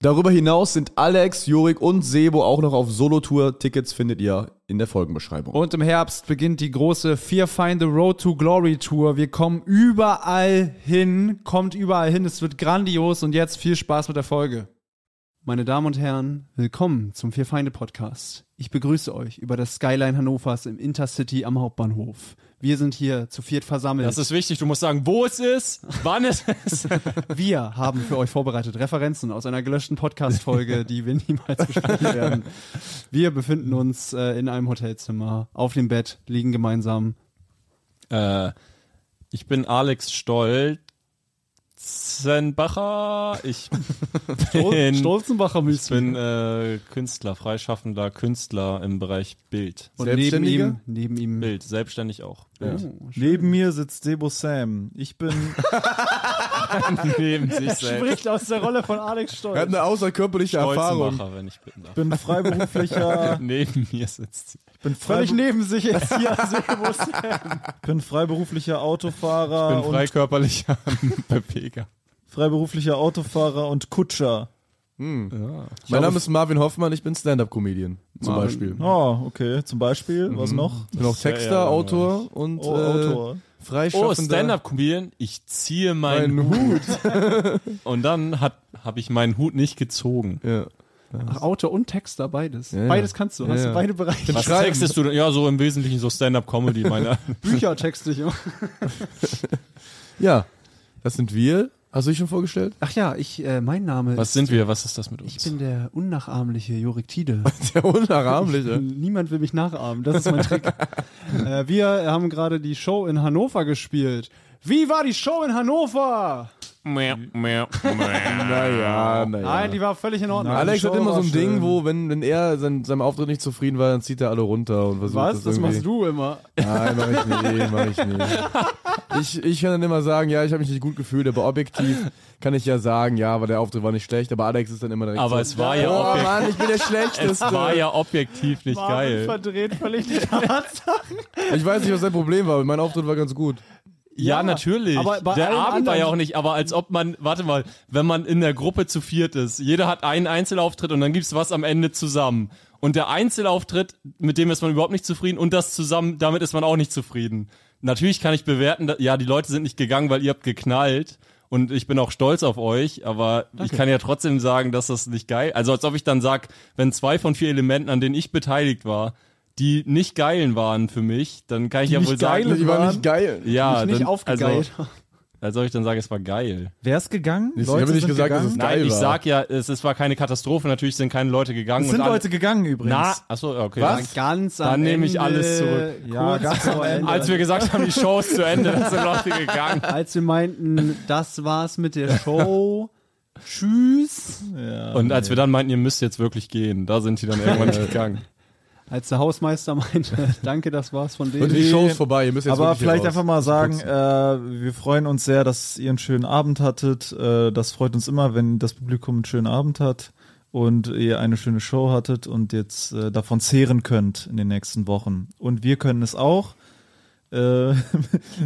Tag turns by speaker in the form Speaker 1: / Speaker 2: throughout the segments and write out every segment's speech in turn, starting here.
Speaker 1: Darüber hinaus sind Alex, Jurik und Sebo auch noch auf Solo-Tour. Tickets findet ihr in der Folgenbeschreibung.
Speaker 2: Und im Herbst beginnt die große Fear Find the Road to Glory Tour. Wir kommen überall hin, kommt überall hin. Es wird grandios und jetzt viel Spaß mit der Folge. Meine Damen und Herren, willkommen zum Vier Feinde Podcast. Ich begrüße euch über das Skyline Hannovers im Intercity am Hauptbahnhof. Wir sind hier zu viert versammelt.
Speaker 3: Das ist wichtig. Du musst sagen, wo es ist, wann es ist.
Speaker 2: Wir haben für euch vorbereitet Referenzen aus einer gelöschten Podcast-Folge, die wir niemals besprechen werden. Wir befinden uns äh, in einem Hotelzimmer, auf dem Bett, liegen gemeinsam.
Speaker 3: äh, ich bin Alex Stolzenbacher. Ich bin,
Speaker 2: Stolzenbacher
Speaker 3: ich bin äh, Künstler, freischaffender Künstler im Bereich Bild.
Speaker 2: Und neben
Speaker 1: Selbstständige?
Speaker 2: ihm, neben ihm.
Speaker 3: Bild, selbstständig auch.
Speaker 4: Neben mir sitzt Sebo Sam. Ich bin
Speaker 3: Neben sich selbst.
Speaker 2: aus der Rolle von Alex
Speaker 1: Er hat
Speaker 2: Stolz.
Speaker 1: eine außerkörperliche Erfahrung.
Speaker 3: Stolzenbacher, wenn ich bitten darf.
Speaker 4: bin freiberuflicher
Speaker 3: Neben mir sitzt sie.
Speaker 4: bin
Speaker 2: Völlig neben sich jetzt hier. Sebo
Speaker 4: bin freiberuflicher Autofahrer
Speaker 3: bin freikörperlicher Beweger.
Speaker 4: freiberuflicher Autofahrer und Kutscher.
Speaker 1: Mein Name ist Marvin Hoffmann, ich bin Stand-Up-Comedian. Zum
Speaker 2: Marvin.
Speaker 1: Beispiel.
Speaker 4: Oh, okay. Zum Beispiel,
Speaker 2: Mhm.
Speaker 4: was noch?
Speaker 1: Ich bin auch
Speaker 3: ist sehr
Speaker 1: Texter,
Speaker 3: langweilig.
Speaker 1: Autor und
Speaker 4: Oh,
Speaker 1: äh,
Speaker 4: Autor.
Speaker 3: Oh,
Speaker 1: freischaffender.
Speaker 3: Stand-Up-Comedian, ich ziehe meinen
Speaker 1: Ein Hut.
Speaker 3: Und dann habe ich meinen Hut nicht gezogen.
Speaker 1: Ja.
Speaker 2: Ach, Autor und Texter, beides.
Speaker 1: ja.
Speaker 2: Beides kannst du. Hast
Speaker 1: Ja,
Speaker 2: du
Speaker 1: ja.
Speaker 2: beide Bereiche.
Speaker 3: Was
Speaker 1: Schreiben.
Speaker 3: textest du denn? Ja, so im Wesentlichen so Stand-Up-Comedy, meine.
Speaker 2: Bücher texte ich immer.
Speaker 1: ja, das sind wir. Hast du dich schon vorgestellt?
Speaker 2: Ach ja, ich, äh, mein Name
Speaker 3: Was
Speaker 2: ist.
Speaker 3: sind wir? Was ist das mit uns?
Speaker 2: Ich bin der unnachahmliche Juriktide.
Speaker 1: Der Unnachahmliche.
Speaker 2: Niemand will mich nachahmen. Das ist mein Trick. äh, wir haben gerade die Show in Hannover gespielt. Wie war die Show in Hannover?
Speaker 1: naja,
Speaker 2: Nein, die war völlig in Ordnung.
Speaker 1: Alex hat
Speaker 2: Die Show
Speaker 1: immer so
Speaker 2: war
Speaker 1: ein
Speaker 2: schön.
Speaker 1: Ding, wo, wenn, wenn er sein, seinem Auftritt nicht zufrieden war, dann zieht er alle runter und versucht
Speaker 2: Was? Das
Speaker 1: irgendwie.
Speaker 2: machst du immer.
Speaker 1: Nein, mach ich nicht, mach ich nicht. Ich, ich kann dann immer sagen, ja, ich habe mich nicht gut gefühlt, aber objektiv kann ich ja sagen, ja, aber der Auftritt war nicht schlecht, aber Alex ist dann immer direkt
Speaker 3: Aber
Speaker 1: so,
Speaker 3: es war ja,
Speaker 1: oh
Speaker 3: objektiv,
Speaker 1: Mann, ich bin der
Speaker 3: es war
Speaker 1: Schlechteste.
Speaker 3: ja objektiv nicht
Speaker 2: Marvin
Speaker 3: geil.
Speaker 2: verdreht völlig die Tatsache.
Speaker 1: Ich weiß nicht, was sein Problem war, aber mein Auftritt war ganz gut.
Speaker 3: Ja,
Speaker 2: Ja,
Speaker 3: natürlich.
Speaker 2: aber bei
Speaker 3: der
Speaker 2: allen
Speaker 3: Abend war ja
Speaker 2: anderen-
Speaker 3: auch nicht, aber als ob man, warte mal, wenn man in der Gruppe zu viert ist, jeder hat einen Einzelauftritt und dann gibt's was am Ende zusammen. Und der Einzelauftritt, mit dem ist man überhaupt nicht zufrieden und das zusammen, damit ist man auch nicht zufrieden. Natürlich kann ich bewerten, da, ja, die Leute sind nicht gegangen, weil ihr habt geknallt und ich bin auch stolz auf euch, aber ich kann ja trotzdem sagen, dass das nicht geil, also als ob ich dann sag, wenn zwei von vier Elementen, an denen ich beteiligt war, die nicht geilen waren für mich, dann kann ich ja
Speaker 4: nicht
Speaker 3: wohl sagen,
Speaker 4: geil
Speaker 1: Die war nicht geil.
Speaker 3: ja,
Speaker 2: nicht
Speaker 3: Ah, dann-
Speaker 2: aufgegeilt.
Speaker 3: Also, als soll ich dann sagen, es war geil.
Speaker 4: Wer ist gegangen?
Speaker 1: Ich habe nicht
Speaker 4: sind
Speaker 1: gesagt, dass
Speaker 4: gegangen?
Speaker 1: es
Speaker 3: Nein,
Speaker 1: geil
Speaker 3: ich
Speaker 1: war.
Speaker 3: sag ja, es, es war keine Katastrophe. Natürlich sind keine Leute gegangen.
Speaker 4: es sind
Speaker 3: und alle-
Speaker 4: Leute gegangen übrigens.
Speaker 3: Na, achso, okay.
Speaker 2: Ganz am
Speaker 3: Dann nehme ich
Speaker 2: Ende,
Speaker 3: alles zurück.
Speaker 4: Ja,
Speaker 2: kurz
Speaker 4: ganz am
Speaker 2: vor
Speaker 4: Ende.
Speaker 3: Als wir gesagt haben, die Show ist zu Ende, dann sind Leute gegangen.
Speaker 2: als wir meinten, das war's mit der Show. Tschüss.
Speaker 3: Und als wir dann meinten, ihr müsst jetzt wirklich gehen, da sind die dann irgendwann gegangen.
Speaker 2: Als der Hausmeister meinte, danke, das war's von
Speaker 1: Und
Speaker 2: denen.
Speaker 1: die Show ist vorbei, ihr müsst jetzt
Speaker 4: Aber
Speaker 1: wirklich hier
Speaker 4: vielleicht
Speaker 1: raus.
Speaker 4: einfach mal sagen, äh, wir freuen uns sehr, dass ihr einen schönen Abend hattet. Äh, das freut uns immer, wenn das Publikum einen schönen Abend hat und ihr eine schöne Show hattet und jetzt äh, davon zehren könnt in den nächsten Wochen. Und wir können es auch. Äh,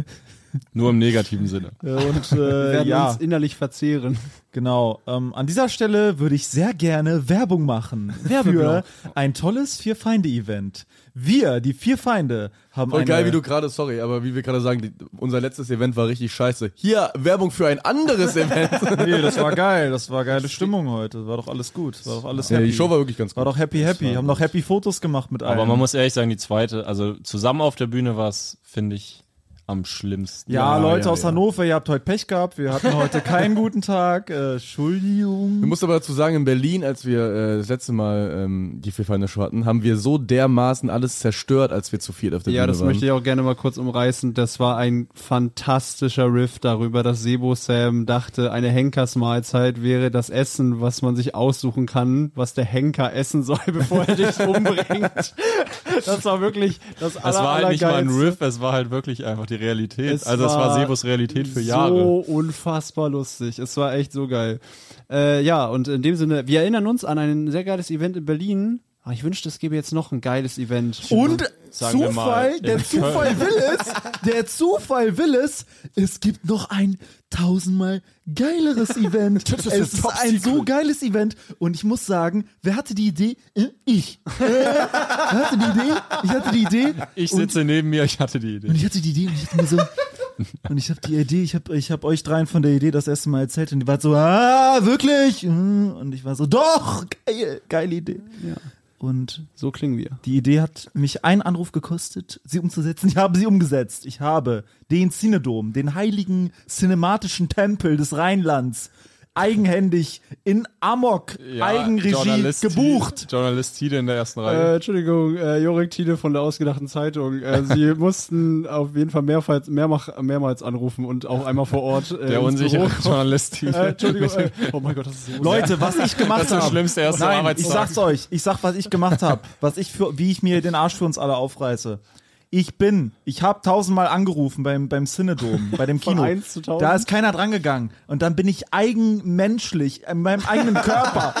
Speaker 3: Nur im negativen Sinne.
Speaker 4: und
Speaker 2: Wir
Speaker 4: äh,
Speaker 2: werden
Speaker 4: ja,
Speaker 2: uns innerlich verzehren.
Speaker 4: genau. Ähm, an dieser Stelle würde ich sehr gerne Werbung machen für
Speaker 2: Werbeblock.
Speaker 4: ein tolles Vier-Feinde-Event. Wir, die Vier Feinde, haben
Speaker 1: Voll
Speaker 4: eine
Speaker 1: geil, wie du gerade, sorry, aber wie wir gerade sagen, die, unser letztes Event war richtig scheiße. Hier, Werbung für ein anderes Event.
Speaker 4: Nee, das war geil. Das war geile Stimmung heute. War doch alles gut. War doch alles
Speaker 1: ja,
Speaker 4: happy.
Speaker 1: die Show war wirklich ganz
Speaker 4: War
Speaker 1: gut.
Speaker 4: doch happy, happy. Haben doch happy Fotos gemacht mit allen.
Speaker 3: Aber man muss ehrlich sagen, die zweite, also zusammen auf der Bühne war es, finde ich. am schlimmsten.
Speaker 5: Ja,
Speaker 1: Ja,
Speaker 5: Leute
Speaker 1: ja,
Speaker 5: aus
Speaker 1: ja.
Speaker 5: Hannover, ihr habt heute Pech gehabt. Wir hatten heute keinen guten Tag. Äh, Entschuldigung.
Speaker 1: Ich muss aber dazu sagen, in Berlin, als wir äh, das letzte Mal ähm, die Free Final Show hatten, haben wir so dermaßen alles zerstört, als wir zu viert auf der
Speaker 2: Ja,
Speaker 1: Bühne
Speaker 2: das
Speaker 1: waren.
Speaker 2: möchte ich auch gerne mal kurz umreißen. Das war ein fantastischer Riff darüber, dass Sebo Sam dachte, eine Henkersmahlzeit wäre das Essen, was man sich aussuchen kann, was der Henker essen soll, bevor er dich umbringt. Das war wirklich das
Speaker 3: es war halt nicht mal ein
Speaker 2: Allergeilste.
Speaker 3: Riff, es war halt wirklich einfach die Realität.
Speaker 2: Es
Speaker 3: also es war
Speaker 2: war
Speaker 3: Sebos Realität
Speaker 2: so
Speaker 3: für Jahre.
Speaker 2: unfassbar lustig. Es war echt so geil. Äh, ja, und in dem Sinne, wir erinnern uns an ein sehr geiles Event in Berlin. Ah, ich wünschte, es gäbe jetzt noch ein geiles Event.
Speaker 5: Und
Speaker 3: Sagen wir mal,
Speaker 5: Zufall, der
Speaker 3: in
Speaker 5: Zufall will es, der Zufall will es, es gibt noch ein tausendmal geileres Event.
Speaker 3: Das ist
Speaker 5: es ist
Speaker 3: top
Speaker 5: ein so
Speaker 3: secret.
Speaker 5: geiles Event und ich muss sagen, wer hatte die Idee? Äh, Ich. Äh, wer hatte die Idee? Ich hatte die Idee.
Speaker 3: Ich
Speaker 5: und-
Speaker 3: sitze neben mir, ich hatte die
Speaker 5: Und
Speaker 3: Idee.
Speaker 5: ich hatte die Idee und ich hatte mir so. und ich habe die Idee, ich habe ich hab euch dreien von der Idee das erste Mal erzählt und die war so, ah, wirklich? Mm. Und ich war so, doch, geil, geile Idee.
Speaker 2: Ja.
Speaker 5: Und
Speaker 2: So klingen wir.
Speaker 5: die Idee hat mich einen Anruf gekostet, sie umzusetzen. Ich habe sie umgesetzt. Ich habe den Cinedom, den heiligen cinematischen Tempel des Rheinlands, eigenhändig in Amok, Eigenregie
Speaker 3: Journalist-
Speaker 5: gebucht.
Speaker 3: Journalist Tide in der ersten Reihe.
Speaker 2: Äh, Entschuldigung, äh, Jorik Thiele von der ausgedachten Zeitung. Äh, Sie mussten auf jeden Fall mehrfach, mehrmach, mehrmals anrufen und auch einmal vor Ort. Äh,
Speaker 3: der
Speaker 2: ins
Speaker 3: unsichere
Speaker 2: Büro.
Speaker 3: Journalist
Speaker 2: Äh,
Speaker 3: Tide.
Speaker 2: Entschuldigung, äh, oh mein Gott, das ist so
Speaker 5: Leute, was ich gemacht
Speaker 3: Das ist das
Speaker 5: habe.
Speaker 3: Schlimmste, erst am
Speaker 5: Nein, ich
Speaker 3: Arbeitstag.
Speaker 5: sag's euch. Ich sag, was ich gemacht habe, was ich für, wie ich mir den Arsch für uns alle aufreiße. Ich bin, ich habe tausendmal angerufen beim beim Cinedom, bei dem
Speaker 2: Von
Speaker 5: Kino.
Speaker 2: eins zu tausend?
Speaker 5: Da ist keiner drangegangen und dann bin ich eigenmenschlich in meinem eigenen Körper,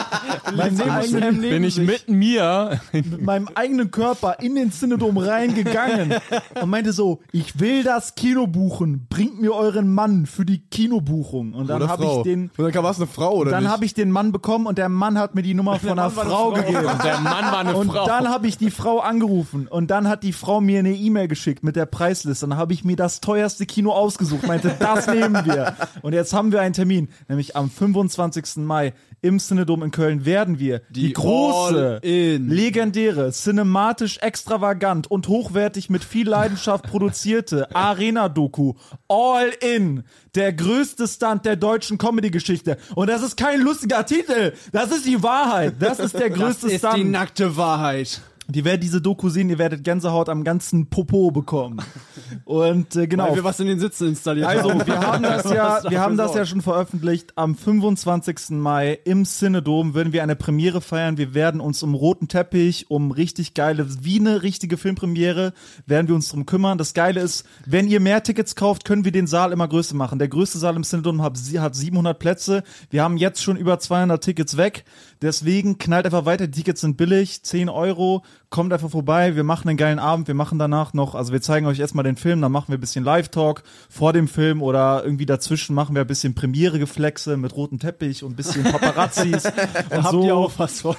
Speaker 5: meinem eigenen,
Speaker 3: Bin ich mit mir
Speaker 5: mit meinem eigenen Körper in den Cinedom reingegangen und meinte so, ich will das Kino buchen, bringt mir euren Mann für die Kinobuchung und dann
Speaker 1: Oder
Speaker 5: habe
Speaker 1: Frau.
Speaker 5: ich den
Speaker 1: Und dann war es eine Frau, oder
Speaker 5: dann
Speaker 1: nicht?
Speaker 5: habe ich den Mann bekommen und der Mann hat mir die Nummer von einer
Speaker 2: Mann war eine
Speaker 5: Frau
Speaker 2: Frau.
Speaker 5: gegeben.
Speaker 3: und der Mann war eine
Speaker 5: Und
Speaker 3: Frau.
Speaker 5: dann habe ich die Frau angerufen und dann hat die Frau mir eine E-Mail geschickt mit der Preisliste. Dann habe ich mir das teuerste Kino ausgesucht, meinte, das nehmen wir. Und jetzt haben wir einen Termin, nämlich am 25. Mai im Cinedom in Köln werden wir die,
Speaker 2: Die
Speaker 5: große,
Speaker 2: All-In.
Speaker 5: legendäre, cinematisch extravagant und hochwertig mit viel Leidenschaft produzierte Arena-Doku All In, der größte Stunt der deutschen Comedy-Geschichte. Und das ist kein lustiger Titel, das ist die Wahrheit, das ist der
Speaker 2: Das
Speaker 5: größte
Speaker 2: ist
Speaker 5: Stunt.
Speaker 2: die nackte Wahrheit.
Speaker 5: Die werdet diese Doku sehen, ihr werdet Gänsehaut am ganzen Popo bekommen. Und äh, genau.
Speaker 2: Weil wir was in den Sitzen installiert
Speaker 5: Also,
Speaker 2: haben.
Speaker 5: wir haben das ja,
Speaker 2: Was
Speaker 5: wir haben das
Speaker 2: dafür
Speaker 5: ja schon veröffentlicht. Am 25. Mai im Cinedom werden wir eine Premiere feiern. Wir werden uns um roten Teppich, um richtig geile, wie eine richtige Filmpremiere, werden wir uns drum kümmern. Das Geile ist, wenn ihr mehr Tickets kauft, können wir den Saal immer größer machen. Der größte Saal im Cinedom hat, sie- hat 700 Plätze. Wir haben jetzt schon über 200 Tickets weg. Deswegen knallt einfach weiter. Die Tickets sind billig, 10 Euro. Kommt einfach vorbei. Wir machen einen geilen Abend. Wir machen danach noch, also wir zeigen euch erstmal den Film, dann machen wir ein bisschen Live-Talk vor dem Film oder irgendwie dazwischen machen wir ein bisschen Premiere-Geflexe mit rotem Teppich und ein bisschen Paparazzis.
Speaker 2: Da
Speaker 5: und
Speaker 2: habt
Speaker 5: so.
Speaker 2: ihr auch was von.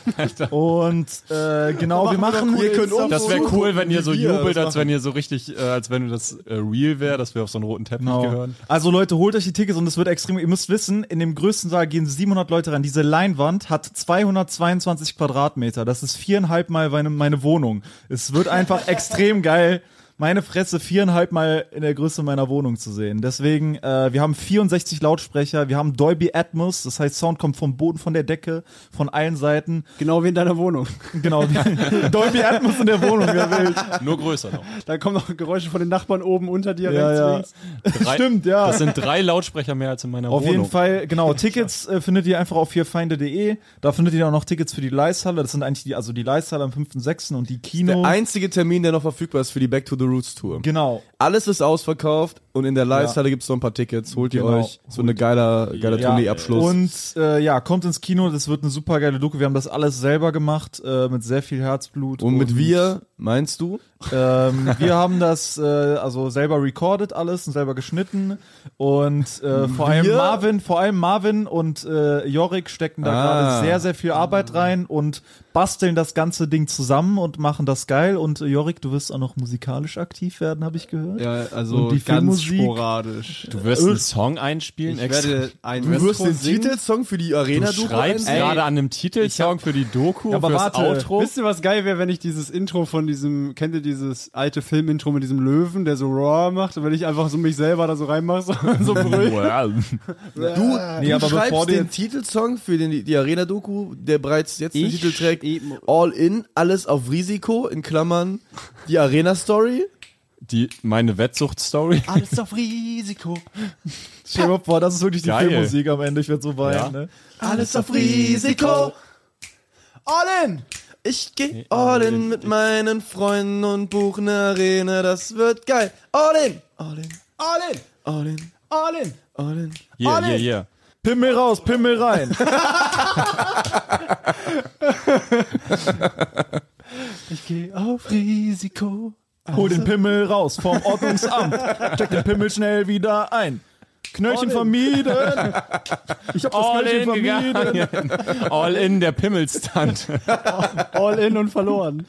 Speaker 5: Und äh, genau, wir machen.
Speaker 1: Ihr könnt uns-
Speaker 3: Das wäre
Speaker 1: so
Speaker 3: cool, wenn ihr so
Speaker 1: wie wir
Speaker 3: jubelt,
Speaker 1: das
Speaker 3: als wenn ihr so richtig, äh, als wenn das äh, real wäre, dass wir auf so einen roten Teppich
Speaker 5: Genau.
Speaker 3: gehören.
Speaker 5: Also Leute, holt euch die Tickets und es wird extrem. Ihr müsst wissen, in dem größten Saal gehen 700 Leute rein. Diese Leinwand hat 222 Quadratmeter. Das ist viereinhalb Mal meine, meine Wohnung. Es wird einfach extrem geil, meine Fresse viereinhalb Mal in der Größe meiner Wohnung zu sehen. Deswegen, äh, wir haben 64 Lautsprecher, wir haben Dolby Atmos, das heißt Sound kommt vom Boden, von der Decke, von allen Seiten.
Speaker 2: Genau wie in deiner Wohnung.
Speaker 5: Genau, Dolby Atmos in der Wohnung, wer will.
Speaker 3: Nur größer noch.
Speaker 2: Da kommen noch Geräusche von den Nachbarn oben unter dir
Speaker 5: Ja,
Speaker 2: rechts,
Speaker 5: ja.
Speaker 2: links.
Speaker 3: Drei,
Speaker 5: Stimmt, ja.
Speaker 3: Das sind drei Lautsprecher mehr als in meiner
Speaker 5: Auf
Speaker 3: Wohnung.
Speaker 5: jeden Fall, genau. Tickets äh, findet ihr einfach auf vierfeinde.de. Da findet ihr auch noch Tickets für die Leisthalle. Das sind eigentlich die, also die Leisthalle am 5.6. und die
Speaker 1: der
Speaker 5: Kino.
Speaker 1: einzige Termin, der noch verfügbar ist für die Back to the Roots Tour.
Speaker 5: Genau.
Speaker 1: Alles ist ausverkauft und in der Live-Halle gibt's noch ein paar Tickets. Holt ihr
Speaker 5: Genau.
Speaker 1: euch. So eine geiler, geiler
Speaker 5: Ja.
Speaker 1: Tourneeabschluss.
Speaker 5: Und äh, ja, kommt ins Kino. Das wird eine super geile Doku. Wir haben das alles selber gemacht äh, mit sehr viel Herzblut.
Speaker 1: Und mit wir, meinst du?
Speaker 5: Ähm, wir haben das äh, also selber recorded alles und selber geschnitten und äh, vor allem
Speaker 1: Wir?
Speaker 5: Marvin, vor allem Marvin und äh, Jorik stecken
Speaker 1: Ah.
Speaker 5: da
Speaker 1: Mhm.
Speaker 5: gerade sehr sehr viel Arbeit rein und basteln das ganze Ding zusammen und machen das geil und äh, Jorik, du wirst auch noch musikalisch aktiv werden, habe ich gehört.
Speaker 2: Ja, also
Speaker 5: Und die
Speaker 2: ganz Musik. sporadisch.
Speaker 3: Du wirst einen Song einspielen,
Speaker 2: Ich werde ein
Speaker 1: Du wirst den
Speaker 2: singen.
Speaker 1: Titelsong für die
Speaker 3: Du
Speaker 1: Arena
Speaker 3: schreibst
Speaker 2: Ey.
Speaker 3: gerade an dem Titelsong für die Doku,
Speaker 2: Aber
Speaker 3: fürs
Speaker 2: warte,
Speaker 3: Outro.
Speaker 2: wisst ihr, was geil wäre, wenn ich dieses Intro von diesem, kennt ihr dieses alte Filmintro mit diesem Löwen, der so roar macht, und wenn ich einfach so mich selber da so reinmache, so, so
Speaker 3: Oh,
Speaker 2: brüll.
Speaker 1: Du,
Speaker 5: Nee,
Speaker 1: du
Speaker 5: aber
Speaker 1: schreibst
Speaker 5: bevor
Speaker 1: den
Speaker 5: die-
Speaker 1: Titelsong für den, die Arena-Doku, der bereits jetzt den
Speaker 2: Ich
Speaker 1: Titel trägt,
Speaker 2: eben-
Speaker 1: All In, alles auf Risiko, in Klammern, die Arena-Story.
Speaker 3: Die, meine Wettsucht-Story.
Speaker 2: Alles auf Risiko.
Speaker 5: Stell dir mal vor, das ist wirklich die
Speaker 3: Geil.
Speaker 5: Filmmusik am Ende. Ich werde so weinen.
Speaker 3: Ja.
Speaker 5: Ne?
Speaker 1: Alles auf Risiko,
Speaker 2: All in!
Speaker 1: ich geh all in mit meinen Freunden und buch ne Arena, das wird geil. All in, all in,
Speaker 2: All in!
Speaker 1: all in,
Speaker 2: All in!
Speaker 1: all in.
Speaker 3: Yeah,
Speaker 2: Alle-
Speaker 3: yeah, yeah.
Speaker 5: Pimmel raus, Pimmel rein.
Speaker 2: Ich gehe auf Risiko.
Speaker 5: Hol den Pimmel raus vom Ordnungsamt. Check den Pimmel schnell wieder ein. Knöllchen vermieden. Ich hab das
Speaker 3: All
Speaker 5: Knöllchen
Speaker 3: in
Speaker 5: vermieden.
Speaker 3: gegangen. All in der Pimmelstand.
Speaker 2: All in und verloren.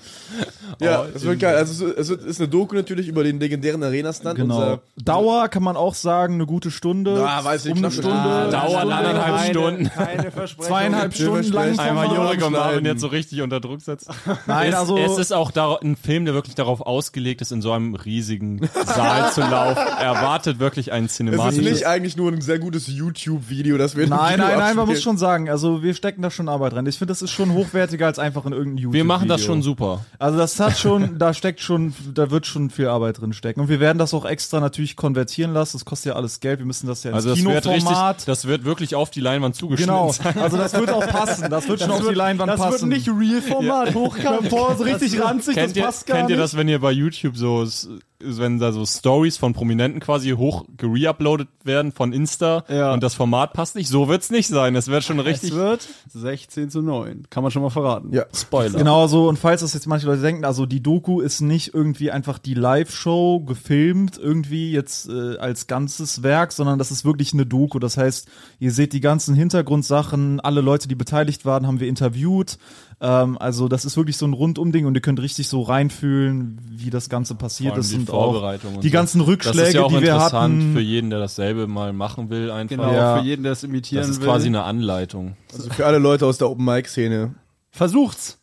Speaker 1: Ja, das wird geil. Also, es wird- ist eine Doku natürlich über den legendären Arena-Stunt.
Speaker 5: Genau.
Speaker 1: unser-
Speaker 5: Dauer kann man auch sagen, eine gute Stunde.
Speaker 1: Ah, weiß ich,
Speaker 5: um eine
Speaker 1: knapp-
Speaker 5: Stunde.
Speaker 1: Ah,
Speaker 3: Dauert anderthalb
Speaker 2: Keine-
Speaker 3: Stunden.
Speaker 2: Keine Versprechen.
Speaker 5: Zweieinhalb Stunden lang.
Speaker 1: Einmal
Speaker 3: Einmal
Speaker 5: Format.
Speaker 3: Jorik und Marvin
Speaker 1: schneiden.
Speaker 3: jetzt so richtig unter Druck setzt.
Speaker 5: Nein,
Speaker 3: es,
Speaker 5: also-
Speaker 3: es ist auch dar- ein Film, der wirklich darauf ausgelegt ist, in so einem riesigen Saal zu laufen. Erwartet wirklich einen
Speaker 1: Es ist
Speaker 3: cinematischen.
Speaker 1: nicht eigentlich nur ein sehr gutes YouTube-Video, das wir in einem
Speaker 5: Nein,
Speaker 1: Video
Speaker 5: nein, nein, man
Speaker 1: abspielen.
Speaker 5: muss schon sagen, also wir stecken da schon Arbeit rein. Ich finde, das ist schon hochwertiger als einfach in irgendein YouTube.
Speaker 3: Wir machen das schon super.
Speaker 5: Also das hat schon, da steckt schon, da wird schon viel Arbeit drin stecken. Und wir werden das auch extra natürlich konvertieren lassen. Das kostet ja alles Geld. Wir müssen das ja ins
Speaker 3: Also das wird richtig,
Speaker 5: Kinoformat.
Speaker 3: das wird wirklich auf die Leinwand zugeschnitten.
Speaker 5: Genau.
Speaker 3: sein.
Speaker 5: Also das wird auch passen. Das wird schon auf die Leinwand
Speaker 2: das
Speaker 5: passen.
Speaker 2: wird nicht Real-Format hochkant. Boah, so
Speaker 5: richtig ranzig,
Speaker 3: Kennt, ihr, kennt ihr das, wenn ihr bei YouTube so, s- wenn da so Stories von Prominenten quasi hoch gereuploadet werden von Insta
Speaker 2: Ja.
Speaker 3: und das Format passt nicht? So wird's nicht sein. Es wird schon
Speaker 2: Es
Speaker 3: richtig
Speaker 2: wird 16 zu 9. Kann man schon mal verraten.
Speaker 1: Ja.
Speaker 3: Spoiler.
Speaker 5: Genau so, und falls das jetzt manche Leute denken, also die Doku ist nicht irgendwie einfach die Live-Show gefilmt, irgendwie jetzt äh, als ganzes Werk, sondern das ist wirklich eine Doku. Das heißt, ihr seht die ganzen Hintergrundsachen, alle Leute, die beteiligt waren, haben wir interviewt. Ähm, also das ist wirklich so ein Rundumding und ihr könnt richtig so reinfühlen, wie das Ganze passiert
Speaker 3: allem
Speaker 5: ist
Speaker 3: die
Speaker 5: und auch
Speaker 3: Vorbereitung und
Speaker 5: die
Speaker 3: so.
Speaker 5: ganzen
Speaker 3: Das
Speaker 5: Rückschläge,
Speaker 3: ist ja auch
Speaker 5: die wir
Speaker 3: interessant für
Speaker 5: hatten.
Speaker 3: jeden, der dasselbe mal machen will, einfach.
Speaker 2: Genau,
Speaker 5: Ja.
Speaker 2: für jeden, der es imitieren
Speaker 3: Das ist
Speaker 2: will.
Speaker 3: quasi eine Anleitung.
Speaker 1: Also für alle Leute aus der Open-Mic-Szene.
Speaker 2: Versucht's.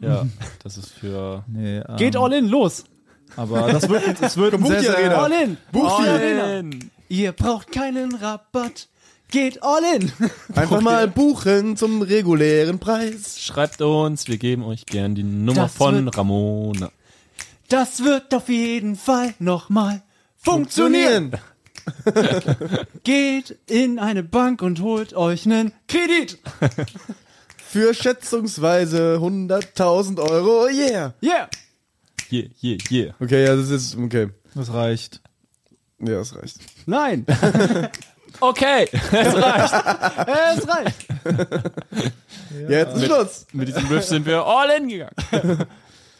Speaker 3: Ja, das ist für.
Speaker 5: Nee, ähm,
Speaker 2: Geht all in, los.
Speaker 5: Aber das wird, es wird ein
Speaker 1: Buch
Speaker 5: sehr,
Speaker 1: die
Speaker 5: sehr,
Speaker 1: Arena.
Speaker 2: All in.
Speaker 1: Buch die-
Speaker 2: genau. Ihr braucht keinen Rabatt. Geht all in.
Speaker 1: Einfach mal buchen zum regulären Preis.
Speaker 3: Schreibt uns, wir geben euch gern die Nummer
Speaker 2: Das
Speaker 3: von
Speaker 2: wird-
Speaker 3: Ramona.
Speaker 2: Das wird auf jeden Fall nochmal funktionieren.
Speaker 1: Funktionieren!
Speaker 2: Geht in eine Bank und holt euch einen Kredit.
Speaker 1: Für schätzungsweise 100.000 Euro, yeah!
Speaker 2: Yeah.
Speaker 3: Yeah, yeah, yeah.
Speaker 1: Okay, ja, das ist, okay.
Speaker 5: das reicht.
Speaker 1: Ja, das reicht.
Speaker 2: Nein.
Speaker 3: Okay,
Speaker 2: es reicht.
Speaker 1: Ja, jetzt ist Schluss!
Speaker 3: mit diesem Riff sind wir all in gegangen.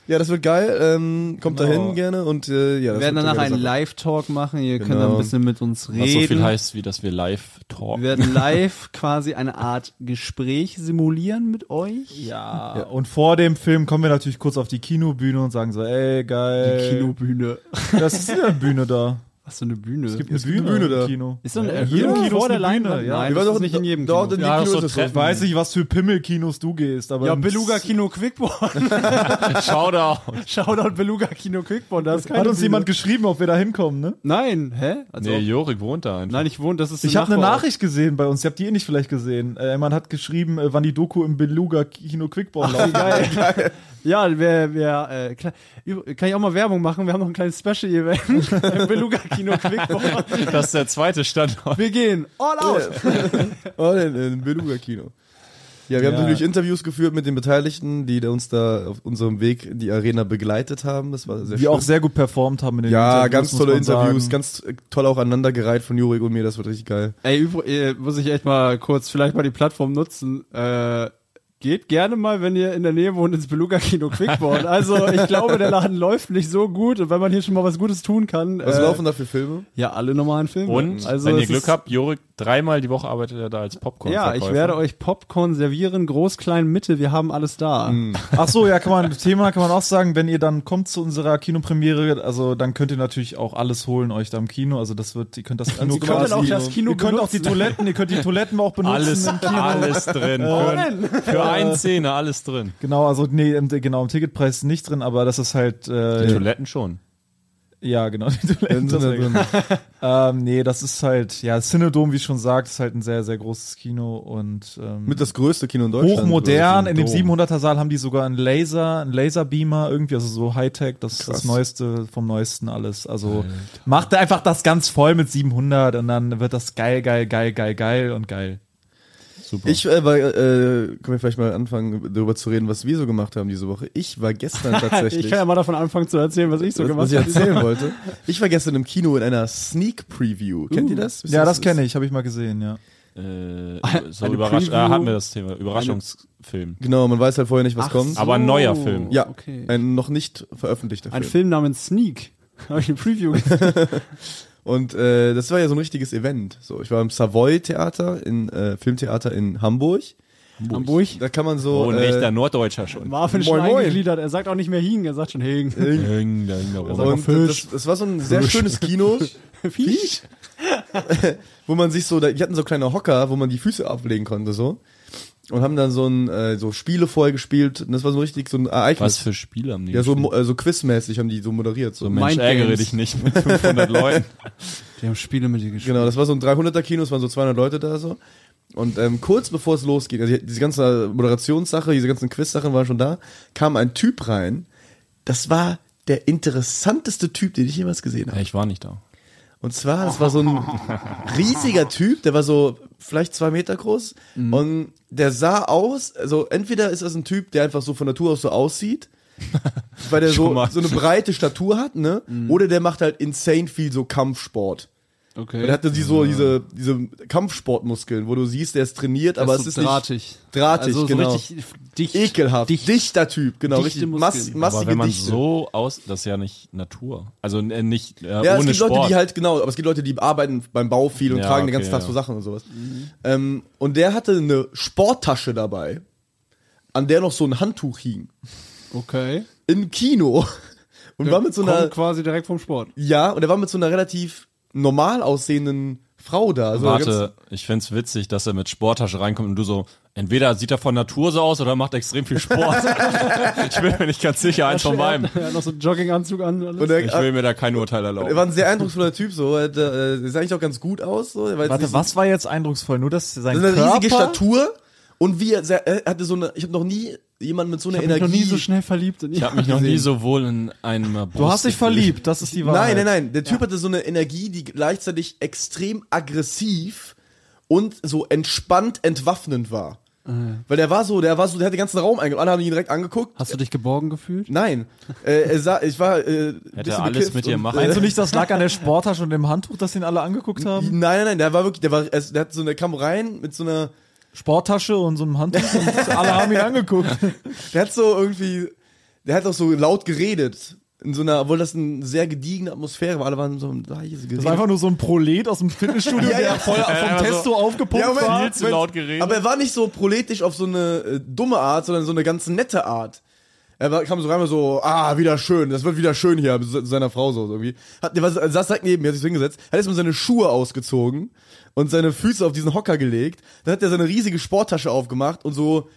Speaker 1: Ja, das wird geil, ähm, kommt
Speaker 5: Genau.
Speaker 1: da dahin gerne und, äh, ja.
Speaker 2: Wir
Speaker 1: das
Speaker 2: werden
Speaker 1: wird
Speaker 2: danach
Speaker 1: eine
Speaker 2: einen
Speaker 1: geile
Speaker 2: Live-Talk machen. Ihr könnt
Speaker 1: Genau.
Speaker 2: dann ein bisschen mit uns reden.
Speaker 3: Was so viel heißt, wie dass wir live
Speaker 2: Wir
Speaker 3: talken.
Speaker 2: werden live quasi eine Art Gespräch simulieren mit euch.
Speaker 5: Ja, und vor dem Film kommen wir natürlich kurz auf die Kinobühne und sagen so, ey, geil.
Speaker 2: Äh,
Speaker 4: Äh,
Speaker 2: Kinobühne.
Speaker 5: Das ist ja eine Bühne da.
Speaker 2: Was für eine Bühne? Es
Speaker 5: Es gibt
Speaker 1: Bühne da.
Speaker 5: im Kino.
Speaker 2: ist so eine
Speaker 5: jedem
Speaker 2: Erhöhung
Speaker 5: Kino ist
Speaker 2: vor der
Speaker 5: eine Bühne,
Speaker 2: Leinwand.
Speaker 5: ja.
Speaker 2: Nein,
Speaker 1: Wir
Speaker 2: das
Speaker 1: waren doch
Speaker 2: ist nicht in jedem
Speaker 1: dort
Speaker 2: Kino.
Speaker 1: in
Speaker 3: Ja,
Speaker 1: ja,
Speaker 3: das
Speaker 1: Kinos
Speaker 3: ist
Speaker 1: ist
Speaker 3: so
Speaker 1: das
Speaker 5: Ich
Speaker 1: so.
Speaker 5: weiß nicht, was für Pimmelkinos du gehst, aber.
Speaker 2: Hm. Ja, Beluga Kino Quickborn.
Speaker 3: Shoutout.
Speaker 2: Shoutout Beluga Kino Quickborn. Da ist keine
Speaker 5: Hat uns
Speaker 2: Bühne.
Speaker 5: jemand geschrieben, ob wir da hinkommen, ne?
Speaker 2: Nein, hä? Also,
Speaker 3: Nee, Jorik wohnt da einfach.
Speaker 2: nein, ich wohne, das ist
Speaker 5: Ich habe eine
Speaker 2: Nachbar-
Speaker 5: Nachricht gesehen bei uns, ihr habt die eh nicht vielleicht gesehen. Äh, man hat geschrieben, äh, wann die Doku im Beluga Kino Quickborn läuft.
Speaker 2: Geil. Ja, wer, wer, äh, kle- Üb- kann ich auch mal Werbung machen? Wir haben noch ein kleines Special-Event im Beluga Kino Quickborn.
Speaker 3: Das ist der zweite Standort.
Speaker 2: Wir gehen all out.
Speaker 1: All Oh, in, in Beluga Kino. Ja, wir haben
Speaker 5: Ja.
Speaker 1: natürlich Interviews geführt mit den Beteiligten, die da uns da auf unserem Weg die Arena begleitet haben. Das war sehr
Speaker 5: Die auch sehr gut performt haben in den
Speaker 1: Ja,
Speaker 5: Interviews,
Speaker 1: ganz
Speaker 5: muss
Speaker 1: tolle
Speaker 5: man
Speaker 1: Interviews,
Speaker 5: sagen.
Speaker 1: ganz äh, toll auch aneinandergereiht von Jurik und mir, das wird richtig geil.
Speaker 2: Ey, übr- äh, muss ich echt mal kurz vielleicht mal die Plattform nutzen. Äh, Geht gerne mal, wenn ihr in der Nähe wohnt, ins Beluga-Kino Quickborn. Also ich glaube, der Laden läuft nicht so gut. Und wenn man hier schon mal was Gutes tun kann,
Speaker 1: Was
Speaker 2: äh,
Speaker 1: laufen da für Filme?
Speaker 2: ja, alle normalen Filme.
Speaker 3: Und
Speaker 2: also
Speaker 3: wenn ihr
Speaker 2: es
Speaker 3: Glück
Speaker 2: ist-
Speaker 3: habt, Jorik, dreimal die Woche arbeitet er da als popcorn
Speaker 2: Ja, ich werde euch Popcorn servieren, groß, klein, Mitte, wir haben alles da.
Speaker 5: Ach so, ja, kann man, Thema kann man auch sagen, wenn ihr dann kommt zu unserer Kinopremiere, also dann könnt ihr natürlich auch alles holen euch da im Kino, also das wird, ihr könnt das Kino
Speaker 2: könnt dann auch das Kino
Speaker 5: ihr könnt auch die
Speaker 2: benutzen.
Speaker 5: Toiletten, ihr könnt die Toiletten auch benutzen.
Speaker 3: Alles,
Speaker 5: im Kino.
Speaker 3: alles drin. Für, für einen Zehner, alles drin.
Speaker 5: Genau, also nee, im, genau, im Ticketpreis ist nicht drin, aber das ist halt,
Speaker 3: Die
Speaker 5: äh,
Speaker 3: Toiletten schon.
Speaker 5: ja, genau, die
Speaker 1: Dann
Speaker 5: Toiletten.
Speaker 1: sind da
Speaker 5: deswegen. Ähm, nee, das ist halt, ja, Cinedom, wie schon sagt, ist halt ein sehr, sehr großes Kino und ähm,
Speaker 1: Mit das größte Kino in Deutschland.
Speaker 5: hochmodern.
Speaker 1: oder so.
Speaker 5: In dem
Speaker 1: Dom.
Speaker 5: 700er Saal haben die sogar einen Laser, einen Laserbeamer, irgendwie, also so Hightech, das ist das Neueste vom Neuesten alles. Also macht er einfach das ganz voll mit 700 und dann wird das geil, geil, geil, geil, geil und geil.
Speaker 3: Super.
Speaker 1: Ich äh, war, äh, können wir vielleicht mal anfangen, darüber zu reden, was wir so gemacht haben diese Woche. Ich war gestern tatsächlich.
Speaker 2: Ich kann ja mal davon anfangen zu erzählen, was ich so
Speaker 1: was, was
Speaker 2: gemacht
Speaker 1: ich
Speaker 2: habe.
Speaker 1: erzählen wollte. Ich war gestern im Kino in einer Sneak Preview. Kennt ihr das?
Speaker 5: ja, das kenne ich, habe ich mal gesehen, ja.
Speaker 3: äh, so
Speaker 2: eine
Speaker 3: überrasch äh,
Speaker 2: Preview-
Speaker 3: hatten wir das Thema. Überraschungsfilm.
Speaker 1: Genau, man weiß halt vorher nicht, was kommt.
Speaker 3: Aber ein neuer Film.
Speaker 1: ja,
Speaker 2: Oh, okay.
Speaker 1: ein noch nicht veröffentlichter
Speaker 2: Ein
Speaker 1: Film.
Speaker 2: Film namens Sneak. Habe ich eine Preview gesehen.
Speaker 1: Und äh, das war ja so ein richtiges Event. So, ich war im Savoy Theater, in äh, Filmtheater in Hamburg.
Speaker 2: Hamburg.
Speaker 1: Da kann man so
Speaker 3: Oh, ein
Speaker 1: äh,
Speaker 3: echter Norddeutscher schon.
Speaker 2: Marvin ist
Speaker 1: Moin,
Speaker 2: schon
Speaker 1: moin. Äh,
Speaker 2: eingegliedert. Er sagt auch nicht mehr Hing, er sagt schon Hing.
Speaker 3: Hing da, hing da rum.
Speaker 1: Und das, das war so ein sehr schönes Kino,
Speaker 2: Fisch.
Speaker 1: wo man sich so, da- die hatten so kleine Hocker, wo man die Füße ablegen konnte so und haben dann so ein äh, so Spiele vorher gespielt und das war so richtig so ein
Speaker 3: Was
Speaker 1: Ereignis.
Speaker 3: für Spiele haben die?
Speaker 1: Ja, so
Speaker 3: gespielt?
Speaker 1: mo- äh, so quizmäßig haben die so moderiert so.
Speaker 3: Mensch,
Speaker 2: Mind
Speaker 3: ärgere
Speaker 2: Games.
Speaker 3: dich nicht mit 500 Leuten.
Speaker 2: Die haben Spiele mit dir gespielt.
Speaker 1: Genau, das war so ein 300er Kino, es waren so 200 Leute da so. Und ähm, kurz bevor es losging, also diese ganze Moderationssache, diese ganzen Quiz-Sachen waren schon da, kam ein Typ rein. Das war der interessanteste Typ, den ich jemals gesehen habe.
Speaker 3: Ja, ich war nicht da.
Speaker 1: Und zwar, das war so ein riesiger Typ, der war so vielleicht zwei Meter groß
Speaker 2: Mhm.
Speaker 1: und der sah aus, also entweder ist das ein Typ, der einfach so von Natur aus so aussieht, weil der so,
Speaker 3: Schon mal.
Speaker 1: so eine breite Statur hat, ne?
Speaker 2: Mhm.
Speaker 1: Oder der macht halt insane viel so Kampfsport. Und
Speaker 2: Okay.
Speaker 1: er hatte die so diese, diese Kampfsportmuskeln, wo du siehst, der ist trainiert, aber es ist
Speaker 2: drahtig.
Speaker 1: nicht drahtig,
Speaker 2: also so
Speaker 1: genau.
Speaker 2: richtig dicht.
Speaker 1: Ekelhaft,
Speaker 2: dicht.
Speaker 1: dichter Typ, genau,
Speaker 2: Dichte
Speaker 1: richtig mass,
Speaker 2: Muskeln.
Speaker 1: massige
Speaker 3: Aber wenn man
Speaker 1: Dichte.
Speaker 3: so aus, das ist ja nicht Natur. Also äh, nicht äh,
Speaker 1: Ja, es
Speaker 3: ohne
Speaker 1: gibt
Speaker 3: Sport.
Speaker 1: Leute, die halt, genau, aber es gibt Leute, die arbeiten beim Bau viel und
Speaker 3: Ja,
Speaker 1: tragen den
Speaker 3: okay,
Speaker 1: ganzen Tag
Speaker 3: ja.
Speaker 1: so Sachen und sowas. Ähm, und der hatte eine Sporttasche dabei, an der noch so ein Handtuch hing.
Speaker 2: Okay.
Speaker 1: Im Kino. Und war mit so einer,
Speaker 2: Kommt quasi direkt vom Sport.
Speaker 1: ja, und er war mit so einer relativ normal aussehenden Frau da. Also ganz-
Speaker 3: Warte, ich find's witzig, dass er mit Sporttasche reinkommt und du so, entweder sieht er von Natur so aus oder macht extrem viel Sport. ich bin mir nicht ganz sicher, eins von beiden.
Speaker 2: Er hat noch so einen Jogginganzug an. und Alles.
Speaker 1: Und er,
Speaker 3: Ich will mir da kein Urteil
Speaker 1: er
Speaker 3: erlauben.
Speaker 1: war ein sehr eindrucksvoller Typ, so, er hatte, äh, sah eigentlich auch ganz gut aus, so, er war jetzt nicht
Speaker 5: Warte,
Speaker 1: so
Speaker 5: was war jetzt eindrucksvoll? Nur, dass sein
Speaker 1: Also eine
Speaker 5: Körper...
Speaker 1: riesige Statur und wie er, sehr- er hatte so eine, ich habe noch nie jemanden mit so einer
Speaker 2: ich habe mich
Speaker 1: Energie.
Speaker 2: noch nie so schnell verliebt. In ihn.
Speaker 3: Ich habe mich noch nie so wohl in einem
Speaker 5: Du hast dich verliebt, das ist die Wahrheit.
Speaker 1: Nein, nein, nein. Der Typ hatte so eine Energie, die gleichzeitig extrem aggressiv und so entspannt entwaffnend war.
Speaker 5: Äh.
Speaker 1: Weil der war so, der war so, der hat den ganzen Raum eingenommen. Alle haben ihn direkt angeguckt.
Speaker 2: Hast du dich geborgen gefühlt?
Speaker 1: Nein. äh, er sah, ich war. Äh, ein bisschen
Speaker 3: alles
Speaker 1: bekifft
Speaker 3: mit dir
Speaker 1: und,
Speaker 3: machen.
Speaker 5: Meinst
Speaker 1: Äh,
Speaker 5: du nicht, das lag an der Sporttasche und dem Handtuch, das ihn alle angeguckt
Speaker 1: nein,
Speaker 5: haben?
Speaker 1: nein, nein. Der war wirklich, der war, er- der hat so eine kam rein mit so einer.
Speaker 5: Sporttasche und so einem Handtuch und alle haben ihn angeguckt.
Speaker 1: Der hat so irgendwie, der hat auch so laut geredet. In so einer, obwohl das eine sehr gediegene Atmosphäre war, alle waren so leise
Speaker 5: Das war einfach nur so ein Prolet aus dem Fitnessstudio,
Speaker 1: Ja, ja.
Speaker 5: der voll vom
Speaker 3: Ja,
Speaker 5: Testo aufgepumpt
Speaker 1: Ja, Moment,
Speaker 5: war.
Speaker 3: viel zu
Speaker 1: Moment.
Speaker 3: laut geredet.
Speaker 1: Aber er war nicht so proletisch auf so eine äh, dumme Art, sondern so eine ganz nette Art. Er war, kam so rein und so, ah, wieder schön, das wird wieder schön hier, mit se- seiner Frau so irgendwie. Hat, der war, saß direkt neben mir, hat sich so hingesetzt, hat erstmal seine Schuhe ausgezogen und seine Füße auf diesen Hocker gelegt. Dann hat er seine riesige Sporttasche aufgemacht und so,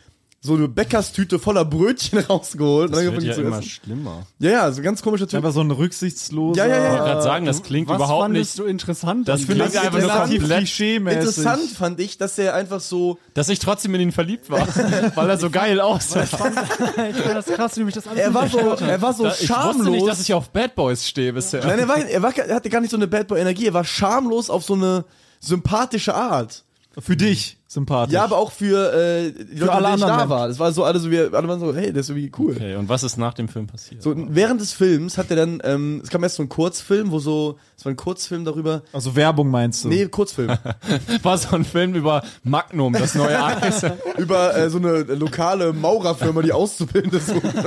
Speaker 1: so eine Bäckerstüte voller Brötchen rausgeholt.
Speaker 3: das
Speaker 1: und
Speaker 3: wird
Speaker 1: angefangen
Speaker 3: ja
Speaker 1: zu
Speaker 3: immer
Speaker 1: essen.
Speaker 3: schlimmer.
Speaker 1: ja, ja, so ein ganz komischer Typ.
Speaker 5: Einfach so ein rücksichtsloser.
Speaker 1: Ja, ja,
Speaker 3: Ich
Speaker 1: ja.
Speaker 3: wollte gerade sagen, das klingt
Speaker 2: Was
Speaker 3: überhaupt
Speaker 2: fandest
Speaker 3: nicht.
Speaker 2: du interessant?
Speaker 3: Das
Speaker 2: an
Speaker 3: klingt
Speaker 2: ihm?
Speaker 1: Das ist
Speaker 3: einfach nur
Speaker 1: interessant.
Speaker 3: komplett,
Speaker 5: klischeemäßig.
Speaker 1: Interessant fand ich, dass er einfach so,
Speaker 3: dass ich trotzdem in ihn verliebt war, weil er so geil aussah.
Speaker 2: Ich fand das krass, wie mich das alles
Speaker 1: er war
Speaker 2: mit
Speaker 1: so,
Speaker 2: gestört hat.
Speaker 1: er war so
Speaker 3: Ich wusste nicht,
Speaker 1: schamlos.
Speaker 3: dass ich auf Bad Boys stehe bisher.
Speaker 1: Nein, er, war, er, war, er hatte gar nicht so eine Bad Boy Energie, er war schamlos auf so eine sympathische Art.
Speaker 5: Für dich sympathisch.
Speaker 1: Ja, aber auch für äh, die Leute,
Speaker 5: alle
Speaker 1: die nicht da
Speaker 5: anderen
Speaker 1: waren. Es war so alle so, wir alle waren so, hey, das ist irgendwie cool.
Speaker 3: Okay, und was ist nach dem Film passiert?
Speaker 1: So, während des Films hat er dann, ähm, es kam erst so ein Kurzfilm, wo so, es war ein Kurzfilm darüber.
Speaker 5: also Werbung meinst du?
Speaker 1: Nee, Kurzfilm.
Speaker 3: War so ein Film über Magnum, das neue Eis.
Speaker 1: über äh, so eine lokale Maurerfirma, die Auszubildende sucht.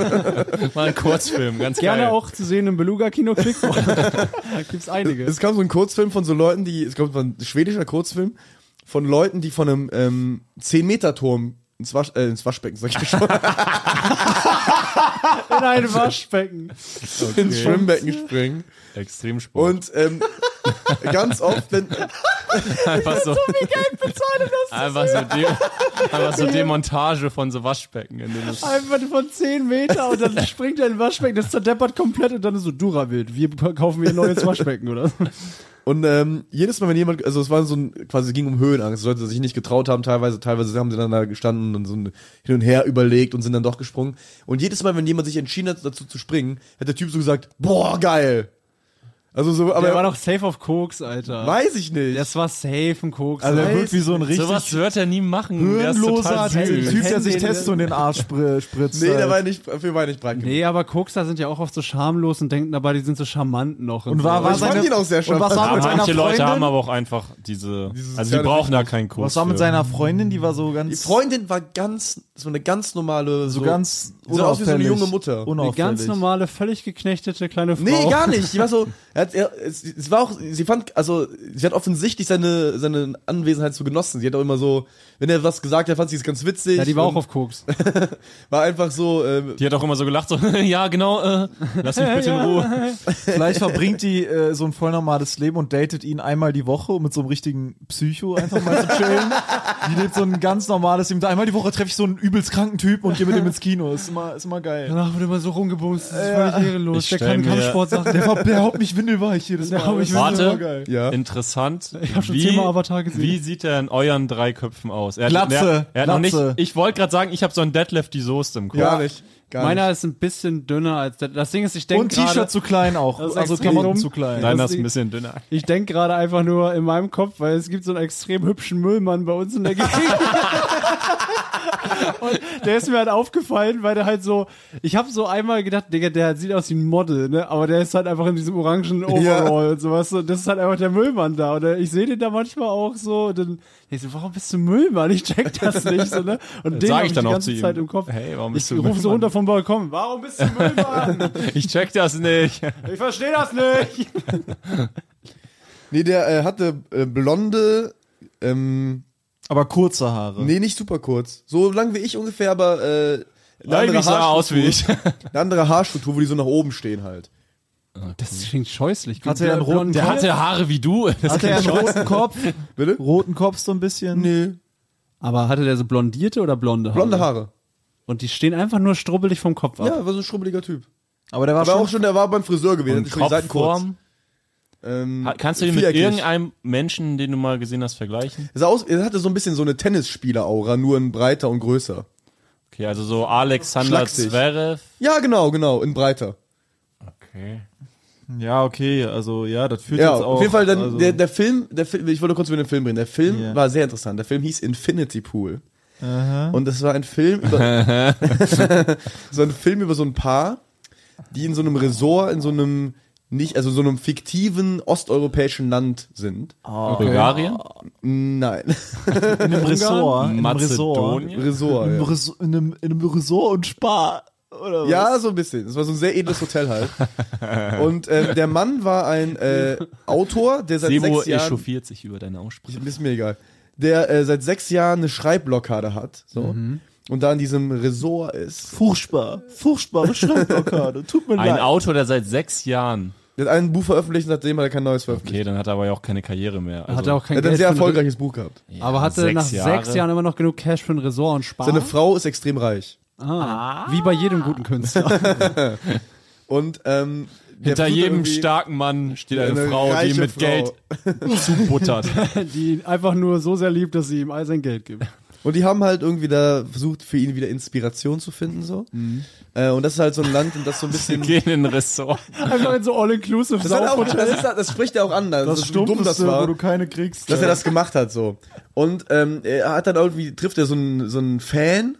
Speaker 3: War ein Kurzfilm, ganz
Speaker 2: Gerne
Speaker 3: geil.
Speaker 2: auch zu sehen im Beluga-Kino Quickboy. da gibt's einige.
Speaker 1: Es kam so ein Kurzfilm von so Leuten, die, es kommt ein schwedischer Kurzfilm, von Leuten, die von einem ähm, 10-Meter-Turm ins, Wasch, äh, ins Waschbecken, sag ich schon,
Speaker 2: In ein Waschbecken.
Speaker 1: ins Schwimmbecken springen.
Speaker 3: Extremsport.
Speaker 1: Und ähm, ganz oft, wenn,
Speaker 3: einfach so, wie Geld bezahlen das einfach so, de einfach so Demontage von so Waschbecken. In dem es-
Speaker 2: Einfach von 10 Meter und dann springt er in ein Waschbecken, das zerdeppert komplett und dann ist so Durabild. Wir kaufen mir ein neues Waschbecken, oder? so.
Speaker 1: Und ähm, jedes Mal, wenn jemand, also es war so ein, quasi es ging um Höhenangst, Leute, die sich nicht getraut haben, teilweise, teilweise haben sie dann da gestanden und so ein- hin und her überlegt und sind dann doch gesprungen. Und jedes Mal, wenn jemand sich entschieden hat, dazu zu springen, hat der Typ so gesagt, boah, geil. Also so, aber
Speaker 2: Der war doch safe auf Koks, Alter.
Speaker 1: weiß ich nicht.
Speaker 2: Das war safe ein Koks.
Speaker 5: also er
Speaker 2: Alter.
Speaker 5: wirkt wie so ein richtig
Speaker 3: Sowas wird er nie machen. Der ist
Speaker 5: hirnloser
Speaker 3: total
Speaker 5: Typ,
Speaker 3: süß.
Speaker 5: Typ, der sich
Speaker 2: Hände-
Speaker 5: Testo in den Arsch spr- spritzt.
Speaker 1: nee,
Speaker 5: halt.
Speaker 1: der war nicht, dafür war er nicht breit genug.
Speaker 2: Nee, aber Kokser sind ja auch oft so schamlos und denken dabei, die sind so charmant noch.
Speaker 5: und war,
Speaker 2: so.
Speaker 5: war
Speaker 1: Ich fand
Speaker 5: seine,
Speaker 1: ihn auch sehr
Speaker 5: und was
Speaker 1: charmant.
Speaker 5: war
Speaker 3: Aber
Speaker 5: mit seiner
Speaker 3: manche
Speaker 5: Freundin?
Speaker 3: Leute haben aber auch einfach diese, also die
Speaker 1: soziale
Speaker 3: brauchen da keinen Kurs.
Speaker 5: was war mit
Speaker 3: für.
Speaker 5: seiner Freundin? Die war so
Speaker 1: Die
Speaker 5: ganz,
Speaker 1: Freundin war ganz, das war eine ganz normale, so,
Speaker 5: so ganz
Speaker 1: so aus wie so eine
Speaker 5: unauffällig.
Speaker 1: junge Mutter.
Speaker 2: Eine
Speaker 5: Unauffällig.
Speaker 2: ganz normale, völlig geknechtete kleine Frau.
Speaker 1: Nee, gar nicht. Die war so, er hat, er, es, es war auch, sie fand, also, sie hat offensichtlich seine, seine Anwesenheit so genossen. Sie hat auch immer so, wenn er was gesagt hat, fand sie es ganz witzig.
Speaker 2: Ja, die war auch
Speaker 1: und
Speaker 2: auf Koks.
Speaker 1: war einfach so, ähm,
Speaker 3: Die hat auch immer so gelacht, so, ja, genau, äh, lass mich bitte in Ruhe.
Speaker 5: Vielleicht verbringt die äh, so ein voll normales Leben und datet ihn einmal die Woche, um mit so einem richtigen Psycho einfach mal zu chillen. die lebt so ein ganz normales Leben. Einmal die Woche treffe ich so einen übelst kranken Typen und gehe mit dem ins Kino. Ist immer, ist immer geil.
Speaker 2: Danach wird immer so rumgebumst, das ist völlig ehrenlos.
Speaker 3: Ich
Speaker 2: Der
Speaker 3: stell
Speaker 2: kann
Speaker 3: mir-
Speaker 2: Kampfsport sagen.
Speaker 5: Der, hau- der haut mich windelweich jedes Mal.
Speaker 2: Der haut mich
Speaker 5: Das ist
Speaker 3: windelweich.
Speaker 5: immer geil.
Speaker 1: ja.
Speaker 3: Interessant.
Speaker 2: Ich hab schon zehnmal Avatar gesehen.
Speaker 3: Wie sieht er in euren drei Köpfen aus? Er hat,
Speaker 5: Glatze,
Speaker 3: er, er hat noch nicht,
Speaker 5: Glatze.
Speaker 3: ich wollte gerade sagen, ich habe so einen Deadlift die Soße im Kopf.
Speaker 1: Gar nicht. Gar
Speaker 2: Meiner ist ein bisschen dünner als der. Das Ding ist, ich denke
Speaker 5: Und T-Shirt
Speaker 2: gerade,
Speaker 5: zu klein auch.
Speaker 2: Das ist
Speaker 5: Also
Speaker 2: extrem
Speaker 5: Klamotten
Speaker 2: dumm.
Speaker 5: zu klein.
Speaker 3: Nein,
Speaker 2: das
Speaker 3: das ist ein
Speaker 2: Ding-
Speaker 3: bisschen dünner.
Speaker 2: ich denke gerade einfach nur in meinem Kopf, weil es gibt so einen extrem hübschen Müllmann bei uns in der Gegend. Und der ist mir halt aufgefallen, weil der halt so, ich habe so einmal gedacht, Digga, der sieht aus wie ein Model, ne? Aber der ist halt einfach in diesem orangen Overall und sowas. Und das ist halt einfach der Müllmann da. Und äh, ich sehe den da manchmal auch so. Und dann, ich so, warum bist du Müllmann? Ich check das nicht, so, ne? Und den
Speaker 3: sag
Speaker 2: hab
Speaker 3: ich dann
Speaker 2: die
Speaker 3: auch
Speaker 2: ganze
Speaker 3: zu ihm.
Speaker 2: Zeit im Kopf.
Speaker 3: Hey, warum bist
Speaker 2: ich
Speaker 3: du
Speaker 2: rufe so
Speaker 3: Müllmann?
Speaker 2: runter vom Balkon. Warum bist du Müllmann?
Speaker 3: Ich check das nicht.
Speaker 2: ich verstehe das nicht.
Speaker 1: Nee, der äh, hatte äh, blonde, ähm,
Speaker 5: Aber kurze Haare.
Speaker 1: nee, nicht super kurz. So lang wie ich ungefähr, aber, äh, eine
Speaker 3: Eigentlich sah er aus wie ich.
Speaker 1: Haarstruktur- Eine andere Haarstruktur, wo die so nach oben stehen halt.
Speaker 2: Das klingt scheußlich.
Speaker 5: Hat er einen roten-
Speaker 2: Der
Speaker 5: der
Speaker 3: Er
Speaker 2: hat
Speaker 3: hatte Haare wie du. Das
Speaker 5: Hat er einen roten Kopf?
Speaker 1: Bitte?
Speaker 5: Roten Kopf so ein bisschen? Nee.
Speaker 2: Aber hatte der so blondierte oder blonde Haare?
Speaker 1: Blonde Haare.
Speaker 2: Und die stehen einfach nur strubbelig vom Kopf ab.
Speaker 1: Ja, war so ein schrubbeliger Typ.
Speaker 5: Aber der war
Speaker 1: Aber
Speaker 5: schon
Speaker 1: auch schon, der war beim Friseur gewesen.
Speaker 3: Und
Speaker 1: hatte schon die Seiten kurz.
Speaker 3: Kopfform.
Speaker 1: Ähm,
Speaker 3: Ha- Kannst du ihn mit
Speaker 1: viereckig.
Speaker 3: irgendeinem Menschen, den du mal gesehen hast, vergleichen?
Speaker 1: Er, sah aus, er hatte so ein bisschen so eine Tennisspieler-Aura, nur in breiter und größer.
Speaker 3: Okay, also so Alexander
Speaker 1: Schlagsig.
Speaker 3: Zverev.
Speaker 1: Ja, genau, genau, in breiter.
Speaker 3: Okay.
Speaker 5: Ja, okay, also ja, das führt
Speaker 1: Ja,
Speaker 5: jetzt auch.
Speaker 1: auf jeden Fall, dann,
Speaker 5: also,
Speaker 1: der, der Film, der Film, ich wollte kurz über den Film reden. Der Film
Speaker 5: Ja.
Speaker 1: war sehr interessant. Der Film hieß Infinity Pool. Und das war ein Film über, so ein Film über so ein Paar, die in so einem Resort, in so einem, nicht, also so einem fiktiven osteuropäischen Land sind.
Speaker 3: Ah.
Speaker 5: Ah.
Speaker 3: Bulgarien?
Speaker 1: Nein,
Speaker 5: in einem
Speaker 2: Ah,
Speaker 5: Ressort. In einem Ressort.
Speaker 3: Mazedonien?
Speaker 1: Resort.
Speaker 5: In einem,
Speaker 1: ja.
Speaker 5: Ressort- Mhm. in, einem, in einem Ressort und Spa. Oder was?
Speaker 1: Ja, so ein bisschen. Es war so ein sehr edles Hotel halt. Und ähm, der Mann war ein äh, Autor, der seit
Speaker 3: Sebo
Speaker 1: sechs Jahren
Speaker 3: echauffiert sich über deine Aussprache.
Speaker 1: ist mir egal, der äh, seit sechs Jahren eine Schreibblockade hat, so und da in diesem Ressort ist.
Speaker 5: Furchtbar. Furchtbare Schreibblockade. Tut mir
Speaker 3: Ein
Speaker 5: leid.
Speaker 3: Autor, der seit sechs Jahren.
Speaker 1: Der hat ein Buch veröffentlicht und seitdem hat er kein neues veröffentlicht.
Speaker 3: Okay, dann hat er aber ja auch keine Karriere mehr. Also,
Speaker 2: Hat er auch
Speaker 1: Er
Speaker 2: kein
Speaker 1: hat ein
Speaker 2: Geld.
Speaker 1: sehr
Speaker 2: für ein Re-
Speaker 1: erfolgreiches Buch gehabt.
Speaker 3: Ja,
Speaker 2: aber hatte
Speaker 3: sechs
Speaker 2: nach
Speaker 3: Jahre.
Speaker 2: sechs Jahren immer noch genug Cash für ein Ressort und Sparen.
Speaker 1: Seine Frau ist extrem reich.
Speaker 2: ah. Wie bei jedem guten Künstler.
Speaker 1: Und ähm, der
Speaker 3: hinter
Speaker 1: versucht
Speaker 3: jedem
Speaker 1: irgendwie-
Speaker 3: starken Mann steht eine,
Speaker 1: Eine
Speaker 3: Frau, die
Speaker 1: reiche
Speaker 3: ihm mit
Speaker 1: Frau.
Speaker 3: Geld zubuttert.
Speaker 2: die ihn einfach nur so sehr liebt, dass sie ihm all sein Geld gibt.
Speaker 1: Und die haben halt irgendwie da versucht, für ihn wieder Inspiration zu finden, so. Äh, und das ist halt so ein Land, und das so ein bisschen.
Speaker 3: Gehen in ein Ressort.
Speaker 2: Einfach in so all-inclusive
Speaker 1: Das, hat auch, das, ist, halt- das spricht ja auch an, das, ist, wie dumm das war,
Speaker 5: keine kriegst.
Speaker 1: dass er das gemacht hat, so. Und ähm, er hat dann irgendwie, trifft er so einen, so einen Fan,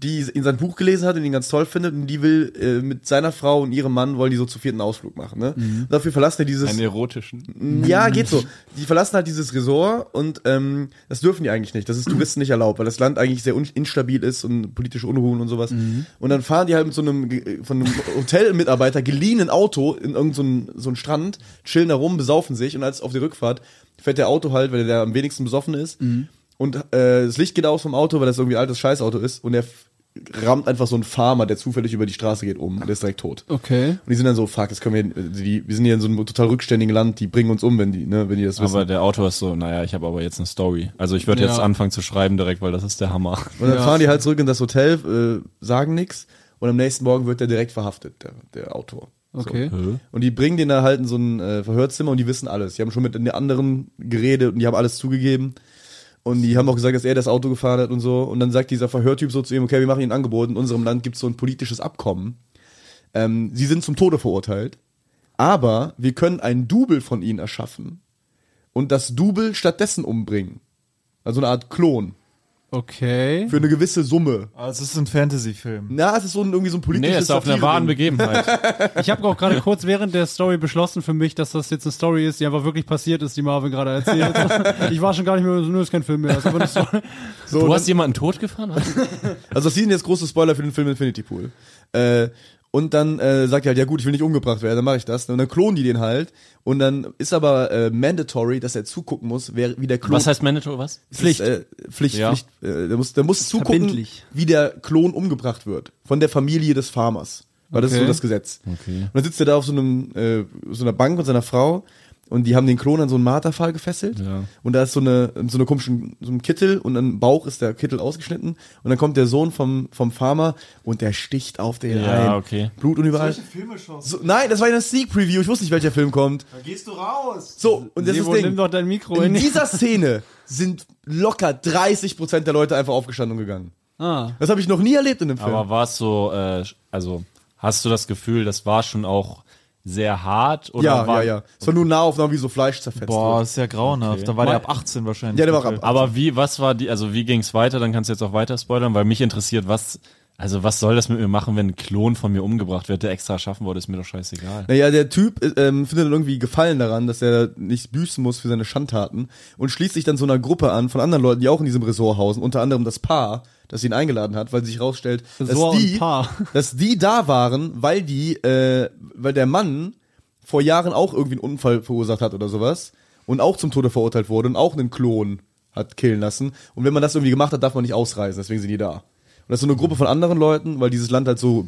Speaker 1: die ihn sein Buch gelesen hat und ihn ganz toll findet, und die will äh, mit seiner Frau und ihrem Mann, wollen die so zu vierten Ausflug machen, ne?
Speaker 5: Mhm.
Speaker 1: Dafür verlassen er dieses.
Speaker 3: Einen erotischen.
Speaker 1: Ja, geht so. Die verlassen halt dieses Resort und ähm, das dürfen die eigentlich nicht. Das ist Touristen nicht erlaubt, weil das Land eigentlich sehr un- instabil ist und politische Unruhen und sowas. Und dann fahren die halt mit so einem ge- von einem Hotelmitarbeiter geliehenen Auto in irgendeinen so einen- so einen Strand, chillen da rum, besaufen sich und als auf die Rückfahrt fährt der Auto halt, weil der am wenigsten besoffen ist. Und äh, das Licht geht aus vom Auto, weil das irgendwie ein altes Scheißauto ist und der f- rammt einfach so einen Farmer, der zufällig über die Straße geht, um. Der ist direkt tot.
Speaker 2: Okay.
Speaker 1: Und die sind dann so, fuck, das können wir, die, wir sind hier in so einem total rückständigen Land, die bringen uns um, wenn die, ne, wenn die das wissen.
Speaker 3: Aber der Autor ist so, naja, ich habe aber jetzt eine Story. Also ich würde
Speaker 2: Ja.
Speaker 3: jetzt anfangen zu schreiben direkt, weil das ist der Hammer.
Speaker 1: und dann
Speaker 2: Ja.
Speaker 1: fahren die halt zurück in das Hotel, äh, sagen nix und am nächsten Morgen wird der direkt verhaftet, der, der Autor.
Speaker 2: Okay.
Speaker 1: So. Und die bringen den da halt in so ein äh, Verhörzimmer und die wissen alles. Die haben schon mit den anderen geredet und die haben alles zugegeben. Und die haben auch gesagt, dass er das Auto gefahren hat und so. Und dann sagt dieser Verhörtyp so zu ihm, okay, wir machen Ihnen ein Angebot. In unserem Land gibt es so ein politisches Abkommen. Ähm, Sie sind zum Tode verurteilt. Aber wir können ein Double von Ihnen erschaffen und das Double stattdessen umbringen. Also eine Art Klon.
Speaker 2: Okay.
Speaker 1: Für eine gewisse Summe.
Speaker 5: also Es ist ein Fantasy-Film.
Speaker 1: Na, es ist so ein, irgendwie so ein politisches
Speaker 3: Nee, ist auf einer
Speaker 1: Satire-Ding.
Speaker 3: wahren Begebenheit.
Speaker 2: Ich habe auch gerade kurz während der Story beschlossen für mich, dass das jetzt eine Story ist, die einfach wirklich passiert ist, die Marvin gerade erzählt. ich war schon gar nicht mehr so, nö, ist kein Film mehr. Das ist aber eine Story.
Speaker 1: So, ne?
Speaker 3: Du
Speaker 1: dann-
Speaker 3: hast jemanden totgefahren?
Speaker 1: Also das sind jetzt große Spoiler für den Film Infinity Pool. Äh, und dann äh, sagt er halt, ja gut, ich will nicht umgebracht werden, dann mache ich das. Und dann klonen die den halt. Und dann ist aber äh, mandatory, dass er zugucken muss, wer, wie der Klon...
Speaker 3: Was heißt Manitou, was?
Speaker 1: Das ist, äh, Pflicht,
Speaker 3: Ja.
Speaker 1: Pflicht. Äh, der muss, der muss zugucken,
Speaker 2: verbindlich.
Speaker 1: wie der Klon umgebracht wird. Von der Familie des Farmers. Weil das ist so
Speaker 2: Okay.
Speaker 1: das Gesetz. Und dann sitzt er da auf so, einem, äh, so einer Bank mit seiner Frau und die haben den Klon an so einen Marterpfahl gefesselt.
Speaker 3: Ja.
Speaker 1: Und da ist so eine, so eine komischen, so ein Kittel und am Bauch ist der Kittel ausgeschnitten. Und dann kommt der Sohn vom, vom Farmer und der sticht auf den
Speaker 3: Ja,
Speaker 1: rein.
Speaker 3: okay.
Speaker 1: Blut und überall.
Speaker 5: Filme schaust,
Speaker 1: So, nein, das war eine Sneak Preview. Ich wusste nicht, welcher Film kommt.
Speaker 5: da gehst du raus.
Speaker 1: So, und das ist
Speaker 2: Sebo,
Speaker 1: das Ding.
Speaker 2: nimm doch dein Mikro
Speaker 1: In
Speaker 2: in.
Speaker 1: dieser Szene sind locker 30% der Leute einfach aufgestanden und gegangen.
Speaker 2: Ah.
Speaker 1: Das habe ich noch nie erlebt in einem Film.
Speaker 3: Aber war es so, äh, also hast du das Gefühl, das war schon auch sehr hart? Oder
Speaker 1: ja, ja,
Speaker 3: war,
Speaker 1: ja. Es war nur Nahaufnahmen, wie so Fleisch zerfetzt
Speaker 5: Boah,
Speaker 1: wird.
Speaker 5: ist ja grauenhaft. Dann war der ab 18 wahrscheinlich.
Speaker 1: Ja, der war ab.
Speaker 3: Aber wie, was war die, also wie ging es weiter? Dann kannst du jetzt auch weiter spoilern, weil mich interessiert, was, also was soll das mit mir machen, wenn ein Klon von mir umgebracht wird, der extra erschaffen wurde, ist mir doch scheißegal.
Speaker 1: Naja, der Typ äh, ähm, findet dann irgendwie Gefallen daran, dass er nicht büßen muss für seine Schandtaten und schließt sich dann so einer Gruppe an von anderen Leuten, die auch in diesem Ressort hausen, unter anderem das Paar, das ihn eingeladen hat, weil sich rausstellt, dass
Speaker 2: Ressort und
Speaker 1: die,
Speaker 2: Paar.
Speaker 1: dass die da waren, weil die, äh, weil der Mann vor Jahren auch irgendwie einen Unfall verursacht hat oder sowas und auch zum Tode verurteilt wurde und auch einen Klon hat killen lassen. Und wenn man das irgendwie gemacht hat, darf man nicht ausreisen, deswegen sind die da. Und das ist so eine Gruppe von anderen Leuten, weil dieses Land halt so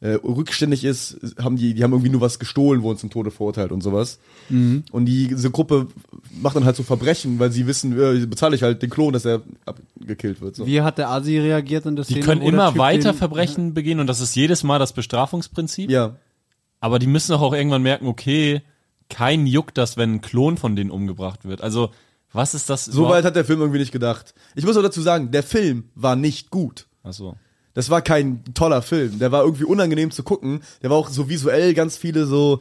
Speaker 1: äh, rückständig ist, haben die, die haben irgendwie nur was gestohlen, wurden zum Tode verurteilt und sowas. Und die, diese Gruppe macht dann halt so Verbrechen, weil sie wissen, äh, bezahle ich halt den Klon, dass er abgekillt wird. So.
Speaker 2: Wie hat der Asi reagiert in der
Speaker 3: Die
Speaker 2: Szene?
Speaker 3: können
Speaker 2: wo der
Speaker 3: immer
Speaker 2: Typ
Speaker 3: weiter
Speaker 2: den-
Speaker 3: Verbrechen begehen und das ist jedes Mal das Bestrafungsprinzip.
Speaker 1: Mhm. Ja.
Speaker 3: Aber die müssen doch auch irgendwann merken, okay, kein juckt das, wenn ein Klon von denen umgebracht wird. Also, was ist das?
Speaker 1: So weit hat der Film irgendwie nicht gedacht. Ich muss auch dazu sagen, der Film war nicht gut.
Speaker 3: Achso.
Speaker 1: Das war kein toller Film. Der war irgendwie unangenehm zu gucken. Der war auch so visuell ganz viele so.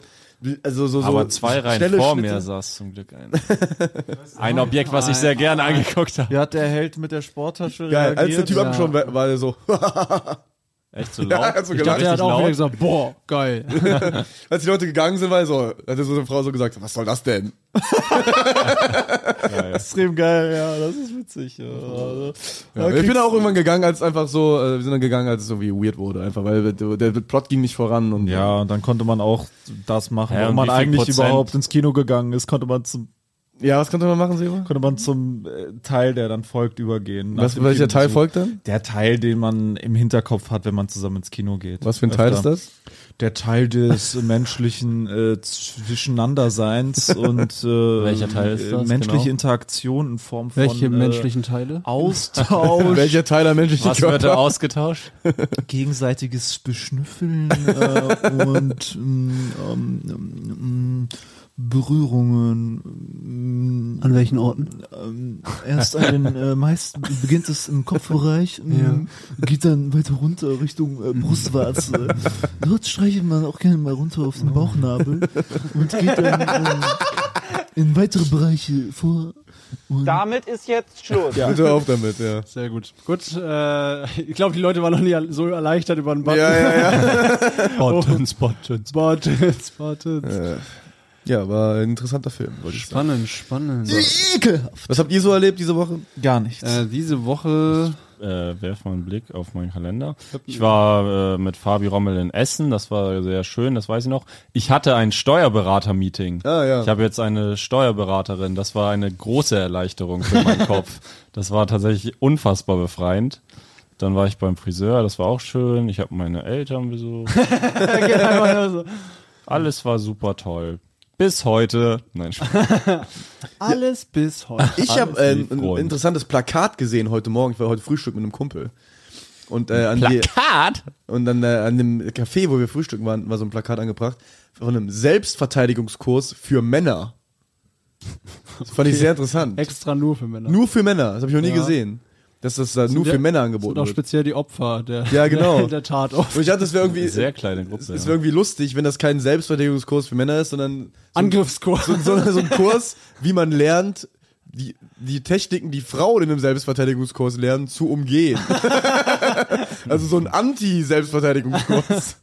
Speaker 1: Also so, so
Speaker 3: Aber zwei Reihen
Speaker 1: schnelle
Speaker 3: vor
Speaker 1: Schnitte.
Speaker 3: mir saß zum Glück ein. ein Objekt, was ich sehr gerne angeguckt habe.
Speaker 5: Wie hat der Held mit der Sporttasche
Speaker 1: Geil, als der
Speaker 5: reagiert?
Speaker 1: Typ
Speaker 2: Ja.
Speaker 1: abgeschoben war, war der so.
Speaker 3: Echt so laut.
Speaker 1: hat so
Speaker 3: ich
Speaker 1: also gelacht.
Speaker 3: dachte,
Speaker 2: Der hat
Speaker 3: richtig
Speaker 2: auch wieder
Speaker 3: laut.
Speaker 2: gesagt, boah, geil.
Speaker 1: als die Leute gegangen sind, war er so. Hat er so eine Frau so gesagt: Was soll das denn?
Speaker 5: Extrem geil, ja, das ist witzig. Ja. Also,
Speaker 1: Ja, ich bin auch irgendwann gegangen, als einfach so. Äh, wir sind dann gegangen, als es irgendwie weird wurde. Einfach, weil der, der Plot ging nicht voran. Und
Speaker 5: Ja, und dann konnte man auch das machen,
Speaker 3: Ja,
Speaker 5: ja,
Speaker 3: und
Speaker 5: warum man
Speaker 3: wie viel
Speaker 5: eigentlich
Speaker 3: Prozent?
Speaker 5: überhaupt ins Kino gegangen ist, konnte man zum,
Speaker 1: ja was konnte man machen, Sebo?
Speaker 5: konnte man zum äh, Teil, der dann folgt, übergehen. Nach
Speaker 1: Was,
Speaker 5: dem
Speaker 1: welcher Teil
Speaker 5: Kinobezug.
Speaker 1: folgt dann?
Speaker 5: Der Teil, den man im Hinterkopf hat, wenn man zusammen ins Kino geht.
Speaker 1: Was für ein Teil ist
Speaker 5: Öfter.
Speaker 1: das?
Speaker 5: Der Teil des menschlichen äh, Zwischeneinanderseins und äh,
Speaker 3: Welcher Teil ist
Speaker 5: äh,
Speaker 3: das,
Speaker 5: menschliche
Speaker 3: genau?
Speaker 5: Interaktion in Form von
Speaker 2: Welche
Speaker 5: äh,
Speaker 2: menschlichen Teile?
Speaker 5: Austausch,
Speaker 1: Welcher Teil der menschlichen
Speaker 3: Was wird da ausgetauscht?
Speaker 5: gegenseitiges Beschnüffeln äh, und ähm, ähm, ähm, Berührungen.
Speaker 2: An welchen Orten?
Speaker 5: Ähm, erst an den, äh, meist beginnt es im Kopfbereich, ähm, geht dann weiter runter Richtung äh, Brustwarze. Dort streichelt man auch gerne mal runter auf den Bauchnabel und geht dann ähm, in weitere Bereiche vor. Und
Speaker 6: Damit ist jetzt Schluss.
Speaker 1: Bitte auf damit, ja.
Speaker 2: Sehr gut. Gut, äh, ich glaube, die Leute waren noch nicht so erleichtert über den Button.
Speaker 1: Ja, ja, ja. Oh.
Speaker 3: Buttons, Buttons.
Speaker 2: Buttons, Buttons.
Speaker 1: Ja, war ein interessanter Film, wollte ich sagen.
Speaker 2: Spannend, spannend.
Speaker 5: ekelhaft.
Speaker 1: Was habt ihr so erlebt diese Woche?
Speaker 5: Gar nichts.
Speaker 2: Äh, diese Woche
Speaker 3: Äh, werf mal einen Blick auf meinen Kalender. Ich war äh, mit Fabi Rommel in Essen, das war sehr schön, das weiß ich noch. Ich hatte ein Steuerberater-Meeting.
Speaker 1: Ah, ja.
Speaker 3: Ich habe jetzt eine Steuerberaterin, das war eine große Erleichterung für meinen Kopf. Das war tatsächlich unfassbar befreiend. Dann war ich beim Friseur, das war auch schön. Ich habe meine Eltern besucht. Alles war super toll. Bis heute. Nein, Spaß.
Speaker 2: alles bis heute.
Speaker 1: Ich
Speaker 3: Alles
Speaker 1: habe ähm,
Speaker 3: lief
Speaker 1: ein
Speaker 3: rund.
Speaker 1: interessantes Plakat gesehen heute Morgen. Ich war heute Frühstück mit einem Kumpel. Und, äh, an die,
Speaker 3: Plakat?
Speaker 1: und dann äh, an dem Café, wo wir Frühstück waren, war so ein Plakat angebracht von einem Selbstverteidigungskurs für Männer. Das fand ich sehr interessant.
Speaker 2: Extra nur für Männer.
Speaker 1: Nur für Männer, das habe ich noch nie
Speaker 2: Ja.
Speaker 1: gesehen. Dass das äh, nur
Speaker 2: der-
Speaker 1: für Männer
Speaker 2: Und
Speaker 1: angeboten
Speaker 2: auch
Speaker 1: wird.
Speaker 2: speziell die Opfer der,
Speaker 1: Ja, genau.
Speaker 2: der, der Tatort.
Speaker 1: Und ich dachte, das wäre irgendwie,
Speaker 3: Sehr kleine Gruppe.
Speaker 1: ist
Speaker 3: ja.
Speaker 1: irgendwie lustig, wenn das kein Selbstverteidigungskurs für Männer ist, sondern so ein
Speaker 2: Angriffskurs.
Speaker 1: so, so ein Kurs, wie man lernt, die, die Techniken, die Frauen in einem Selbstverteidigungskurs lernen, zu umgehen. also so ein Anti-Selbstverteidigungskurs.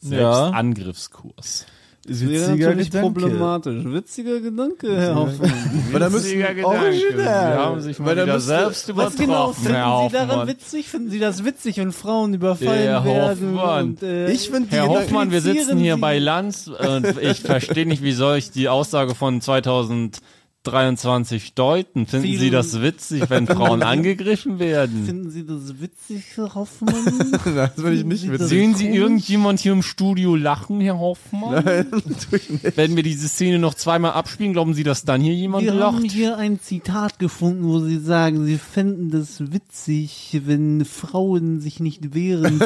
Speaker 3: Selbstangriffskurs.
Speaker 2: Wäre natürlich problematisch. Witziger Gedanke, Herr Hoffmann.
Speaker 1: Weil da müssen originell.
Speaker 3: Sie haben sich
Speaker 1: Weil
Speaker 3: mal
Speaker 1: da
Speaker 3: wieder
Speaker 1: müsste- genau
Speaker 3: selbst übertroffen.
Speaker 2: genau
Speaker 3: Herr Hoffmann.
Speaker 2: witzig? Finden Sie das witzig, wenn Frauen
Speaker 3: Herr Hoffmann.
Speaker 2: äh,
Speaker 1: Ich finde die
Speaker 3: Herr
Speaker 1: Gedanken-
Speaker 3: Hoffmann, wir sitzen hier
Speaker 2: Sie-
Speaker 3: bei Lanz und ich verstehe nicht, wie soll ich die Aussage von 2023 deuten? Finden
Speaker 2: Vielen-
Speaker 3: Sie das witzig, wenn Frauen angegriffen werden?
Speaker 2: Finden Sie das witzig, Herr Hoffmann?
Speaker 1: Nein, das finde ich nicht witzig.
Speaker 3: Sehen Sie irgendjemand hier im Studio lachen, Herr Hoffmann?
Speaker 1: Nein, natürlich nicht.
Speaker 3: Wenn wir diese Szene noch zweimal abspielen, glauben Sie, dass dann hier jemand
Speaker 2: Wir haben
Speaker 3: lacht?
Speaker 2: hier ein Zitat gefunden, wo sie sagen, sie fänden das witzig, wenn Frauen sich nicht wehren.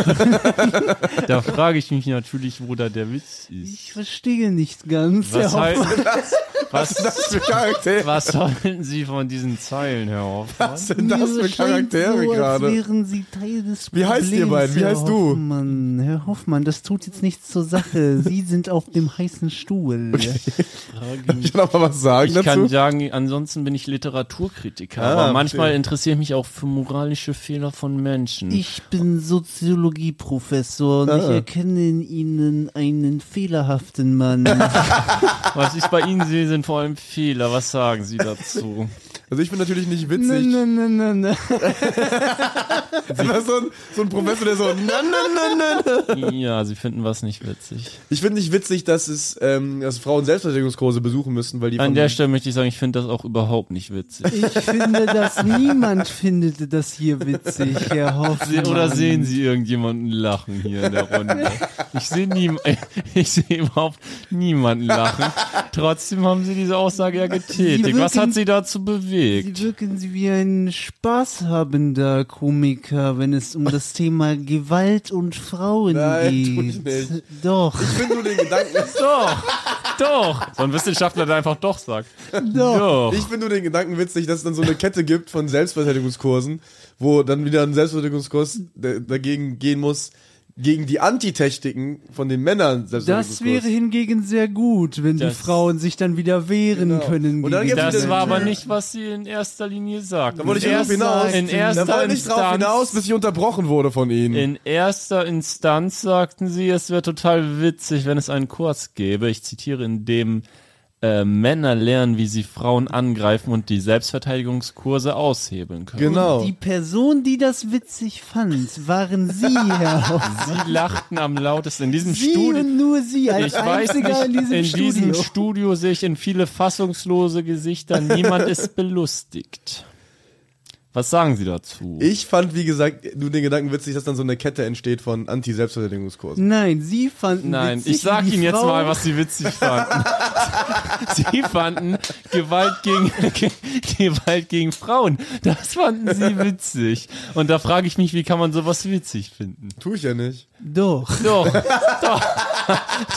Speaker 3: Da frage ich mich natürlich, wo da der Witz ist.
Speaker 2: Ich verstehe nicht ganz.
Speaker 3: Was,
Speaker 2: Herr
Speaker 3: heißt,
Speaker 2: Hoffmann.
Speaker 3: was,
Speaker 1: Was für Charaktere
Speaker 3: was halten Sie von diesen Zeilen, Herr Hoffmann?
Speaker 1: sind das
Speaker 2: Mir
Speaker 1: für
Speaker 2: scheint so,
Speaker 1: Charaktere
Speaker 2: als
Speaker 1: gerade?
Speaker 2: Wären sie Teil des
Speaker 1: Wie heißt ihr
Speaker 2: Problems,
Speaker 1: beiden? Wie
Speaker 2: Herr
Speaker 1: heißt du?
Speaker 2: Hoffmann. Herr Hoffmann, das tut jetzt nichts zur Sache. Sie sind auf dem heißen Stuhl.
Speaker 1: Ich kann auch mal was sagen
Speaker 3: Ich kann
Speaker 1: dazu.
Speaker 3: sagen, ansonsten bin ich Literaturkritiker,
Speaker 1: Ah,
Speaker 3: aber manchmal
Speaker 1: verstehe.
Speaker 3: interessiere ich mich auch für moralische Fehler von Menschen.
Speaker 2: Ich bin Soziologieprofessor und ich
Speaker 1: Ah.
Speaker 2: erkenne in Ihnen einen fehlerhaften Mann.
Speaker 3: Was ich bei Ihnen sehe, sind vor allem Fehler. Was sagen Sie dazu?
Speaker 1: Also ich bin natürlich nicht
Speaker 2: Na,
Speaker 1: witzig.
Speaker 2: na, na, na, na.
Speaker 1: Das ist so ein, so ein Professor, der so, nein, nein, nein, nein.
Speaker 3: ja, Sie finden was nicht witzig.
Speaker 1: Ich finde nicht witzig, dass es, ähm, dass Frauen Selbstverteidigungskurse besuchen müssen, weil die
Speaker 3: An
Speaker 1: von-
Speaker 3: der Stelle möchte ich sagen, ich finde das auch überhaupt nicht witzig.
Speaker 2: Ich finde, dass niemand findet das hier witzig, Herr
Speaker 3: Se-
Speaker 2: Hoffmann.
Speaker 3: Oder sehen Sie irgendjemanden lachen hier in der Runde? Ich sehe niem ich sehe überhaupt niemanden lachen. Trotzdem haben Sie diese Aussage ja getätigt. Was
Speaker 2: wirken-
Speaker 3: hat Sie dazu
Speaker 2: Sie
Speaker 3: bewegt?
Speaker 2: wirken Sie wie ein spaßhabender Komiker, wenn es um das Thema Gewalt und Frauen
Speaker 1: Nein, tu ich
Speaker 2: geht.
Speaker 1: nicht.
Speaker 2: Doch,
Speaker 1: Ich finde nur den Gedanken,
Speaker 3: Doch, doch. So ein Wissenschaftler, der einfach doch sagt. Doch.
Speaker 1: Ich finde nur den Gedanken witzig, dass es dann so eine Kette gibt von Selbstverteidigungskursen, wo dann wieder ein Selbstverteidigungskurs d- dagegen gehen muss, gegen die Antitechniken von den Männern.
Speaker 2: das wäre
Speaker 1: Selbstverteidigungskurs.
Speaker 2: hingegen sehr gut, wenn
Speaker 3: Das-
Speaker 2: die Frauen sich dann wieder wehren
Speaker 1: Genau.
Speaker 2: können.
Speaker 1: Und dann
Speaker 2: gegen
Speaker 1: gibt's
Speaker 2: die
Speaker 3: Das
Speaker 1: Typ.
Speaker 3: war aber
Speaker 2: Männer.
Speaker 3: nicht, was sie in erster Linie sagt.
Speaker 1: Da wollte ich drauf hinaus.
Speaker 3: In
Speaker 1: Da
Speaker 3: erster
Speaker 1: wollte ich drauf hinaus,
Speaker 3: Instanz.
Speaker 1: bis ich unterbrochen wurde von ihnen.
Speaker 3: In erster Instanz sagten sie, es wäre total witzig, wenn es einen Kurs gäbe. Ich zitiere, in dem äh, Männer lernen, wie sie Frauen angreifen und die Selbstverteidigungskurse aushebeln können.
Speaker 1: genau.
Speaker 2: Die Person, die das witzig fand, waren Sie, Herr Hoffmann.
Speaker 3: Sie lachten am lautesten in diesem
Speaker 2: Sie
Speaker 3: Studio.
Speaker 2: und nur Sie als
Speaker 3: Ich weiß
Speaker 2: Einziger
Speaker 3: nicht,
Speaker 2: in diesem Studio.
Speaker 3: diesem Studio sehe ich in viele fassungslose Gesichter. Niemand ist belustigt. Was sagen Sie dazu?
Speaker 1: Ich fand, wie gesagt, nur den Gedanken witzig, dass dann so eine Kette entsteht von Anti-Selbstverteidigungskursen.
Speaker 2: Nein, Sie fanden
Speaker 3: Nein,
Speaker 2: witzig,
Speaker 3: ich sag
Speaker 2: wie
Speaker 3: Ihnen jetzt
Speaker 2: Frauen-
Speaker 3: mal, was Sie witzig fanden. Sie fanden Gewalt gegen, ge- Gewalt gegen Frauen. Das fanden Sie witzig. Und da frage ich mich, wie kann man sowas witzig finden?
Speaker 1: Tu ich ja nicht.
Speaker 2: Doch.
Speaker 3: Doch, doch,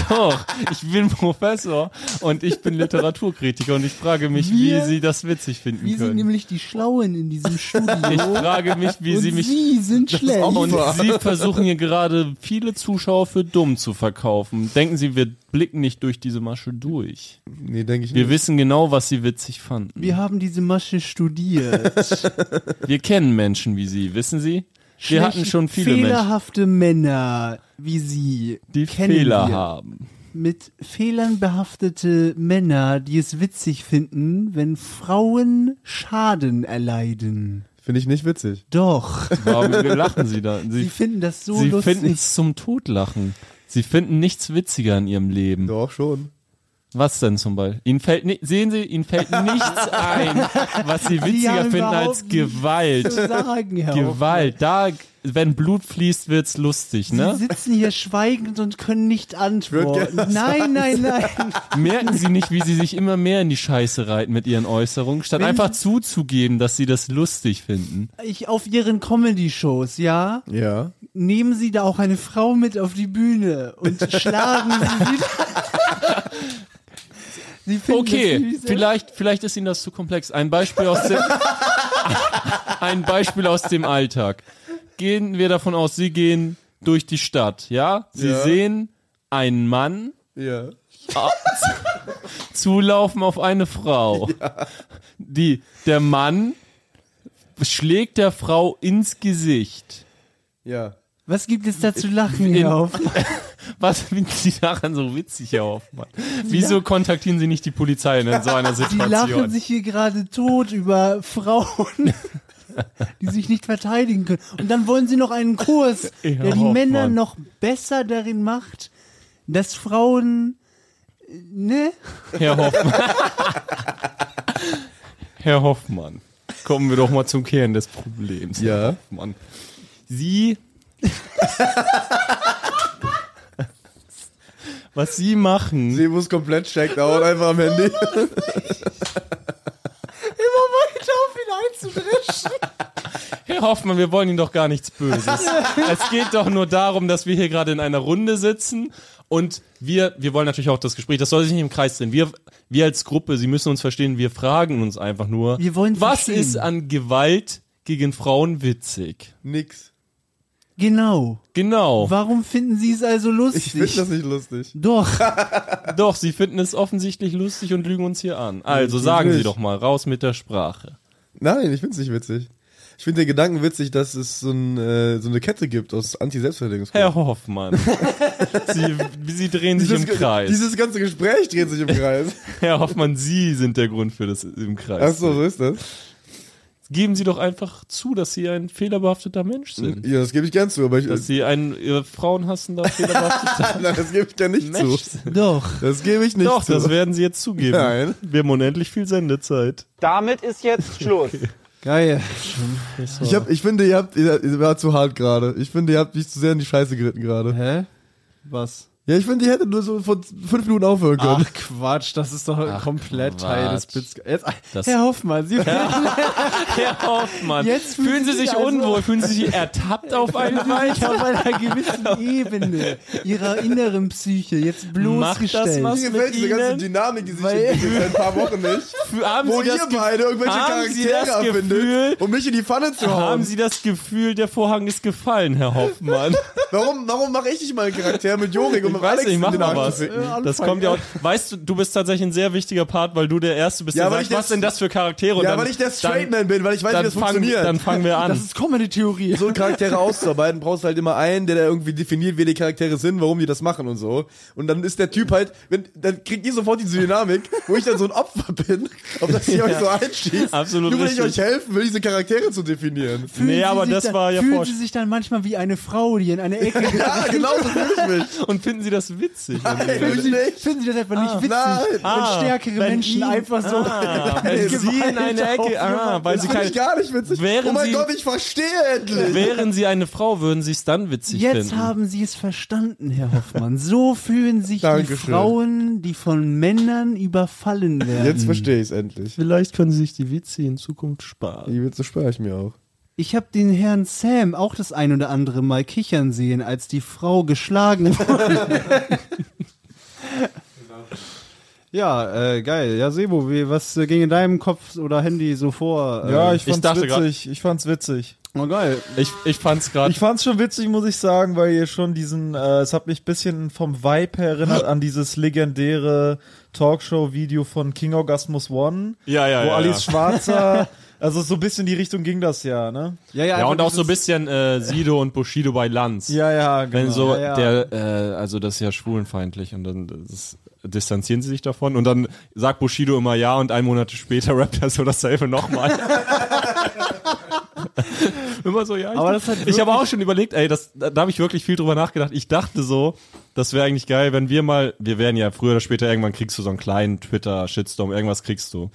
Speaker 3: doch. Ich bin Professor und ich bin Literaturkritiker und ich frage mich,
Speaker 2: Wir-
Speaker 3: wie sie das witzig finden
Speaker 2: Wir sind
Speaker 3: können.
Speaker 2: nämlich die Schlauen in diesem Studio.
Speaker 3: Ich frage mich, wie
Speaker 2: und
Speaker 3: sie mich
Speaker 2: Sie sind schlecht.
Speaker 3: Und sie versuchen hier gerade viele Zuschauer für dumm zu verkaufen. Denken sie, wir blicken nicht durch diese Masche durch.
Speaker 1: Nee, denke ich
Speaker 3: Wir
Speaker 1: nicht.
Speaker 3: wissen genau, was sie witzig fanden.
Speaker 2: Wir haben diese Masche studiert.
Speaker 3: Wir kennen Menschen wie sie, wissen sie? Wir hatten schon viele Menschen,
Speaker 2: Fehlerhafte Männer wie Sie
Speaker 3: die
Speaker 2: kennen
Speaker 3: Fehler
Speaker 2: wir.
Speaker 3: haben.
Speaker 2: Mit Fehlern behaftete Männer, die es witzig finden, wenn Frauen Schaden erleiden.
Speaker 1: Finde ich nicht witzig.
Speaker 2: Doch.
Speaker 3: Warum lachen sie da? Sie,
Speaker 2: Sie finden das so
Speaker 3: sie
Speaker 2: lustig.
Speaker 3: finden es zum Totlachen. Sie finden nichts witziger in ihrem Leben.
Speaker 1: Doch, schon.
Speaker 3: Was denn zum Beispiel? Ihnen fällt ni- sehen Sie, Ihnen fällt nichts ein, was Sie witziger
Speaker 2: haben
Speaker 3: finden
Speaker 2: überhaupt
Speaker 3: als
Speaker 2: nichts
Speaker 3: Gewalt.
Speaker 2: zu sagen, Herr
Speaker 3: Gewalt, da, wenn Blut fließt, wird's lustig,
Speaker 2: Sie
Speaker 3: ne?
Speaker 2: sitzen hier schweigend und können nicht antworten.
Speaker 1: gerne was
Speaker 2: Nein, nein, nein.
Speaker 3: Merken Sie nicht, wie Sie sich immer mehr in die Scheiße reiten mit Ihren Äußerungen, statt einfach zuzugeben, dass Sie das lustig finden.
Speaker 2: Ich auf Ihren Comedy-Shows, ja,
Speaker 1: Ja.
Speaker 2: nehmen Sie da auch eine Frau mit auf die Bühne und schlagen Sie wieder. Sie finden das
Speaker 3: Okay,
Speaker 2: süß.
Speaker 3: vielleicht, vielleicht ist Ihnen das zu komplex. Ein Beispiel aus dem, ein Beispiel aus dem Alltag. Gehen wir davon aus, Sie gehen durch die Stadt, ja? Sie
Speaker 1: Ja.
Speaker 3: sehen einen Mann,
Speaker 1: Ja.
Speaker 3: zulaufen auf eine Frau. Die, der Mann schlägt der Frau ins Gesicht.
Speaker 1: Ja.
Speaker 2: Was gibt es da zu lachen,
Speaker 3: In-
Speaker 2: Herr Hoffmann?
Speaker 3: Was finden Sie daran so witzig, Herr Hoffmann? Wieso kontaktieren Sie nicht die Polizei in so einer
Speaker 2: Die lachen
Speaker 3: Situation?
Speaker 2: sich hier gerade tot über Frauen, die sich nicht verteidigen können. Und dann wollen sie noch einen Kurs,
Speaker 3: Ja,
Speaker 2: der
Speaker 3: oh
Speaker 2: die
Speaker 3: Hoffmann.
Speaker 2: Männer noch besser darin macht, dass Frauen, äh, ne?
Speaker 3: Herr Hoffmann. Herr Hoffmann, kommen wir doch mal zum Kern des Problems. Herr
Speaker 1: Ja.
Speaker 3: Hoffmann. Sie. Was Sie machen.
Speaker 1: Sie muss komplett checked out, einfach am Handy.
Speaker 3: Herr Hoffmann, wir wollen Ihnen doch gar nichts Böses. es geht doch nur darum, dass wir hier gerade in einer Runde sitzen und wir, wir wollen natürlich auch das Gespräch, das soll sich nicht im Kreis drehen. Wir, wir als Gruppe, Sie müssen uns verstehen, wir fragen uns einfach nur,
Speaker 2: Wir wollen
Speaker 3: was
Speaker 2: verstehen.
Speaker 3: ist an Gewalt gegen Frauen witzig?
Speaker 1: Nix.
Speaker 2: Genau.
Speaker 3: Genau.
Speaker 2: Warum finden sie es also
Speaker 1: Ich
Speaker 2: lustig?
Speaker 1: finde das nicht lustig.
Speaker 2: Doch.
Speaker 3: Doch, Sie finden es offensichtlich lustig und lügen uns hier an. Also sagen Sie
Speaker 1: Natürlich.
Speaker 3: doch mal, raus mit der Sprache.
Speaker 1: Nein, ich find's nicht witzig. Ich finde den Gedanken witzig, dass es so, ein, äh, so eine Kette gibt aus Anti-Selbstverteidigungsgruppen.
Speaker 3: Herr Hoffmann, Sie, Sie drehen sich im
Speaker 1: Dieses-
Speaker 3: Kreis.
Speaker 1: Dieses ganze Gespräch dreht sich im Kreis.
Speaker 3: Herr Hoffmann, Sie sind der Grund für das im Kreis.
Speaker 1: Ach so, so ist das.
Speaker 3: geben Sie doch einfach zu, dass Sie ein fehlerbehafteter Mensch sind.
Speaker 1: Ja, das gebe ich gern zu, aber ich,
Speaker 3: Dass Sie ein äh, frauenhassender, fehlerbehafteter
Speaker 1: nein, das gebe ich gern nicht
Speaker 3: Mensch
Speaker 1: zu.
Speaker 3: sind.
Speaker 2: Doch.
Speaker 1: Das gebe ich nicht
Speaker 3: Doch,
Speaker 1: zu.
Speaker 3: das werden Sie jetzt zugeben.
Speaker 1: Nein.
Speaker 3: Wir haben unendlich viel Sendezeit.
Speaker 7: Damit ist jetzt Schluss.
Speaker 5: Geil.
Speaker 1: ich, hab, ich finde, ihr habt, ihr, ihr war zu hart gerade. Ich finde, ihr habt mich zu sehr in die Scheiße geritten gerade.
Speaker 5: Hä? Was?
Speaker 1: Ja, ich finde, ihr hättet nur so vor fünf Minuten aufhören können.
Speaker 5: Ach Quatsch, das ist doch komplett Teil des
Speaker 3: Quatsch.
Speaker 5: Bits. Jetzt,
Speaker 3: Das-
Speaker 5: Herr Hoffmann, Sie
Speaker 3: Herr Hoffmann,
Speaker 2: Jetzt fühlen
Speaker 3: fühlen Sie
Speaker 2: Sie
Speaker 3: sich
Speaker 2: sich also-
Speaker 3: unwohl, fühlen Sie sich ertappt auf eine
Speaker 2: Ich
Speaker 3: Weise?
Speaker 2: auf einer gewissen Ebene ihrer inneren Psyche jetzt
Speaker 3: Macht das
Speaker 2: bloßgestellt.
Speaker 3: was?
Speaker 1: Mir
Speaker 3: mit
Speaker 1: gefällt diese ganze
Speaker 3: Ihnen?
Speaker 1: Dynamik, die sich
Speaker 2: Weil-
Speaker 1: entwickelt seit ein paar Wochen nicht.
Speaker 3: Haben
Speaker 1: Wo
Speaker 3: Sie,
Speaker 1: ihr
Speaker 3: das Ge-
Speaker 1: beide irgendwelche
Speaker 3: haben Sie
Speaker 1: Charaktere
Speaker 3: das Gefühl-
Speaker 1: erfindet, um mich in die Pfanne zu hauen.
Speaker 3: haben Sie das Gefühl, der Vorhang ist gefallen, Herr Hoffmann?
Speaker 1: Warum, warum mache ich nicht mal einen Charakter mit Jorik und
Speaker 3: Ich
Speaker 1: mit
Speaker 3: weiß
Speaker 1: Alex
Speaker 3: nicht,
Speaker 1: in
Speaker 3: mach
Speaker 1: den
Speaker 3: mal
Speaker 1: Arsch zu
Speaker 3: was.
Speaker 1: ficken?
Speaker 3: Das kommt ja auch. Weißt du, du bist tatsächlich ein sehr wichtiger Part, weil du der Erste bist,
Speaker 1: Ja,
Speaker 3: der
Speaker 1: weil
Speaker 3: sagt,
Speaker 1: ich
Speaker 3: was
Speaker 1: das-
Speaker 3: denn das für Charaktere? Und
Speaker 1: Ja,
Speaker 3: dann-
Speaker 1: weil ich der Straight
Speaker 3: dann-
Speaker 1: Man bin, weil ich weiß, wie
Speaker 3: dann
Speaker 1: das
Speaker 3: fangen,
Speaker 1: funktioniert.
Speaker 3: dann fangen wir an.
Speaker 5: Das ist Comedy-Theorie.
Speaker 1: so Charaktere auszuarbeiten, brauchst halt immer einen, der da irgendwie definiert, wer die Charaktere sind, warum die das machen und so. Und dann ist der Typ halt, wenn, dann kriegt ihr sofort diese Dynamik, wo ich dann so ein Opfer bin, auf das ihr euch so einschießt.
Speaker 3: absolut
Speaker 1: Nur will ich
Speaker 3: richtig.
Speaker 1: euch helfen, will diese Charaktere zu definieren.
Speaker 2: Fühlen
Speaker 3: Nee,
Speaker 2: Sie
Speaker 3: aber
Speaker 2: sich
Speaker 3: das
Speaker 2: dann,
Speaker 3: war ja
Speaker 2: Fühlen
Speaker 3: Vorst-
Speaker 2: Sie sich dann manchmal wie eine Frau, die in eine Ecke
Speaker 1: Ja, genau so fühle ich mich.
Speaker 3: Und finden Sie das witzig?
Speaker 1: Nein, fühl ich nicht.
Speaker 2: Finden Sie das einfach nicht witzig,
Speaker 1: nein.
Speaker 2: wenn
Speaker 3: Ah,
Speaker 2: stärkere
Speaker 3: wenn
Speaker 2: Menschen
Speaker 3: ihn-
Speaker 2: einfach so
Speaker 3: Ah, wenn Sie in eine Ecke, ah, weil
Speaker 1: Das
Speaker 3: Sie
Speaker 1: finde
Speaker 3: keine,
Speaker 1: ich gar nicht witzig.
Speaker 3: Wären
Speaker 1: oh mein
Speaker 3: Sie-
Speaker 1: Gott, ich verstehe endlich.
Speaker 3: wären Sie eine Frau, würden Sie es dann witzig
Speaker 2: Jetzt
Speaker 3: finden.
Speaker 2: haben Sie es verstanden, Herr Hoffmann. So fühlen sich die
Speaker 1: Dankeschön.
Speaker 2: Frauen, die von Männern überfallen werden.
Speaker 1: Jetzt verstehe ich es endlich.
Speaker 3: Vielleicht können Sie sich die Witze in Zukunft sparen.
Speaker 1: Die Witze spare ich mir auch.
Speaker 2: Ich habe den Herrn Sam auch das ein oder andere Mal kichern sehen, als die Frau geschlagen wurde. Ja, äh, geil. Ja, Sebo, wie, was äh, ging in deinem Kopf oder Handy so vor? Äh,
Speaker 5: Ja, ich
Speaker 3: ich
Speaker 5: fand's
Speaker 3: dachte grad-
Speaker 5: witzig. Ich fand's witzig.
Speaker 2: oh, geil.
Speaker 3: Ich, ich fand's gerade.
Speaker 5: Ich fand's schon witzig, muss ich sagen, weil ihr schon diesen, äh, es hat mich ein bisschen vom Vibe her erinnert an dieses legendäre Talkshow-Video von King Orgasmus One,
Speaker 3: Ja, ja,
Speaker 5: wo
Speaker 3: ja.
Speaker 5: Alice
Speaker 3: ja.
Speaker 5: Schwarzer, also so ein bisschen die Richtung ging das ja, ne?
Speaker 2: Ja, ja,
Speaker 3: ja,
Speaker 2: einfach
Speaker 3: und auch so ein
Speaker 2: dieses-
Speaker 3: bisschen äh, Sido und Bushido bei Lanz.
Speaker 5: Ja, ja, genau.
Speaker 3: Wenn so
Speaker 5: ja, ja.
Speaker 3: der, äh, also das ist ja schwulenfeindlich und dann das, distanzieren sie sich davon und dann sagt Bushido immer ja und ein Monat später rappt er so dasselbe nochmal. immer so, ja. Ich,
Speaker 2: Aber das hat
Speaker 3: ich habe auch schon überlegt, ey, das, da, da habe ich wirklich viel drüber nachgedacht. Ich dachte so, das wäre eigentlich geil, wenn wir mal, wir werden ja früher oder später irgendwann kriegst du so einen kleinen Twitter-Shitstorm, irgendwas kriegst du.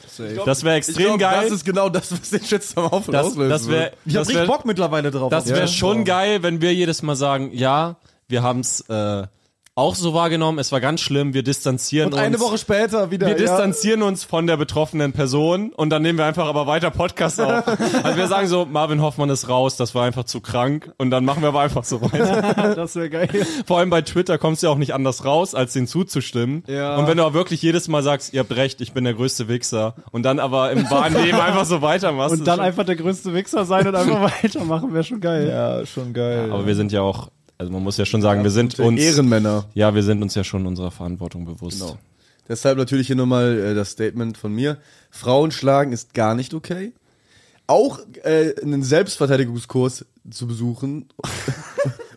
Speaker 3: das wäre
Speaker 1: Ich glaub,
Speaker 3: extrem geil.
Speaker 1: Das ist genau das, was den Shitstorm auf und
Speaker 3: das
Speaker 1: auslösen
Speaker 3: das wäre
Speaker 1: wird.
Speaker 5: ich hab
Speaker 3: das wär,
Speaker 5: richtig Bock mittlerweile drauf.
Speaker 3: das
Speaker 5: auf
Speaker 3: wäre
Speaker 5: den
Speaker 3: schon
Speaker 5: Song.
Speaker 3: geil, wenn wir jedes Mal sagen, ja, wir haben es äh, auch so wahrgenommen, es war ganz schlimm, wir distanzieren
Speaker 5: Und eine
Speaker 3: uns.
Speaker 5: Woche später wieder.
Speaker 3: wir
Speaker 5: ja.
Speaker 3: distanzieren uns von der betroffenen Person und dann nehmen wir einfach aber weiter Podcast auf. Also wir sagen so, Marvin Hoffmann ist raus, das war einfach zu krank und dann machen wir aber einfach so weiter.
Speaker 2: Das wäre geil.
Speaker 3: Vor allem bei Twitter kommst du ja auch nicht anders raus, als denen zuzustimmen.
Speaker 2: Ja.
Speaker 3: Und wenn du auch wirklich jedes Mal sagst, ihr habt recht, ich bin der größte Wichser und dann aber im wahren Leben einfach so weitermachst.
Speaker 2: Und
Speaker 3: ist
Speaker 2: dann
Speaker 3: schon-
Speaker 2: einfach der größte Wichser sein und einfach weitermachen, wäre schon geil.
Speaker 5: Ja, schon geil.
Speaker 3: aber wir sind ja auch, also man muss ja schon sagen, wir sind uns...
Speaker 1: Ehrenmänner.
Speaker 3: Ja, wir sind uns ja schon unserer Verantwortung bewusst.
Speaker 1: Genau. Deshalb natürlich hier nochmal äh, das Statement von mir. Frauen schlagen ist gar nicht okay. Auch äh, einen Selbstverteidigungskurs zu besuchen,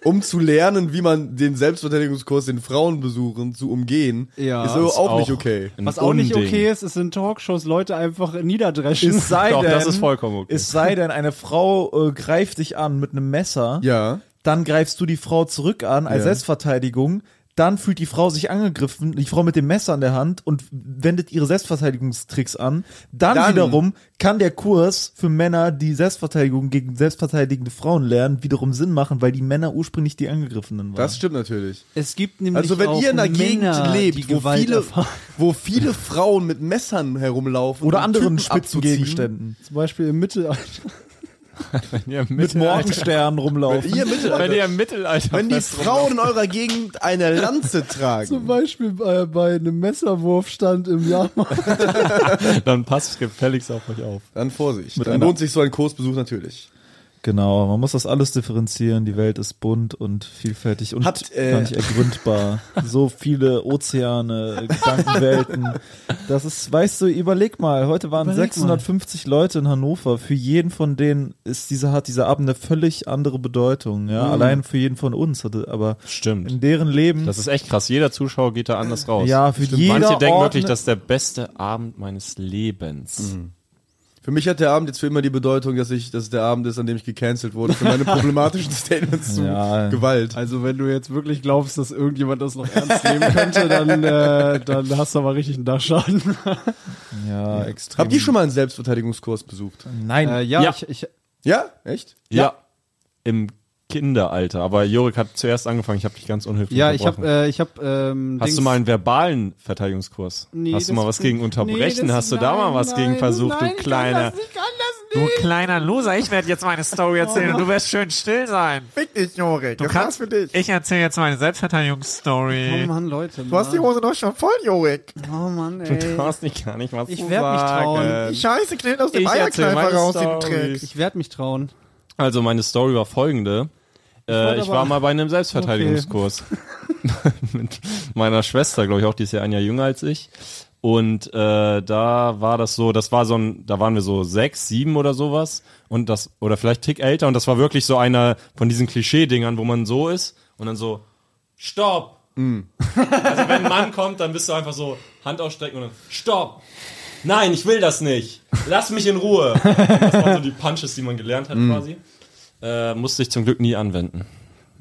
Speaker 1: um zu lernen, wie man den Selbstverteidigungskurs, den Frauen besuchen, zu umgehen,
Speaker 2: Ja,
Speaker 1: ist, so
Speaker 3: ist
Speaker 1: auch,
Speaker 3: auch
Speaker 1: nicht okay.
Speaker 3: ein
Speaker 2: Was auch nicht
Speaker 3: Unding.
Speaker 2: okay ist, ist in Talkshows Leute einfach niederdreschen.
Speaker 5: Es sei
Speaker 3: Doch,
Speaker 5: denn,
Speaker 3: das ist vollkommen okay.
Speaker 5: Es sei denn, eine Frau äh, greift dich an mit einem Messer.
Speaker 1: Ja.
Speaker 5: Dann greifst du die Frau zurück an als
Speaker 1: Ja.
Speaker 5: Selbstverteidigung. Dann fühlt die Frau sich angegriffen, die Frau mit dem Messer in der Hand und wendet ihre Selbstverteidigungstricks an. Dann,
Speaker 1: Dann-
Speaker 5: wiederum kann der Kurs für Männer, die Selbstverteidigung gegen selbstverteidigende Frauen lernen, wiederum Sinn machen, weil die Männer ursprünglich die Angegriffenen waren.
Speaker 1: Das stimmt natürlich.
Speaker 6: Es gibt nämlich
Speaker 1: Also wenn
Speaker 6: auch
Speaker 1: ihr in einer
Speaker 6: Männer,
Speaker 1: Gegend
Speaker 6: die
Speaker 1: lebt, wo
Speaker 6: Gewalt
Speaker 1: viele,
Speaker 6: erfahren.
Speaker 1: wo viele Frauen mit Messern herumlaufen
Speaker 5: Oder
Speaker 1: um
Speaker 5: anderen
Speaker 1: Typen
Speaker 5: spitzen
Speaker 1: abzuziehen,
Speaker 5: Gegenständen.
Speaker 2: Zum Beispiel im Mittelalter.
Speaker 3: Ja,
Speaker 5: Mit Morgenstern rumlaufen.
Speaker 1: Ihr Mittelalter,
Speaker 3: Wenn ihr im Mittelalter
Speaker 1: wenn die
Speaker 3: fest
Speaker 1: Frauen in eurer Gegend eine Lanze
Speaker 2: Zum
Speaker 1: tragen,
Speaker 2: Beispiel bei, bei einem Messerwurfstand im Jahrmarkt.
Speaker 3: rumlaufen, dann passt gefälligst auf euch auf.
Speaker 1: dann Vorsicht.
Speaker 5: Mit
Speaker 1: Dann
Speaker 5: einer-
Speaker 1: lohnt sich so ein Kursbesuch natürlich.
Speaker 5: Genau, man muss das alles differenzieren. Die Welt ist bunt und vielfältig und
Speaker 1: Habt, äh,
Speaker 5: gar nicht ergründbar. so viele Ozeane, Gedankenwelten. Das ist, weißt du, überleg mal, heute waren
Speaker 6: Überleg mal.
Speaker 5: 650 Leute in Hannover. Für jeden von denen ist dieser, hat dieser Abend eine völlig andere Bedeutung. Ja, allein für jeden von uns hatte, aber in
Speaker 3: Stimmt.
Speaker 5: deren Leben.
Speaker 3: Das ist echt krass. Jeder Zuschauer geht da anders raus.
Speaker 5: Ja, für
Speaker 3: Stimmt.
Speaker 5: jeder
Speaker 3: Manche denken
Speaker 5: Ort
Speaker 3: wirklich,
Speaker 5: ne-
Speaker 3: das ist der beste Abend meines Lebens.
Speaker 1: Für mich hat der Abend jetzt für immer die Bedeutung, dass ich, dass es der Abend ist, an dem ich gecancelt wurde für meine problematischen Statements zu
Speaker 5: Ja.
Speaker 1: Gewalt.
Speaker 2: Also wenn du jetzt wirklich glaubst, dass irgendjemand das noch ernst nehmen könnte, dann, äh, dann hast du aber richtig einen Dachschaden.
Speaker 5: ja, extrem.
Speaker 1: Habt ihr schon mal einen Selbstverteidigungskurs besucht?
Speaker 5: Nein.
Speaker 2: Äh, ja,
Speaker 3: Ja.
Speaker 2: Ich, ich,
Speaker 1: Ja? Echt?
Speaker 3: Ja. Im Kinderalter. Aber Jorik hat zuerst angefangen. Ich habe dich ganz unhöflich
Speaker 2: ja, ich habe
Speaker 3: unterbrochen.
Speaker 2: äh, ich hab, ähm,
Speaker 3: Hast
Speaker 2: Dings-
Speaker 3: du mal einen verbalen Verteidigungskurs?
Speaker 2: Nee,
Speaker 3: Hast du
Speaker 2: das-
Speaker 3: mal was gegen Unterbrechen?
Speaker 2: Nee, das-
Speaker 3: Hast du da
Speaker 2: nein,
Speaker 3: mal was gegen
Speaker 2: nein,
Speaker 3: versucht,
Speaker 2: nein,
Speaker 3: du
Speaker 2: ich Kann
Speaker 3: kleiner?
Speaker 2: das, ich kann das nicht.
Speaker 8: Du kleiner Loser, ich werde jetzt meine Story erzählen und du wirst schön still sein.
Speaker 1: Fick dich, Jorik.
Speaker 8: Du kannst für dich. Ich erzähle jetzt meine Selbstverteidigungsstory.
Speaker 6: Oh Mann, Leute. Mann.
Speaker 8: Hose doch schon voll, Jorik.
Speaker 6: Oh Mann, ey.
Speaker 3: Du hast nicht gar nicht was zu
Speaker 6: Ich werd mich trauen.
Speaker 3: sagen.
Speaker 8: Scheiße, knallt aus
Speaker 3: Ich erzähl meine Story.
Speaker 2: Ich werde mich trauen.
Speaker 3: Also meine Story war folgende.
Speaker 2: wollte
Speaker 3: Äh, ich
Speaker 2: aber-
Speaker 3: war mal bei einem Selbstverteidigungskurs. Mit meiner Schwester, glaube ich, auch, die ist ja ein Jahr jünger als ich. Und äh, da war das so, das war so ein, da waren wir so sechs, sieben oder sowas und das, oder vielleicht Tick älter und das war wirklich so einer von diesen Klischee-Dingern, wo man so ist und dann so, stopp! Also wenn ein Mann kommt, dann bist du einfach so, Hand ausstrecken und dann, stopp! Nein, ich will das nicht! Lass mich in Ruhe! Das waren so die Punches, die man gelernt
Speaker 2: Hm.
Speaker 3: hat quasi. Äh, musste ich zum Glück nie anwenden. Toi,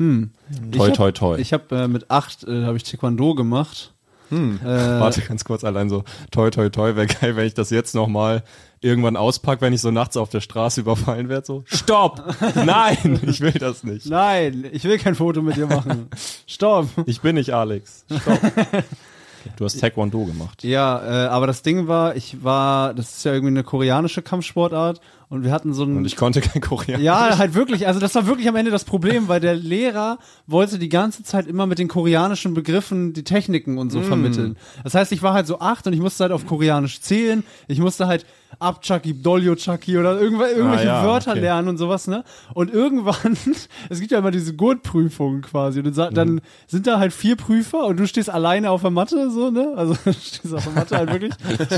Speaker 2: Hm. Ich hab-
Speaker 3: toi, toi.
Speaker 2: Ich habe äh, mit acht äh, habe ich Taekwondo gemacht.
Speaker 3: Hm.
Speaker 2: äh,
Speaker 3: Warte ganz kurz allein so, toi, toi, toi, wäre geil, wenn ich das jetzt nochmal irgendwann auspacke, wenn ich so nachts auf der Straße überfallen werde, so, stopp! Nein, ich will das nicht.
Speaker 2: Nein, ich will kein Foto mit dir machen. Stopp.
Speaker 3: Ich bin nicht Alex. Stopp. Du hast Taekwondo gemacht.
Speaker 2: Ja, äh, aber das Ding war, ich war, das ist ja irgendwie eine koreanische Kampfsportart Und wir hatten so einen
Speaker 3: Und ich konnte kein Koreanisch.
Speaker 2: ja, halt wirklich. Also das war wirklich am Ende das Problem, weil der Lehrer wollte die ganze Zeit immer mit den koreanischen Begriffen die Techniken und so
Speaker 3: Mm.
Speaker 2: vermitteln. Das heißt, ich war halt so acht und ich musste halt auf Koreanisch zählen. Ich musste halt Abchaki, Dolyochaki oder irgendw irgendwelche
Speaker 3: Ah, ja,
Speaker 2: Wörter
Speaker 3: okay.
Speaker 2: lernen und sowas, ne? Und irgendwann, es gibt ja immer diese Gurtprüfungen quasi. Und dann sa-
Speaker 3: Mhm.
Speaker 2: dann sind da halt vier Prüfer und du stehst alleine auf der Matte, so, ne? Also du stehst auf der Matte halt wirklich.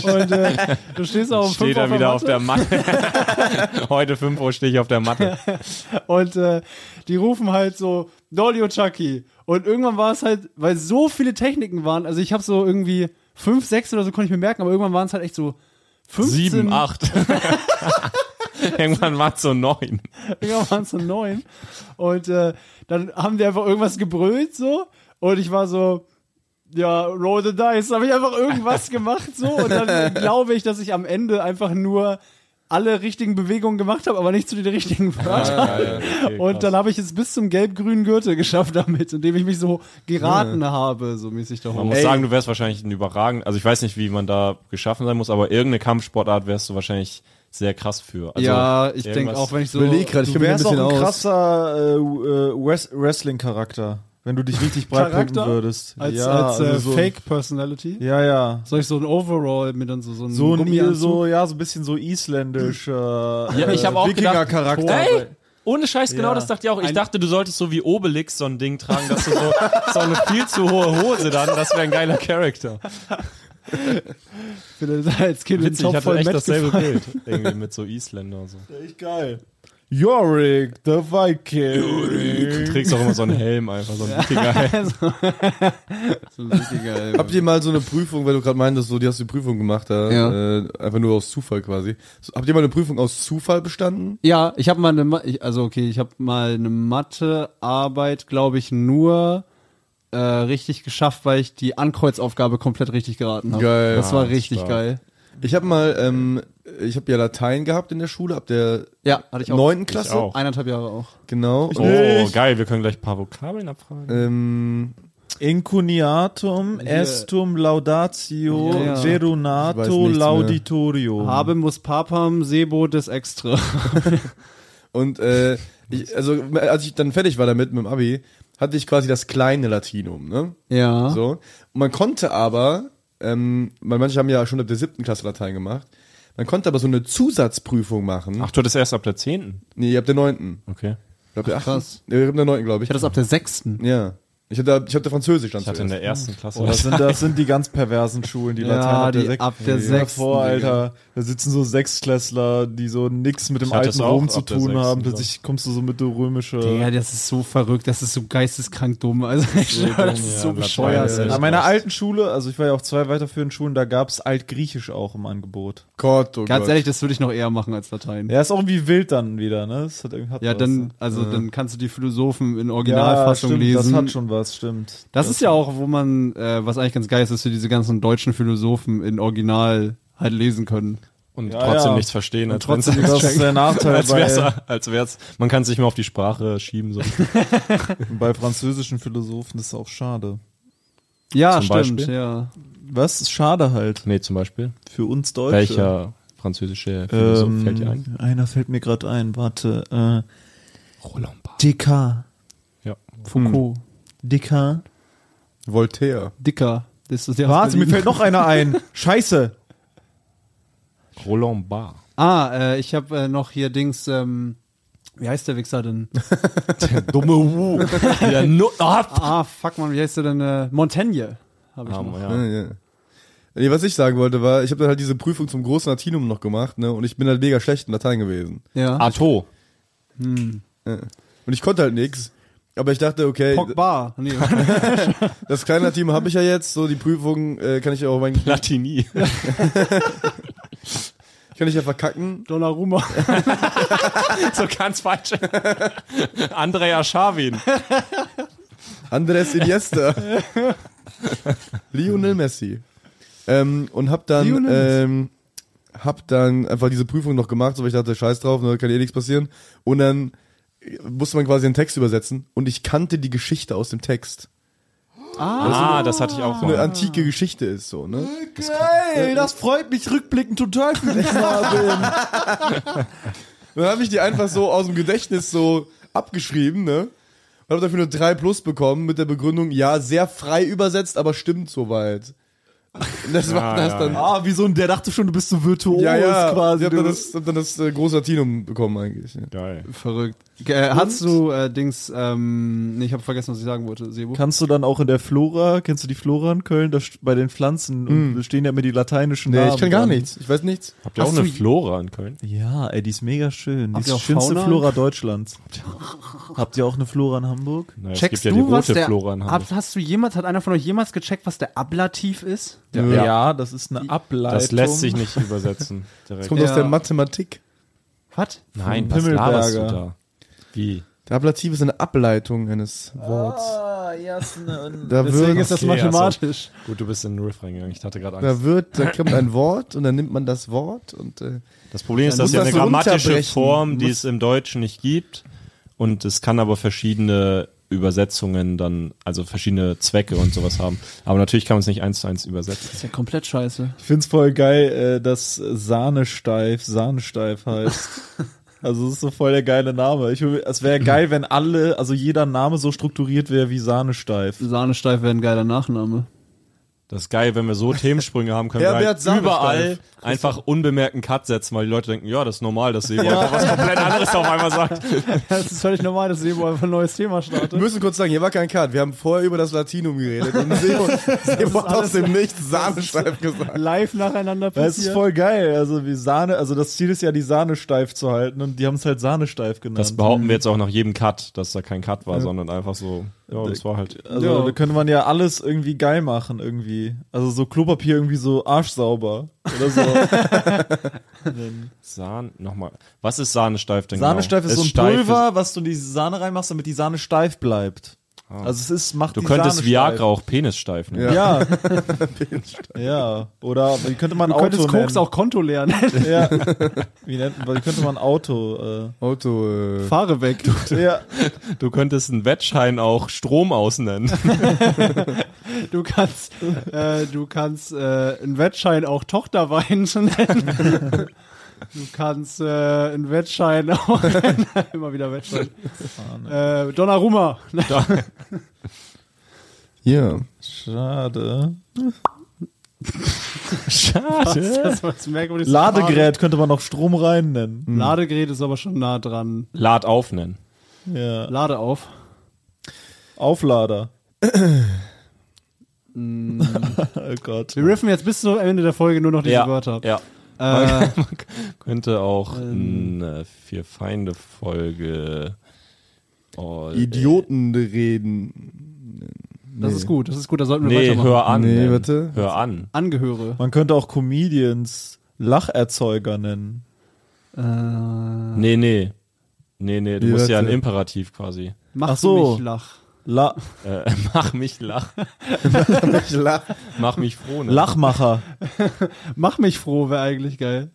Speaker 2: Und äh, du stehst auch um fünf
Speaker 3: Steht
Speaker 2: auf der
Speaker 3: er wieder
Speaker 2: Matte.
Speaker 3: auf der Matte. Heute 5 Uhr stehe ich auf der Matte.
Speaker 2: Und äh, die rufen halt so Dolly und Chucky. Und irgendwann war es halt, weil so viele Techniken waren, also ich habe so irgendwie fünf, sechs oder so konnte ich mir merken, aber irgendwann waren es halt echt so 15,
Speaker 3: 7, 8. Irgendwann war es so 9.
Speaker 2: irgendwann waren es so neun. Und äh, dann haben die einfach irgendwas gebrüllt so und ich war so ja, roll the dice, habe ich einfach irgendwas gemacht so und dann glaube ich, dass ich am Ende einfach nur alle richtigen Bewegungen gemacht habe, aber nicht zu den richtigen Wörtern. und dann habe ich es bis zum gelb-grünen Gürtel geschafft damit, indem ich mich so geraten habe, so mäßig da
Speaker 3: Man
Speaker 2: rum.
Speaker 3: muss
Speaker 1: Ey.
Speaker 3: sagen, du wärst wahrscheinlich ein überragend, also ich weiß nicht, wie man da geschaffen sein muss, aber irgendeine Kampfsportart wärst du wahrscheinlich sehr krass für. Also
Speaker 2: ja, ich
Speaker 3: irgendwas-
Speaker 2: denke auch, wenn ich so
Speaker 1: Überleg grad, ich
Speaker 5: Du
Speaker 1: kenn mich ein
Speaker 5: wärst auch
Speaker 1: bisschen
Speaker 5: ein
Speaker 1: aus.
Speaker 5: krasser äh, äh, Wes- Wrestling-Charakter, wenn du dich richtig breit punkten
Speaker 2: Charakter
Speaker 5: würdest.
Speaker 2: als,
Speaker 5: ja,
Speaker 2: als äh,
Speaker 5: also so-
Speaker 2: Fake-Personality.
Speaker 5: Ja, ja.
Speaker 2: Soll ich so ein Overall mit dann so, so ein
Speaker 5: So ein,
Speaker 2: Gummianzug?
Speaker 5: so, ja, so ein bisschen so isländisch. Äh, ja,
Speaker 3: ich hab auch gedacht,
Speaker 5: Wikinger-Charakter.
Speaker 3: Ey, ohne Scheiß, genau
Speaker 5: Ja.
Speaker 3: das dachte ich auch. Ich dachte, du solltest so wie Obelix so ein Ding tragen, dass du so, so eine viel zu hohe Hose dann, das wäre ein geiler Charakter.
Speaker 2: Vielleicht als Kind
Speaker 3: Witzig,
Speaker 2: im Topf
Speaker 3: ich hatte
Speaker 2: voll
Speaker 3: echt
Speaker 2: Met
Speaker 3: dasselbe
Speaker 2: gefallen.
Speaker 3: Bild. Irgendwie mit so Isländer und so.
Speaker 5: Echt geil. Yorick, the Viking.
Speaker 3: Du trägst auch immer so einen Helm einfach, so einen Wikinger-Helm.
Speaker 1: Habt ihr mal so eine Prüfung, weil du gerade meintest, so, die hast du die Prüfung gemacht, da,
Speaker 2: Ja.
Speaker 1: äh, einfach nur aus Zufall quasi. So, habt ihr mal eine Prüfung aus Zufall bestanden?
Speaker 2: Ja, ich habe mal eine, Ma- ich- also okay, ich habe mal eine Mathearbeit, glaube ich, nur äh, richtig geschafft, weil ich die Ankreuzaufgabe komplett richtig geraten habe.
Speaker 1: Geil.
Speaker 2: Das war
Speaker 3: Ja,
Speaker 2: richtig
Speaker 3: stark.
Speaker 2: geil.
Speaker 1: Ich habe mal, ähm, ich habe ja Latein gehabt in der Schule, ab der
Speaker 2: Ja, hatte ich auch.
Speaker 1: neunten Klasse.
Speaker 3: auch.
Speaker 2: Eineinhalb Jahre auch.
Speaker 1: Genau.
Speaker 3: Oh, geil, wir können gleich ein paar Vokabeln abfragen.
Speaker 1: Ähm,
Speaker 5: Incuniatum, estum laudatio,
Speaker 2: Ja.
Speaker 1: Ich weiß
Speaker 5: gerunato,
Speaker 1: nichts mehr.
Speaker 5: lauditorium.
Speaker 2: Habe muss Papam Sebo des Extra.
Speaker 1: Und äh, ich, also als ich dann fertig war damit mit dem Abi, hatte ich quasi das kleine Latinum, ne?
Speaker 2: ja.
Speaker 1: So. Und man konnte aber, ähm, weil manche haben ja schon ab der siebten Klasse Latein gemacht, man konnte aber so eine Zusatzprüfung machen.
Speaker 3: Ach, du hattest erst ab der 10.
Speaker 1: Nee, ihr habt der neunten.
Speaker 3: Okay.
Speaker 1: Ihr habt der achten.
Speaker 2: krass.
Speaker 1: Nee, ihr habt der neunten, glaube ich.
Speaker 2: Ich hatte das ab ne- der sechsten.
Speaker 1: ja. Ich hatte, ich hatte Französisch dann
Speaker 3: Ich hatte in der ersten Klasse.
Speaker 5: Das sind, das sind die ganz perversen Schulen, die Latein ab der
Speaker 2: die
Speaker 5: Sek-
Speaker 2: ab der
Speaker 5: Stell dir
Speaker 2: Sechsten, Digga.
Speaker 5: vor, Alter. Da sitzen so Sechstklässler, die so nix mit dem
Speaker 3: Ich hatte
Speaker 5: alten
Speaker 3: es auch
Speaker 5: Rom
Speaker 3: ab
Speaker 5: zu
Speaker 3: der
Speaker 5: tun
Speaker 3: Sechsten,
Speaker 5: haben.
Speaker 3: so.
Speaker 5: Plötzlich kommst du so mit der römische.
Speaker 2: Ja, das ist so verrückt, das ist so geisteskrank dumm. Also ich schwöre, das ist so
Speaker 3: Latein
Speaker 2: bescheuert.
Speaker 3: ist
Speaker 2: ey.
Speaker 3: echt-
Speaker 5: An meiner alten Schule, also ich war ja auf zwei weiterführenden Schulen, da gab's Altgriechisch auch im Angebot.
Speaker 1: Gott, oh
Speaker 2: Ganz
Speaker 1: Gott.
Speaker 2: ehrlich, das würde ich noch eher machen als Latein.
Speaker 5: Ja, ist auch irgendwie wild dann wieder, ne? Das hat irgendwie hat
Speaker 2: Ja,
Speaker 5: was, ne?
Speaker 2: dann, also dann kannst du die Philosophen in
Speaker 5: ja,
Speaker 2: Originalfassung
Speaker 5: stimmt,
Speaker 2: lesen.
Speaker 5: das hat schon was, stimmt.
Speaker 2: Das ist ja auch, wo man, äh, was eigentlich ganz geil ist, dass wir diese ganzen deutschen Philosophen in Original halt lesen können.
Speaker 3: Und
Speaker 5: Ja,
Speaker 3: trotzdem
Speaker 5: ja.
Speaker 3: nichts verstehen. Als
Speaker 2: trotzdem
Speaker 3: wenn's-
Speaker 5: Das ist der Nachteil
Speaker 3: als wär's,
Speaker 5: bei,
Speaker 3: als wär's, man kann es nicht mehr auf die Sprache schieben. So.
Speaker 5: bei französischen Philosophen, das ist auch schade.
Speaker 2: Ja,
Speaker 3: Zum
Speaker 2: stimmt,
Speaker 3: Beispiel?
Speaker 2: ja.
Speaker 5: Was ist schade halt
Speaker 3: Nee, zum Beispiel.
Speaker 5: für uns Deutsche?
Speaker 3: Welcher französische Philosoph
Speaker 5: Ähm,
Speaker 3: fällt dir ein?
Speaker 5: Einer fällt mir gerade ein, warte. Äh,
Speaker 3: Roland Barthes.
Speaker 5: DK.
Speaker 3: Ja.
Speaker 2: Foucault,
Speaker 5: DK.
Speaker 1: Voltaire.
Speaker 2: Dicker. Das ist ja aus
Speaker 5: Warte, mir
Speaker 2: Berlin.
Speaker 5: fällt noch einer ein. Scheiße.
Speaker 3: Roland Barthes.
Speaker 2: Ah, äh, ich habe äh, noch hier Dings, ähm, wie heißt der Wichser denn?
Speaker 3: Dumme Wu. Ja, no, ah,
Speaker 2: ah, fuck man, wie heißt der denn? Äh, Montaigne. Hab ich noch.
Speaker 1: Ja.
Speaker 3: ja.
Speaker 1: Ja. Nee, was ich sagen wollte, war, ich habe dann halt diese Prüfung zum großen Latinum noch gemacht, ne? Und ich bin halt mega schlecht in Latein gewesen.
Speaker 2: Ja.
Speaker 3: Atto.
Speaker 1: Und ich konnte halt nix. Aber ich dachte, okay,
Speaker 2: Pogba. Nee.
Speaker 1: das kleine Team habe ich ja jetzt, so die Prüfung äh, kann ich ja auch mein,
Speaker 3: Platini.
Speaker 1: kann ich ja verkacken.
Speaker 2: Donnarumma.
Speaker 3: so ganz falsch. Andrea Scharwin.
Speaker 1: Andres Iniesta. Lionel Messi. Ähm, und hab dann,
Speaker 2: Lionel Messi.
Speaker 1: ähm, hab dann einfach diese Prüfung noch gemacht, so weil ich dachte, scheiß drauf, ne, kann eh nichts passieren. Und äh, dann musste man quasi den Text übersetzen und ich kannte die Geschichte aus dem Text.
Speaker 3: Ah, das hatte ich auch.
Speaker 5: Ne,
Speaker 1: so eine
Speaker 3: mal.
Speaker 1: antike Geschichte ist so, ne?
Speaker 5: Geil, das freut mich rückblickend total für dich.
Speaker 1: Und dann habe ich die einfach so aus dem Gedächtnis so abgeschrieben, ne? Und habe dafür eine 3 plus bekommen mit der Begründung, ja, sehr frei übersetzt, aber stimmt soweit. Das war das dann.
Speaker 5: ah, wie so ein, der dachte schon, du bist so virtuos
Speaker 1: Ja, ja,
Speaker 5: quasi.
Speaker 1: ich habe dann
Speaker 5: du-
Speaker 1: das, hab dann das äh, große Latinum bekommen eigentlich. ne? Ja.
Speaker 3: Geil.
Speaker 2: Verrückt. Äh, hast du äh, Dings, ähm, nee, ich habe vergessen, was ich sagen wollte, Sebo.
Speaker 5: Kannst du dann auch in der Flora, kennst du die Flora in Köln, da st- bei den Pflanzen und stehen ja immer die lateinischen
Speaker 1: Nee,
Speaker 5: Namen.
Speaker 1: ich kann gar
Speaker 5: dran.
Speaker 1: nichts. Ich weiß nichts.
Speaker 3: Habt ihr auch
Speaker 2: Hast
Speaker 3: eine
Speaker 2: du-
Speaker 3: Flora in Köln?
Speaker 5: Ja, ey, die ist mega schön. Die
Speaker 2: Habt
Speaker 5: ist
Speaker 2: ihr
Speaker 5: die
Speaker 2: auch
Speaker 5: schönste
Speaker 2: Fauna?
Speaker 5: Flora Deutschlands. Habt ihr auch eine Flora in Hamburg?
Speaker 3: Naja,
Speaker 2: Checkst
Speaker 3: es gibt ja
Speaker 2: du,
Speaker 3: die
Speaker 2: was
Speaker 3: rote
Speaker 2: der
Speaker 3: Flora in
Speaker 2: Ab,
Speaker 3: Hamburg.
Speaker 2: hast du jemals, hat einer von euch jemals gecheckt, was der Ablativ ist?
Speaker 5: Ja, das ist eine Ableitung.
Speaker 3: Das lässt sich nicht übersetzen. Direkt.
Speaker 1: Das kommt aus
Speaker 2: Ja.
Speaker 1: der Mathematik.
Speaker 2: Was?
Speaker 3: Nein,
Speaker 5: Vom
Speaker 3: was laberst du
Speaker 5: Himmelberger.
Speaker 3: da? Wie?
Speaker 1: Der Ablativ ist eine Ableitung eines Worts.
Speaker 2: Oh,
Speaker 5: Ah, ja, ist eine,
Speaker 1: Da
Speaker 2: Deswegen
Speaker 1: wird,
Speaker 2: ist das
Speaker 3: Okay, also-
Speaker 2: mathematisch.
Speaker 3: Gut, du bist in den Riff reingegangen. Ich hatte gerade Angst.
Speaker 1: da wird, da kommt ein Wort und dann nimmt man das Wort und äh,
Speaker 3: Das Problem ist,
Speaker 1: Dann
Speaker 3: dass
Speaker 1: muss
Speaker 3: ja eine
Speaker 1: das
Speaker 3: grammatische
Speaker 1: runterbrechen.
Speaker 3: Form, die
Speaker 1: Muss-
Speaker 3: es im Deutschen nicht gibt. Und es kann aber verschiedene Übersetzungen dann, also verschiedene Zwecke und sowas haben. Aber natürlich kann man es nicht eins zu eins übersetzen.
Speaker 2: ist ja komplett scheiße.
Speaker 5: Ich find's voll geil, äh, dass Sahnesteif Sahnesteif heißt. Also das ist so voll der geile Name. Ich, will- es wäre geil, wenn alle, also jeder Name so strukturiert wäre wie Sahnesteif.
Speaker 2: Sahnesteif wäre ein geiler Nachname.
Speaker 3: Das ist geil, wenn wir so Themensprünge haben können. wir
Speaker 1: Herbert
Speaker 3: halt
Speaker 1: Sammelstein.
Speaker 3: überall einfach unbemerkt einen Cut setzen, weil die Leute denken, ja, das ist normal, dass Sebo einfach was komplett anderes auf einmal sagt.
Speaker 2: Das ist völlig normal, dass Sebo einfach ein neues Thema startet.
Speaker 1: Wir müssen kurz sagen, hier war kein Cut. Wir haben vorher über das Latinum geredet und Sebo, Sebo hat aus dem Nichts Sahnesteif gesagt.
Speaker 2: Live nacheinander
Speaker 5: Das ist
Speaker 2: passiert.
Speaker 5: voll geil. Also wie Sahne, also das Ziel ist ja, die Sahne steif zu halten und die haben es halt Sahnesteif genannt.
Speaker 3: Das behaupten wir jetzt auch nach jedem Cut, dass da kein Cut war, sondern einfach so, ja, das war halt.
Speaker 5: also
Speaker 2: Ja.
Speaker 5: da könnte man ja alles irgendwie geil machen irgendwie. Also so Klopapier irgendwie so arschsauber oder so.
Speaker 3: Sahne, nochmal. Was ist Sahnesteif denn
Speaker 5: Sahnesteif
Speaker 3: genau?
Speaker 5: ist so ein
Speaker 3: steif,
Speaker 5: Pulver, was du in die Sahne reinmachst, damit die Sahne steif bleibt. Also es ist macht
Speaker 3: Du
Speaker 5: die
Speaker 3: könntest
Speaker 5: Sahne
Speaker 3: Viagra
Speaker 5: steif.
Speaker 3: auch Penissteif nennen.
Speaker 5: Ja. ja. Oder wie könnte man
Speaker 2: Du
Speaker 5: Auto
Speaker 2: könntest
Speaker 5: nennen?
Speaker 2: Koks auch Konto lernen.
Speaker 5: Ja. Wie, nennt, wie könnte man Auto?
Speaker 1: Auto. Äh,
Speaker 2: Fahre weg.
Speaker 5: Äh. Ja.
Speaker 3: Du könntest einen Wettschein auch Strom ausnennen.
Speaker 2: Du kannst, äh, du kannst äh, einen Wettschein auch Tochterwein zu nennen. Du kannst äh, einen Wettschein auch immer wieder Wettschein. Äh, Donnarumma.
Speaker 1: ja.
Speaker 5: Schade.
Speaker 2: Das war das merkwürdigste
Speaker 5: Ladegerät könnte man noch Strom rein nennen.
Speaker 2: Fahrrad. Ladegerät ist aber schon nah dran.
Speaker 3: Lad auf nennen.
Speaker 5: Ja.
Speaker 2: Lade auf.
Speaker 5: Auflader. oh Gott.
Speaker 2: Wir riffen jetzt bis zum Ende der Folge nur noch diese
Speaker 3: ja,
Speaker 2: Wörter.
Speaker 3: ja.
Speaker 2: Äh,
Speaker 3: Man könnte auch
Speaker 5: Ähm.
Speaker 3: eine vier Feinde Folge. Oh,
Speaker 1: Idioten reden.
Speaker 2: das ist gut, das ist gut, da sollten wir
Speaker 3: Nee,
Speaker 2: weitermachen.
Speaker 3: hör an.
Speaker 1: Nee,
Speaker 3: nennen.
Speaker 1: warte.
Speaker 3: Hör an.
Speaker 2: Angehöre.
Speaker 5: Man könnte auch Comedians Lacherzeuger nennen.
Speaker 2: Äh,
Speaker 3: Nee, nee. Nee, nee, du
Speaker 1: Nee,
Speaker 3: musst ja ein
Speaker 1: warte.
Speaker 3: Imperativ quasi.
Speaker 2: mach
Speaker 5: Ach so.
Speaker 2: mich lach.
Speaker 5: La
Speaker 3: Äh, mach mich lach. Mach mich froh. Ne?
Speaker 5: Lachmacher,
Speaker 2: Mach mich froh, wäre eigentlich geil.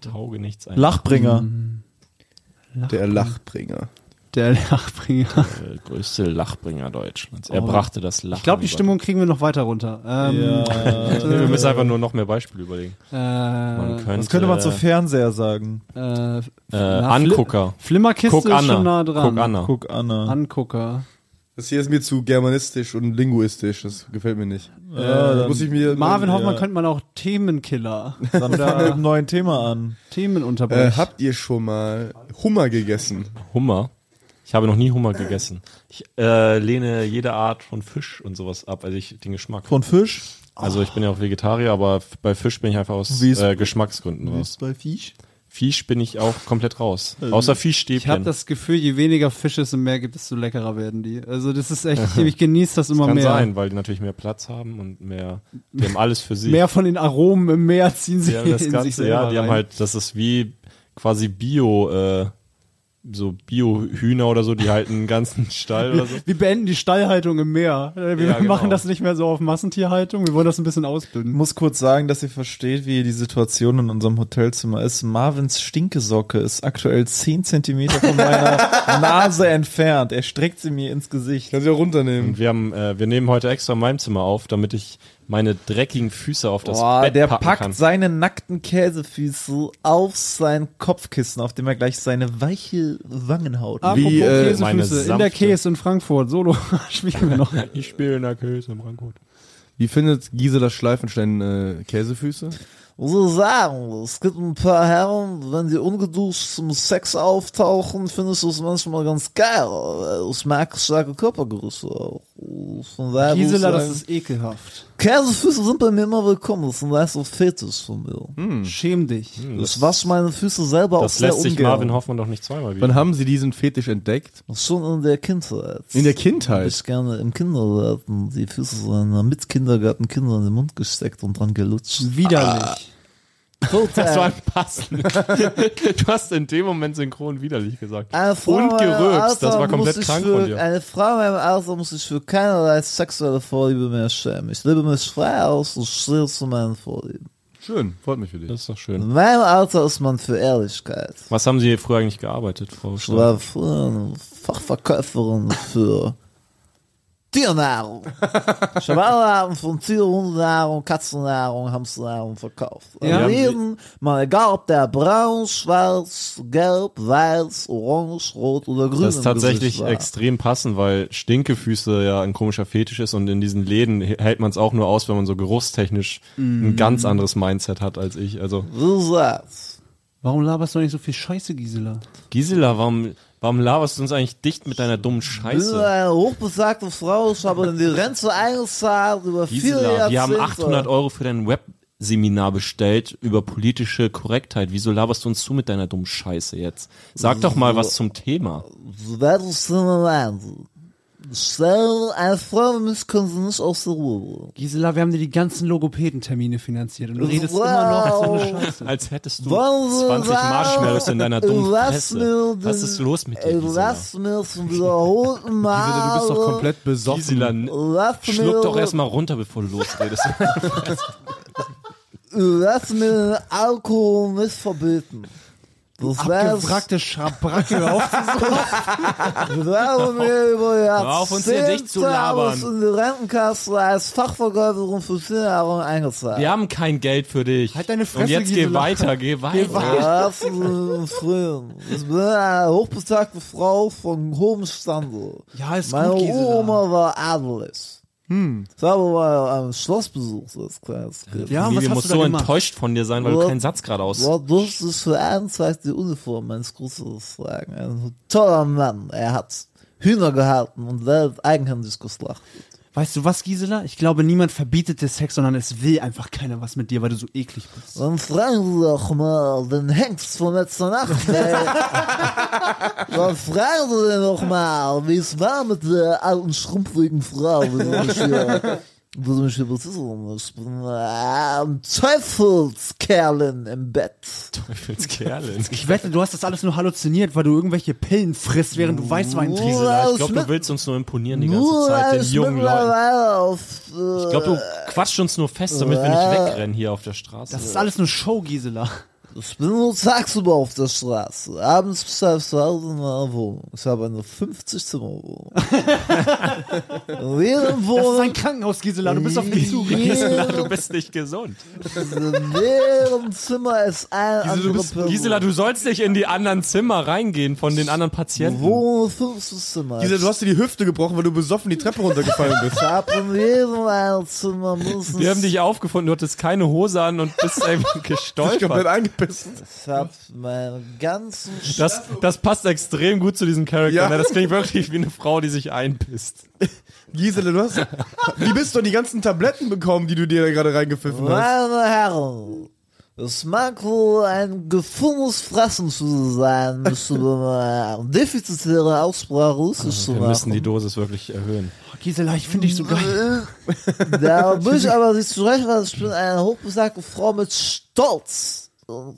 Speaker 3: Tauge nichts ein.
Speaker 5: Lachbringer.
Speaker 3: Mhm.
Speaker 1: Der Lachbringer.
Speaker 2: Der Lachbringer.
Speaker 3: Der größte Lachbringer Deutschlands. Er brachte das Lachen.
Speaker 2: Ich glaube, die Stimmung kriegen wir noch weiter runter. Ähm,
Speaker 5: Ja.
Speaker 3: Wir müssen einfach nur noch mehr Beispiele überlegen. Man
Speaker 2: äh,
Speaker 3: könnte,
Speaker 5: Was könnte man zu Fernseher sagen?
Speaker 2: äh, f-
Speaker 3: äh,
Speaker 2: na,
Speaker 3: Angucker.
Speaker 2: Fli- Flimmerkiste
Speaker 3: Guck
Speaker 2: ist
Speaker 3: Anna.
Speaker 2: schon nah dran.
Speaker 3: Guck Anna.
Speaker 5: Guck Anna.
Speaker 2: Angucker.
Speaker 1: Das hier ist mir zu germanistisch und linguistisch. Das gefällt mir nicht.
Speaker 5: Ja,
Speaker 1: Muss
Speaker 5: dann,
Speaker 1: ich mir.
Speaker 2: Marvin
Speaker 5: ja.
Speaker 2: Hoffmann könnte man auch Themenkiller
Speaker 5: dann fang mit
Speaker 2: oder
Speaker 5: einem neuen Thema an.
Speaker 1: Äh,
Speaker 2: Themenunterbrechen.
Speaker 1: habt ihr schon mal Hummer gegessen?
Speaker 3: Hummer. Ich habe noch nie Hummer gegessen. Ich äh, lehne jede Art von Fisch und sowas ab. Also ich den Geschmack.
Speaker 5: Von Fisch?
Speaker 3: Also ich bin ja auch Vegetarier, aber f- bei Fisch bin ich einfach aus
Speaker 5: Wie ist-
Speaker 3: äh, Geschmacksgründen raus.
Speaker 5: bei Fisch?
Speaker 3: Fisch bin ich auch komplett raus. Außer
Speaker 2: Also, ich habe
Speaker 3: Fischstäbchen.
Speaker 2: das Gefühl, je weniger Fisch es im Meer gibt, desto leckerer werden die. Also das ist echt, ich genieße das immer
Speaker 3: Kann
Speaker 2: mehr.
Speaker 3: sein, weil die natürlich mehr Platz haben und mehr. Die haben alles für sie.
Speaker 2: Mehr von den Aromen im Meer ziehen sie
Speaker 3: Ja, halt- das
Speaker 2: in sich
Speaker 3: Ganze,
Speaker 2: selber
Speaker 3: ja, die haben
Speaker 2: rein.
Speaker 3: halt, das ist wie quasi Bio, äh, so Bio-Hühner oder so, die halten einen ganzen Stall oder so.
Speaker 2: Wir beenden die Stallhaltung im Meer. Äh, Wir
Speaker 3: Ja, genau.
Speaker 2: machen das nicht mehr so auf Massentierhaltung. Wir wollen das ein bisschen ausdünnen.
Speaker 5: Ich muss kurz sagen, dass ihr versteht, wie die Situation in unserem Hotelzimmer ist. Marvins Stinkesocke ist aktuell 10 Zentimeter von meiner Nase entfernt. Er streckt sie mir ins Gesicht.
Speaker 1: Kannst du ja runternehmen.
Speaker 3: Und wir haben, äh, wir nehmen heute extra mein Zimmer auf, damit ich meine dreckigen Füße auf das
Speaker 5: Boah,
Speaker 3: Bett
Speaker 5: der
Speaker 3: packen
Speaker 5: packt
Speaker 3: kann.
Speaker 5: seine nackten Käsefüße auf sein Kopfkissen, auf dem er gleich seine weiche Wangenhaut legt.
Speaker 1: Wie, äh,
Speaker 3: meine
Speaker 2: in der
Speaker 3: sanfte-
Speaker 2: Käse in Frankfurt. Solo spielen wir noch.
Speaker 3: Ich spiele in der Köse im Frankfurt.
Speaker 1: Wie findet Gisela Schleifenstein äh, Käsefüße?
Speaker 5: muss ich sagen, es gibt ein paar Herren, wenn die ungeduscht zum Sex auftauchen, finde ich das manchmal ganz geil. Ich mag starke Körpergröße auch. Von daher muss ich
Speaker 2: Gisela, das
Speaker 5: sagen,
Speaker 2: ist ekelhaft.
Speaker 5: Käsefüße sind bei mir immer willkommen. Das ist ein leichter Fetisch von mir.
Speaker 2: Schäm dich.
Speaker 5: Ich wasche meine Füße
Speaker 2: Oh,
Speaker 5: selber auch
Speaker 3: Hm, Das
Speaker 5: sehr
Speaker 3: lässt sich
Speaker 5: ungern.
Speaker 3: Marvin Hoffmann doch nicht zweimal wieder.
Speaker 1: Wann haben sie diesen Fetisch entdeckt?
Speaker 5: Schon in der Kindheit.
Speaker 1: In der Kindheit.
Speaker 5: Ich gerne im Kindergarten die Füße seiner Mitkindergartenkindern in den Mund gesteckt und dran gelutscht.
Speaker 2: Widerlich.
Speaker 3: Ah.
Speaker 5: Äh.
Speaker 3: Das war ein Pass. du hast in dem Moment synchron widerlich gesagt.
Speaker 5: Eine Frau
Speaker 3: Und
Speaker 5: in meinem
Speaker 3: gerülpst, das
Speaker 5: Alter
Speaker 3: war komplett
Speaker 5: Äh, also muss
Speaker 3: krank
Speaker 5: ich äh, für,
Speaker 3: von dir.
Speaker 5: Eine Frau in meinem Alter muss ich für keinerlei sexuelle Vorliebe mehr schämen. Ich lebe mich frei aus und stehe zu meinen Vorlieben.
Speaker 1: Schön, freut mich für dich.
Speaker 3: Das ist doch schön.
Speaker 5: In meinem Alter ist man für Ehrlichkeit.
Speaker 3: Was haben Sie früher eigentlich gearbeitet, Frau
Speaker 5: Ich war früher eine Fachverkäuferin für Tiernahrung. Ich habe alle Arten von Tier, Hundenahrung, Katzennahrung, Hamsternahrung verkauft.
Speaker 2: Ja.
Speaker 5: An jeden, mal egal ob der braun, schwarz, gelb, weiß, orange, rot oder grün
Speaker 3: Das
Speaker 5: im
Speaker 3: ist tatsächlich
Speaker 5: Gesicht war.
Speaker 3: extrem passend, weil Stinkefüße ja ein komischer Fetisch ist und in diesen Läden hält man es auch nur aus, wenn man so geruchstechnisch
Speaker 5: Mhm.
Speaker 3: ein ganz anderes Mindset hat als ich. Also
Speaker 5: Wie gesagt,
Speaker 2: Warum laberst du nicht so viel Scheiße, Gisela?
Speaker 3: Gisela, warum, warum laberst du uns eigentlich dicht mit deiner dummen
Speaker 5: ich bin
Speaker 3: Scheiße?
Speaker 5: eine Äh, hochbesagte Frau, ich habe in die Rente eingezahlt über viele
Speaker 3: Gisela,
Speaker 5: Jahrzehnte.
Speaker 3: wir haben 800 Euro für dein Webseminar bestellt über politische Korrektheit. Wieso laberst du uns zu mit deiner dummen Scheiße jetzt? Sag doch mal was zum Thema.
Speaker 5: Wertes Land. Stell eine Frau, mich können sie nicht aus der Ruhe bringen.
Speaker 2: Gisela, wir haben dir die ganzen Logopädentermine finanziert und du redest
Speaker 5: Wow.
Speaker 2: immer noch so eine Scheiße.
Speaker 3: Als hättest du
Speaker 5: Wollen Sie
Speaker 3: 20
Speaker 5: sagen,
Speaker 3: Marshmallows in deiner dummen
Speaker 5: lass
Speaker 3: Fresse.
Speaker 5: mir
Speaker 3: Was ist los mit dir, Gisela?
Speaker 5: Lass mir zum wiederholten
Speaker 1: Gisela, du
Speaker 5: Mal.
Speaker 1: bist doch komplett besoffen.
Speaker 3: Gisela, n-
Speaker 5: Lass mir,
Speaker 3: schluck doch erstmal runter, bevor du losredest.
Speaker 5: Lass mir den Alkohol nicht verbieten. Das wär's,
Speaker 2: Abgewrackte Schabracke, hör auf zu
Speaker 5: wäre mir über
Speaker 3: auf, uns hier dicht zu
Speaker 5: Jahrzehnte
Speaker 3: labern.
Speaker 5: habe ich in die Rentenkasse als Fachverkäuferin für Tiernahrung eingezahlt.
Speaker 3: Wir haben kein Geld für dich.
Speaker 2: Halt deine Fresse,
Speaker 3: Und jetzt geh
Speaker 2: Gisela.
Speaker 3: weiter, geh weiter.
Speaker 5: Was im Frühen. Ich bin eine hochbesagte Frau von hohem Stande.
Speaker 2: Ja, ist
Speaker 5: Meine
Speaker 2: gut, Gisela.
Speaker 5: Oma war adelig. Hm. Ich habe mal ein Schloss besucht als kleines Kind.
Speaker 2: Ja,
Speaker 3: Nee,
Speaker 2: was
Speaker 3: du
Speaker 2: hast
Speaker 3: musst
Speaker 2: du da
Speaker 3: so
Speaker 2: gemacht?
Speaker 3: enttäuscht von dir sein, weil du
Speaker 5: What?
Speaker 3: keinen Satz gerade aus.
Speaker 5: Dort durfte ich für einen Tag die Uniform meines Großvaters tragen. Ein toller Mann. Er hat Hühner gehalten und selbst eigenhändig geschlachtet.
Speaker 2: Weißt du was, Gisela? Ich glaube, niemand verbietet dir Sex, sondern es will einfach keiner was mit dir, weil du so eklig bist.
Speaker 5: Dann fragen Sie doch mal den Hengst von letzter Nacht. Ey. Dann fragen Sie den doch mal, wie es war mit der alten, schrumpfligen Frau, die mich hier, die mich hier betiteln muss. Ich bin äh, ein Teufelskerlin im Bett.
Speaker 3: Teufelskerl.
Speaker 2: Ich wette, du hast das alles nur halluziniert, weil du irgendwelche Pillen frisst, während du Weißwein trinkst.
Speaker 3: Gisela, ich
Speaker 5: aus
Speaker 3: glaube,
Speaker 5: mit-
Speaker 3: du willst uns nur imponieren die ganze
Speaker 5: Nur
Speaker 3: Zeit,
Speaker 5: weil
Speaker 3: den
Speaker 5: ich
Speaker 3: jungen Leuten.
Speaker 5: mittlerweile auf...
Speaker 3: Ich glaube, du quatscht uns nur fest, damit wir nicht wegrennen hier auf der
Speaker 2: Das ist
Speaker 3: Straße.
Speaker 2: alles nur Show, Gisela.
Speaker 5: Ich bin nur tagsüber auf der Straße. Abends bleibe ich zu Hause in meiner Wohnung. Ich habe eine 50-Zimmer-Wohnung.
Speaker 2: Das
Speaker 5: in jedem
Speaker 2: ist ein
Speaker 5: Wohnung.
Speaker 2: Krankenhaus, Gisela. Du bist auf dem Zug.
Speaker 5: jedem,
Speaker 3: Du bist nicht gesund.
Speaker 5: in jedem Zimmer ist eine andere Person.
Speaker 3: Gisela, du sollst nicht in die anderen Zimmer reingehen von den anderen Patienten.
Speaker 5: Wohnung 50 Zimmer.
Speaker 1: Gisela, du hast dir die Hüfte gebrochen, weil du besoffen die Treppe runtergefallen bist.
Speaker 5: ich habe in jedem einen Zimmer mindestens...
Speaker 3: Wir haben dich aufgefunden, du hattest keine Hose an und bist einfach
Speaker 1: Ich bin komplett
Speaker 3: gestolpert.
Speaker 1: eingepissen.
Speaker 5: Ich habe meinen ganzen... Sch
Speaker 3: Das, das passt extrem gut zu diesem Charakter.
Speaker 1: Ja.
Speaker 3: ne? Das klingt wirklich wie eine Frau, die sich einpisst.
Speaker 1: Gisela, du hast. Wie bist du die ganzen Tabletten bekommen, die du dir da gerade reingepfiffen hast?
Speaker 5: Meine Herren, es mag wohl ein gefundenes Fressen zu sein, mich über meine defizitäre Aussprache russisch zu
Speaker 3: Ah, Wir
Speaker 5: machen.
Speaker 3: müssen die Dosis wirklich erhöhen.
Speaker 2: Gisela, ich finde dich so geil.
Speaker 5: Da bin ich aber nicht zurecht, weil ich bin eine hochbesagte Frau mit Stolz und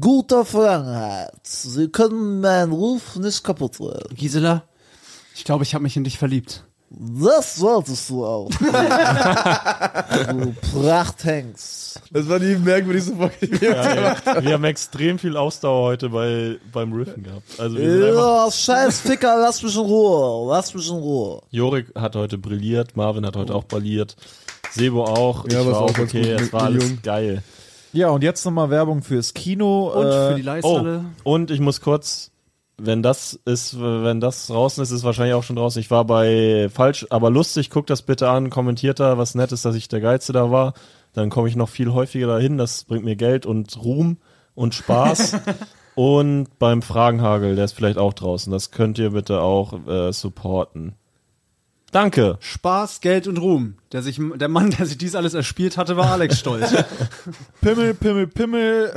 Speaker 5: guter Vergangenheit. Sie können meinen Ruf nicht kaputt machen.
Speaker 2: Gisela, ich glaube, ich habe mich in dich verliebt.
Speaker 5: Das solltest du auch. du Prachthengst.
Speaker 1: Das war die merkwürdigste Folge, die wir ja,
Speaker 3: Wir haben extrem viel Ausdauer heute bei, beim Riffen gehabt. Also wir sind einfach,
Speaker 5: Ja, scheiß Ficker, lass mich in Ruhe. Lass mich in Ruhe.
Speaker 3: Jorik hat heute brilliert, Marvin hat heute auch brilliert, Sebo auch, ich
Speaker 1: Ja,
Speaker 3: war
Speaker 1: war's auch
Speaker 3: auch
Speaker 1: ganz
Speaker 3: okay,
Speaker 1: gut
Speaker 3: es
Speaker 1: mit
Speaker 3: war
Speaker 1: den
Speaker 3: alles
Speaker 1: Jungen.
Speaker 3: geil.
Speaker 4: Ja, und jetzt nochmal Werbung fürs Kino.
Speaker 2: Und
Speaker 4: äh,
Speaker 2: für die
Speaker 3: Oh,
Speaker 2: Leisthalle.
Speaker 3: und ich muss kurz, wenn das ist, wenn das draußen ist, ist wahrscheinlich auch schon draußen. Ich war bei falsch, aber lustig, guckt das bitte an, kommentiert da, was nett ist, dass ich der Geilste da war. Dann komme ich noch viel häufiger dahin. Das bringt mir Geld und Ruhm und Spaß. und beim Fragenhagel, der ist vielleicht auch draußen. Das könnt ihr bitte auch äh, supporten. Danke.
Speaker 2: Spaß, Geld und Ruhm. Der, sich, der Mann, der sich dies alles erspielt hatte, war Alex Stolz.
Speaker 4: Pimmel, Pimmel, Pimmel.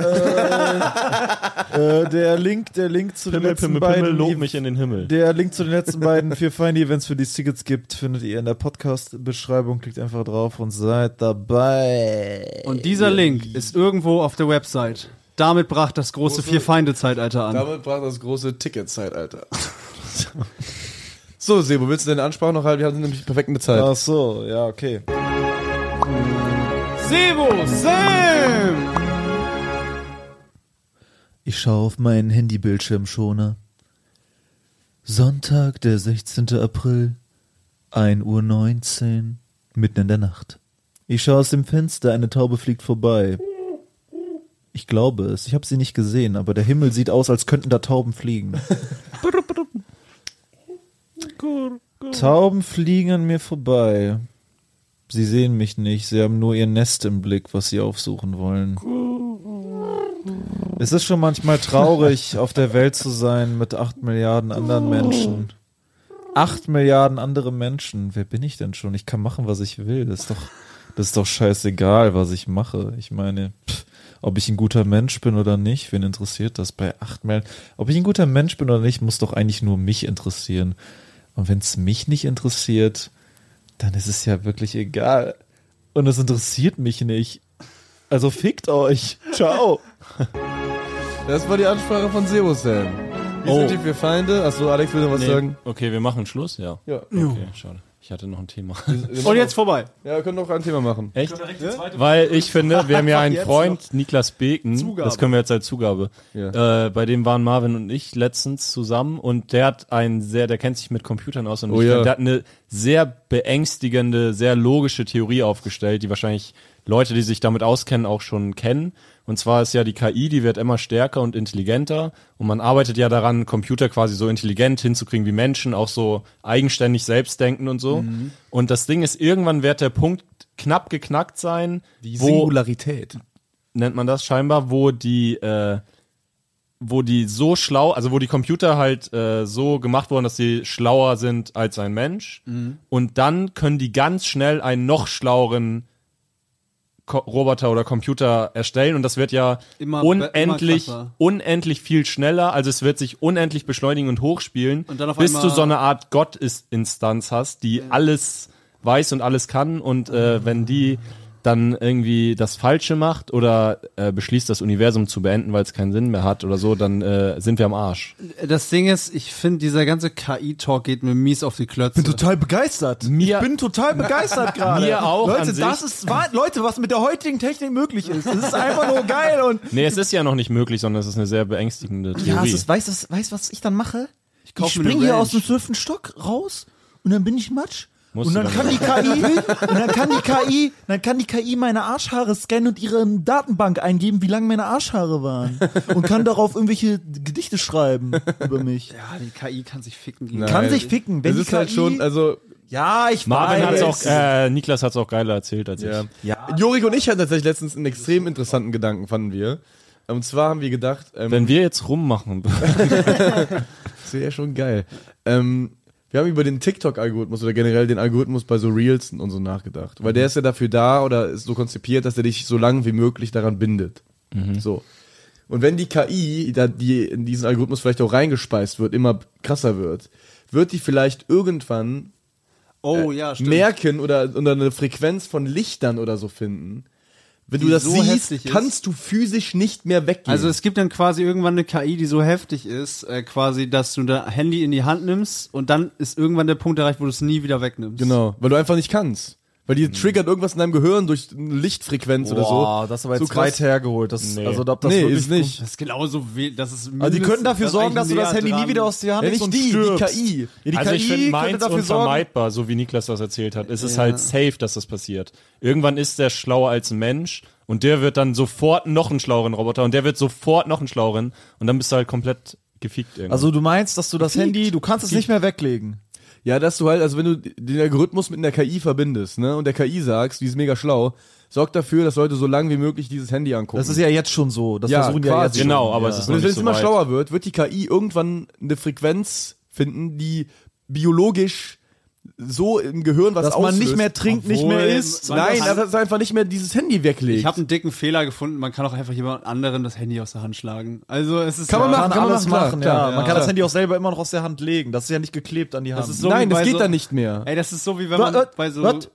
Speaker 4: Äh, äh, der Link, der Link zu den
Speaker 3: Pimmel,
Speaker 4: letzten
Speaker 3: Pimmel,
Speaker 4: beiden.
Speaker 3: Pimmel, lob mich in den Himmel.
Speaker 4: Der Link zu den letzten beiden vier feine Events, für die es Tickets gibt, findet ihr in der Podcast-Beschreibung. Klickt einfach drauf und seid dabei.
Speaker 2: Und dieser Link ist irgendwo auf der Website. Damit brach das große Vier-Feinde-Zeitalter an.
Speaker 1: Damit brach das große Ticket-Zeitalter. so, Sebo, willst du deine Ansprache noch halten? Wir haben nämlich perfekt mit Zeit.
Speaker 4: Ach so, ja, okay.
Speaker 2: Sebo, Sam!
Speaker 4: Ich schaue auf meinen Handybildschirmschoner. Sonntag, der 16. April, 1.19 Uhr, mitten in der Nacht. Ich schaue aus dem Fenster, eine Taube fliegt vorbei. Ich glaube es, ich habe sie nicht gesehen, aber der Himmel sieht aus, als könnten da Tauben fliegen. Tauben fliegen an mir vorbei. Sie sehen mich nicht, sie haben nur ihr Nest im Blick, was sie aufsuchen wollen. Es ist schon manchmal traurig, auf der Welt zu sein mit acht Milliarden anderen Menschen. Acht Milliarden andere Menschen. Wer bin ich denn schon? Ich kann machen, was ich will. Das ist doch, das ist doch scheißegal, was ich mache. Ich meine, pff, ob ich ein guter Mensch bin oder nicht, wen interessiert das bei acht Milliarden? Ob ich ein guter Mensch bin oder nicht, muss doch eigentlich nur mich interessieren. Und wenn es mich nicht interessiert, dann ist es ja wirklich egal. Und es interessiert mich nicht. Also fickt euch. Ciao.
Speaker 1: Das war die Ansprache von Sebo, Sam. Wir
Speaker 3: Oh.
Speaker 1: sind die vier Feinde. Achso, Alex will noch was sagen.
Speaker 3: Okay, wir machen Schluss, ja.
Speaker 1: Ja.
Speaker 3: Okay, schade. Ich hatte noch ein Thema.
Speaker 2: Und jetzt vorbei.
Speaker 1: Ja, wir können noch ein Thema machen.
Speaker 3: Echt? Weil ich finde, wir haben ja einen Freund, Niklas Beken,
Speaker 2: Zugabe.
Speaker 3: das können wir jetzt als Zugabe,
Speaker 1: Ja.
Speaker 3: äh, bei dem waren Marvin und ich letztens zusammen und der hat einen sehr, der kennt sich mit Computern aus und
Speaker 1: Oh
Speaker 3: ich
Speaker 1: ja.
Speaker 3: finde, der hat eine sehr beängstigende, sehr logische Theorie aufgestellt, die wahrscheinlich Leute, die sich damit auskennen, auch schon kennen. Und zwar ist ja die KI, die wird immer stärker und intelligenter und man arbeitet ja daran, Computer quasi so intelligent hinzukriegen wie Menschen, auch so eigenständig selbst denken und so. Und das Ding ist, irgendwann wird der Punkt knapp geknackt sein, wo
Speaker 1: Singularität.
Speaker 3: nennt man das scheinbar, wo die, äh, wo die so schlau, also wo die Computer halt äh, so gemacht wurden, dass sie schlauer sind als ein Mensch.
Speaker 2: Mhm.
Speaker 3: Und dann können die ganz schnell einen noch schlaueren Ko Roboter oder Computer erstellen. Und das wird ja
Speaker 2: Immer be-
Speaker 3: unendlich,
Speaker 2: immer krasser.
Speaker 3: unendlich viel schneller. Also es wird sich unendlich beschleunigen und hochspielen,
Speaker 2: Und dann auf
Speaker 3: bis
Speaker 2: einmal-
Speaker 3: du so eine Art Gott-Instanz hast, die alles weiß und alles kann. Und äh, wenn die dann irgendwie das Falsche macht oder äh, beschließt, das Universum zu beenden, weil es keinen Sinn mehr hat oder so, dann äh, sind wir am Arsch.
Speaker 2: Das Ding ist, ich finde, dieser ganze KI-Talk geht mir mies auf die Klötze.
Speaker 4: total begeistert.
Speaker 3: Mir-
Speaker 4: ich bin total begeistert gerade.
Speaker 3: Mir auch
Speaker 4: Leute,
Speaker 3: an sich.
Speaker 4: das ist wa- Leute, was mit der heutigen Technik möglich ist. Das ist einfach nur geil und
Speaker 3: Nee, es ist ja noch nicht möglich, sondern es ist eine sehr beängstigende Theorie.
Speaker 4: ja, es ist, weißt du, weißt, du, was ich dann mache? Ich,
Speaker 2: kauf mir
Speaker 4: springe
Speaker 2: eine
Speaker 4: hier
Speaker 2: Ranch.
Speaker 4: aus dem zwölften Stock raus und dann bin ich Matsch.
Speaker 3: Musst
Speaker 4: und
Speaker 3: du
Speaker 4: dann
Speaker 3: dann
Speaker 4: kann die KI, und dann kann die KI, dann kann die KI meine Arschhaare scannen und ihre Datenbank eingeben, wie lang meine Arschhaare waren und kann darauf irgendwelche Gedichte schreiben über mich.
Speaker 2: ja, die KI kann sich ficken. Gegen
Speaker 4: Kann sich ficken, wenn
Speaker 1: Es
Speaker 4: die
Speaker 1: ist halt
Speaker 4: KI
Speaker 1: schon, also
Speaker 4: Ja, ich
Speaker 3: Marvin hat's
Speaker 4: weiß.
Speaker 3: auch, äh, Niklas hat's auch geiler erzählt als
Speaker 1: Ja.
Speaker 3: ich.
Speaker 1: ja. Jorik und ich hatten tatsächlich letztens einen extrem interessanten Gedanken, fanden wir. Und zwar haben wir gedacht, ähm,
Speaker 3: Wenn wir jetzt rummachen,
Speaker 1: das wäre ja schon geil. Ähm, wir haben über den TikTok-Algorithmus oder generell den Algorithmus bei so Reels und so nachgedacht. Weil der ist ja dafür da oder ist so konzipiert, dass er dich so lange wie möglich daran bindet.
Speaker 9: Mhm.
Speaker 1: So. Und wenn die KI, da die in diesen Algorithmus vielleicht auch reingespeist wird, immer krasser wird, wird die vielleicht irgendwann
Speaker 2: Oh ja, stimmt.
Speaker 1: merken oder, oder eine Frequenz von Lichtern oder so finden, Wenn
Speaker 9: Die
Speaker 1: du das
Speaker 9: so
Speaker 1: siehst,
Speaker 9: hässlich ist.
Speaker 1: kannst du physisch nicht mehr weggehen.
Speaker 2: Also es gibt dann quasi irgendwann eine KI, die so heftig ist, äh, quasi, dass du dein Handy in die Hand nimmst und dann ist irgendwann der Punkt erreicht, wo du es nie wieder wegnimmst.
Speaker 1: Genau, weil du einfach nicht kannst. Weil
Speaker 10: Hm.
Speaker 1: die triggert irgendwas in deinem Gehirn durch eine Lichtfrequenz oder so.
Speaker 10: das ist aber
Speaker 1: So
Speaker 10: jetzt
Speaker 1: krass.
Speaker 10: weit hergeholt. Das,
Speaker 3: Nee.
Speaker 10: Also ob das
Speaker 1: nee,
Speaker 10: wirklich
Speaker 1: ist nicht.
Speaker 2: Das ist genauso wie, das ist
Speaker 10: Also die
Speaker 2: mindestens-
Speaker 10: könnten dafür
Speaker 2: das ist
Speaker 10: sorgen, dass du das
Speaker 2: eigentlich
Speaker 10: Handy nie
Speaker 2: näher
Speaker 10: wieder
Speaker 2: dran.
Speaker 10: aus der Hand
Speaker 1: Ja,
Speaker 10: nimmst
Speaker 1: nicht
Speaker 10: und
Speaker 1: die, die
Speaker 10: stirbst.
Speaker 1: KI.
Speaker 10: Ja, die
Speaker 3: also ich
Speaker 10: KI
Speaker 3: finde
Speaker 10: könnte
Speaker 3: meins
Speaker 10: dafür sorgen.
Speaker 3: unvermeidbar, so wie Niklas das erzählt hat. Es ist halt safe, dass das passiert. Irgendwann ist der schlauer als ein Mensch und der wird dann sofort noch einen schlaueren Roboter und der wird sofort noch einen schlaueren und dann bist du halt komplett gefickt irgendwie.
Speaker 10: Also du meinst, dass du das Handy, du kannst es nicht mehr weglegen.
Speaker 1: Ja, dass du halt, also wenn du den Algorithmus mit einer KI verbindest, ne, und der KI sagst, die ist mega schlau, sorgt dafür, dass Leute so lange wie möglich dieses Handy angucken.
Speaker 10: Das ist ja jetzt schon so. Das
Speaker 1: Ja,
Speaker 10: versuchen die ja
Speaker 1: quasi.
Speaker 10: jetzt schon.
Speaker 3: genau, aber es ist
Speaker 1: Und
Speaker 3: noch
Speaker 1: wenn
Speaker 3: nicht
Speaker 1: es
Speaker 3: so
Speaker 1: immer
Speaker 3: weit.
Speaker 1: schlauer wird, wird die KI irgendwann eine Frequenz finden, die biologisch so im Gehirn was
Speaker 10: Dass man
Speaker 1: auslöst.
Speaker 10: nicht mehr trinkt, nicht
Speaker 2: Obwohl,
Speaker 10: mehr isst.
Speaker 2: man
Speaker 1: Nein,
Speaker 2: das-
Speaker 1: also dass es einfach nicht mehr dieses Handy weglegt.
Speaker 2: Ich habe einen dicken Fehler gefunden, man kann auch einfach jemand anderem das Handy aus der Hand schlagen. Also es ist
Speaker 1: Kann man
Speaker 2: ja,
Speaker 1: machen,
Speaker 10: kann man alles machen, ja. Man kann
Speaker 1: klar.
Speaker 10: das Handy auch selber immer noch aus der Hand legen. Das ist ja nicht geklebt an die Hand.
Speaker 2: ist so-
Speaker 1: Nein, das
Speaker 2: bei
Speaker 1: geht
Speaker 2: so-
Speaker 1: dann nicht mehr.
Speaker 2: Ey, das ist so wie wenn
Speaker 10: Was?
Speaker 1: äh,
Speaker 2: man bei so
Speaker 10: Was?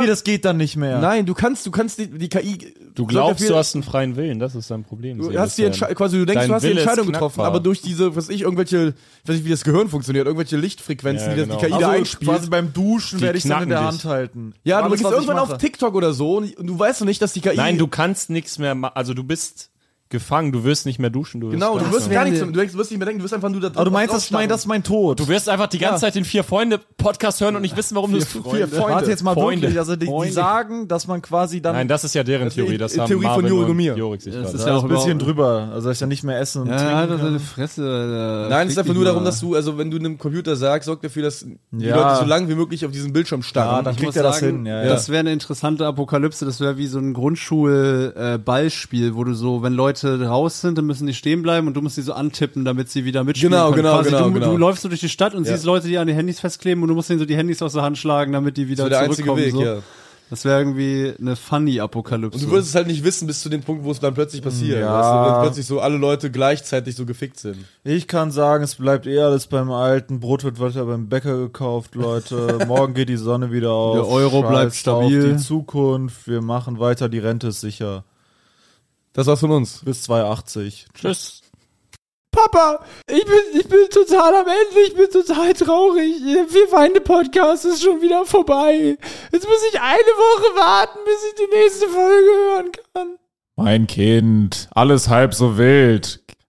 Speaker 10: Wie, das geht dann nicht mehr.
Speaker 1: Nein, du kannst, du kannst die, die KI.
Speaker 3: du glaubst, du hast einen freien Willen, das ist dein Problem.
Speaker 1: Du hast die
Speaker 3: Sebastian.
Speaker 1: Entscheidung, quasi du denkst,
Speaker 3: Dein
Speaker 1: du hast die
Speaker 3: Wille ist
Speaker 1: Entscheidung getroffen,
Speaker 3: knackbar.
Speaker 1: aber durch diese, was weiß ich, irgendwelche, ich weiß nicht, wie das Gehirn funktioniert, irgendwelche Lichtfrequenzen,
Speaker 3: Ja,
Speaker 1: die das
Speaker 3: genau.
Speaker 1: die KI
Speaker 10: Also
Speaker 1: da
Speaker 10: quasi
Speaker 1: einspielt.
Speaker 10: beim Duschen
Speaker 3: Die
Speaker 10: werde ich dann
Speaker 3: knacken
Speaker 10: in der
Speaker 3: dich.
Speaker 10: Hand halten.
Speaker 1: Ja, du
Speaker 10: Alles,
Speaker 1: gehst
Speaker 10: was ich
Speaker 1: irgendwann
Speaker 10: mache.
Speaker 1: auf TikTok oder so und und du weißt noch nicht, dass die KI.
Speaker 3: Nein, du kannst nichts mehr machen. Also du bist gefangen, du wirst nicht mehr duschen. Du wirst
Speaker 1: Genau, du
Speaker 3: ganz
Speaker 1: wirst
Speaker 3: normal.
Speaker 1: gar nichts, du denkst- du wirst nicht mehr denken, du wirst einfach nur da
Speaker 10: Aber du meinst, das ist mein, das ist mein Tod.
Speaker 3: Du wirst einfach die ganze Zeit den vier Freunde Podcast hören und nicht wissen, warum du es tust.
Speaker 1: Vier Freunde.
Speaker 10: Warte jetzt mal
Speaker 3: Freunde.
Speaker 10: wirklich. Also die, die sagen, dass man quasi dann
Speaker 3: Nein, das ist ja deren Theorie. Das
Speaker 1: die
Speaker 3: haben
Speaker 1: Theorie von
Speaker 3: Marvin
Speaker 1: Jorik und mir.
Speaker 3: Jorik sich
Speaker 2: Das
Speaker 3: gerade-
Speaker 2: ist ja
Speaker 10: da
Speaker 2: auch
Speaker 10: ein bisschen
Speaker 2: überhaupt-
Speaker 10: drüber. Also dass ich dann nicht mehr essen und
Speaker 2: Ja,
Speaker 10: trinken
Speaker 2: das ist
Speaker 10: kann.
Speaker 2: eine Fresse.
Speaker 1: Nein,
Speaker 2: Alter.
Speaker 1: es
Speaker 2: Fick
Speaker 1: ist einfach
Speaker 2: dich
Speaker 1: nur darum,
Speaker 2: mal.
Speaker 1: dass du, also wenn du einem Computer sagst, sorg dafür, dass die
Speaker 10: Ja.
Speaker 1: Leute so lange wie möglich auf diesen Bildschirm
Speaker 10: Ja,
Speaker 1: starren.
Speaker 10: dann
Speaker 2: Ich
Speaker 10: kriegt
Speaker 2: muss
Speaker 10: er das
Speaker 2: sagen,
Speaker 10: hin. Ja, ja.
Speaker 2: Das wäre eine interessante Apokalypse. Das wäre wie so ein Grundschul-Ballspiel, wo du so, wenn Leute raus sind, dann müssen die stehen bleiben und du musst sie so antippen, damit sie wieder mitspielen
Speaker 1: Genau,
Speaker 2: können.
Speaker 1: genau,
Speaker 2: Quasi
Speaker 1: genau,
Speaker 2: du,
Speaker 1: genau.
Speaker 2: du läufst so durch die Stadt und siehst Leute, die an den Handys festkleben und du musst denen so die Handys aus der Hand schlagen, damit die wieder
Speaker 1: Das wäre der einzige
Speaker 2: zurückkommen.
Speaker 1: Weg,
Speaker 2: so.
Speaker 1: ja.
Speaker 2: Das wäre irgendwie eine funny Apokalypse.
Speaker 1: Und du würdest es halt nicht wissen bis zu dem Punkt, wo es dann plötzlich passiert.
Speaker 10: Mm, Ja.
Speaker 1: Weißt du, wenn plötzlich so alle Leute gleichzeitig so gefickt sind.
Speaker 10: Ich kann sagen, es bleibt eher alles beim Alten. Brot wird weiter beim Bäcker gekauft, Leute. Morgen geht die Sonne wieder auf.
Speaker 2: Der
Speaker 1: Oh,
Speaker 2: Euro bleibt
Speaker 10: Auf
Speaker 2: stabil.
Speaker 10: die Zukunft. Wir machen weiter. Die Rente ist sicher.
Speaker 1: Das war's von uns.
Speaker 10: Bis 2,80.
Speaker 3: Tschüss.
Speaker 11: Papa, ich bin, ich bin total am Ende, ich bin total traurig. Wir weinen Podcast ist schon wieder vorbei. Jetzt muss ich eine Woche warten, bis ich die nächste Folge hören kann.
Speaker 4: Mein Kind, alles halb so wild.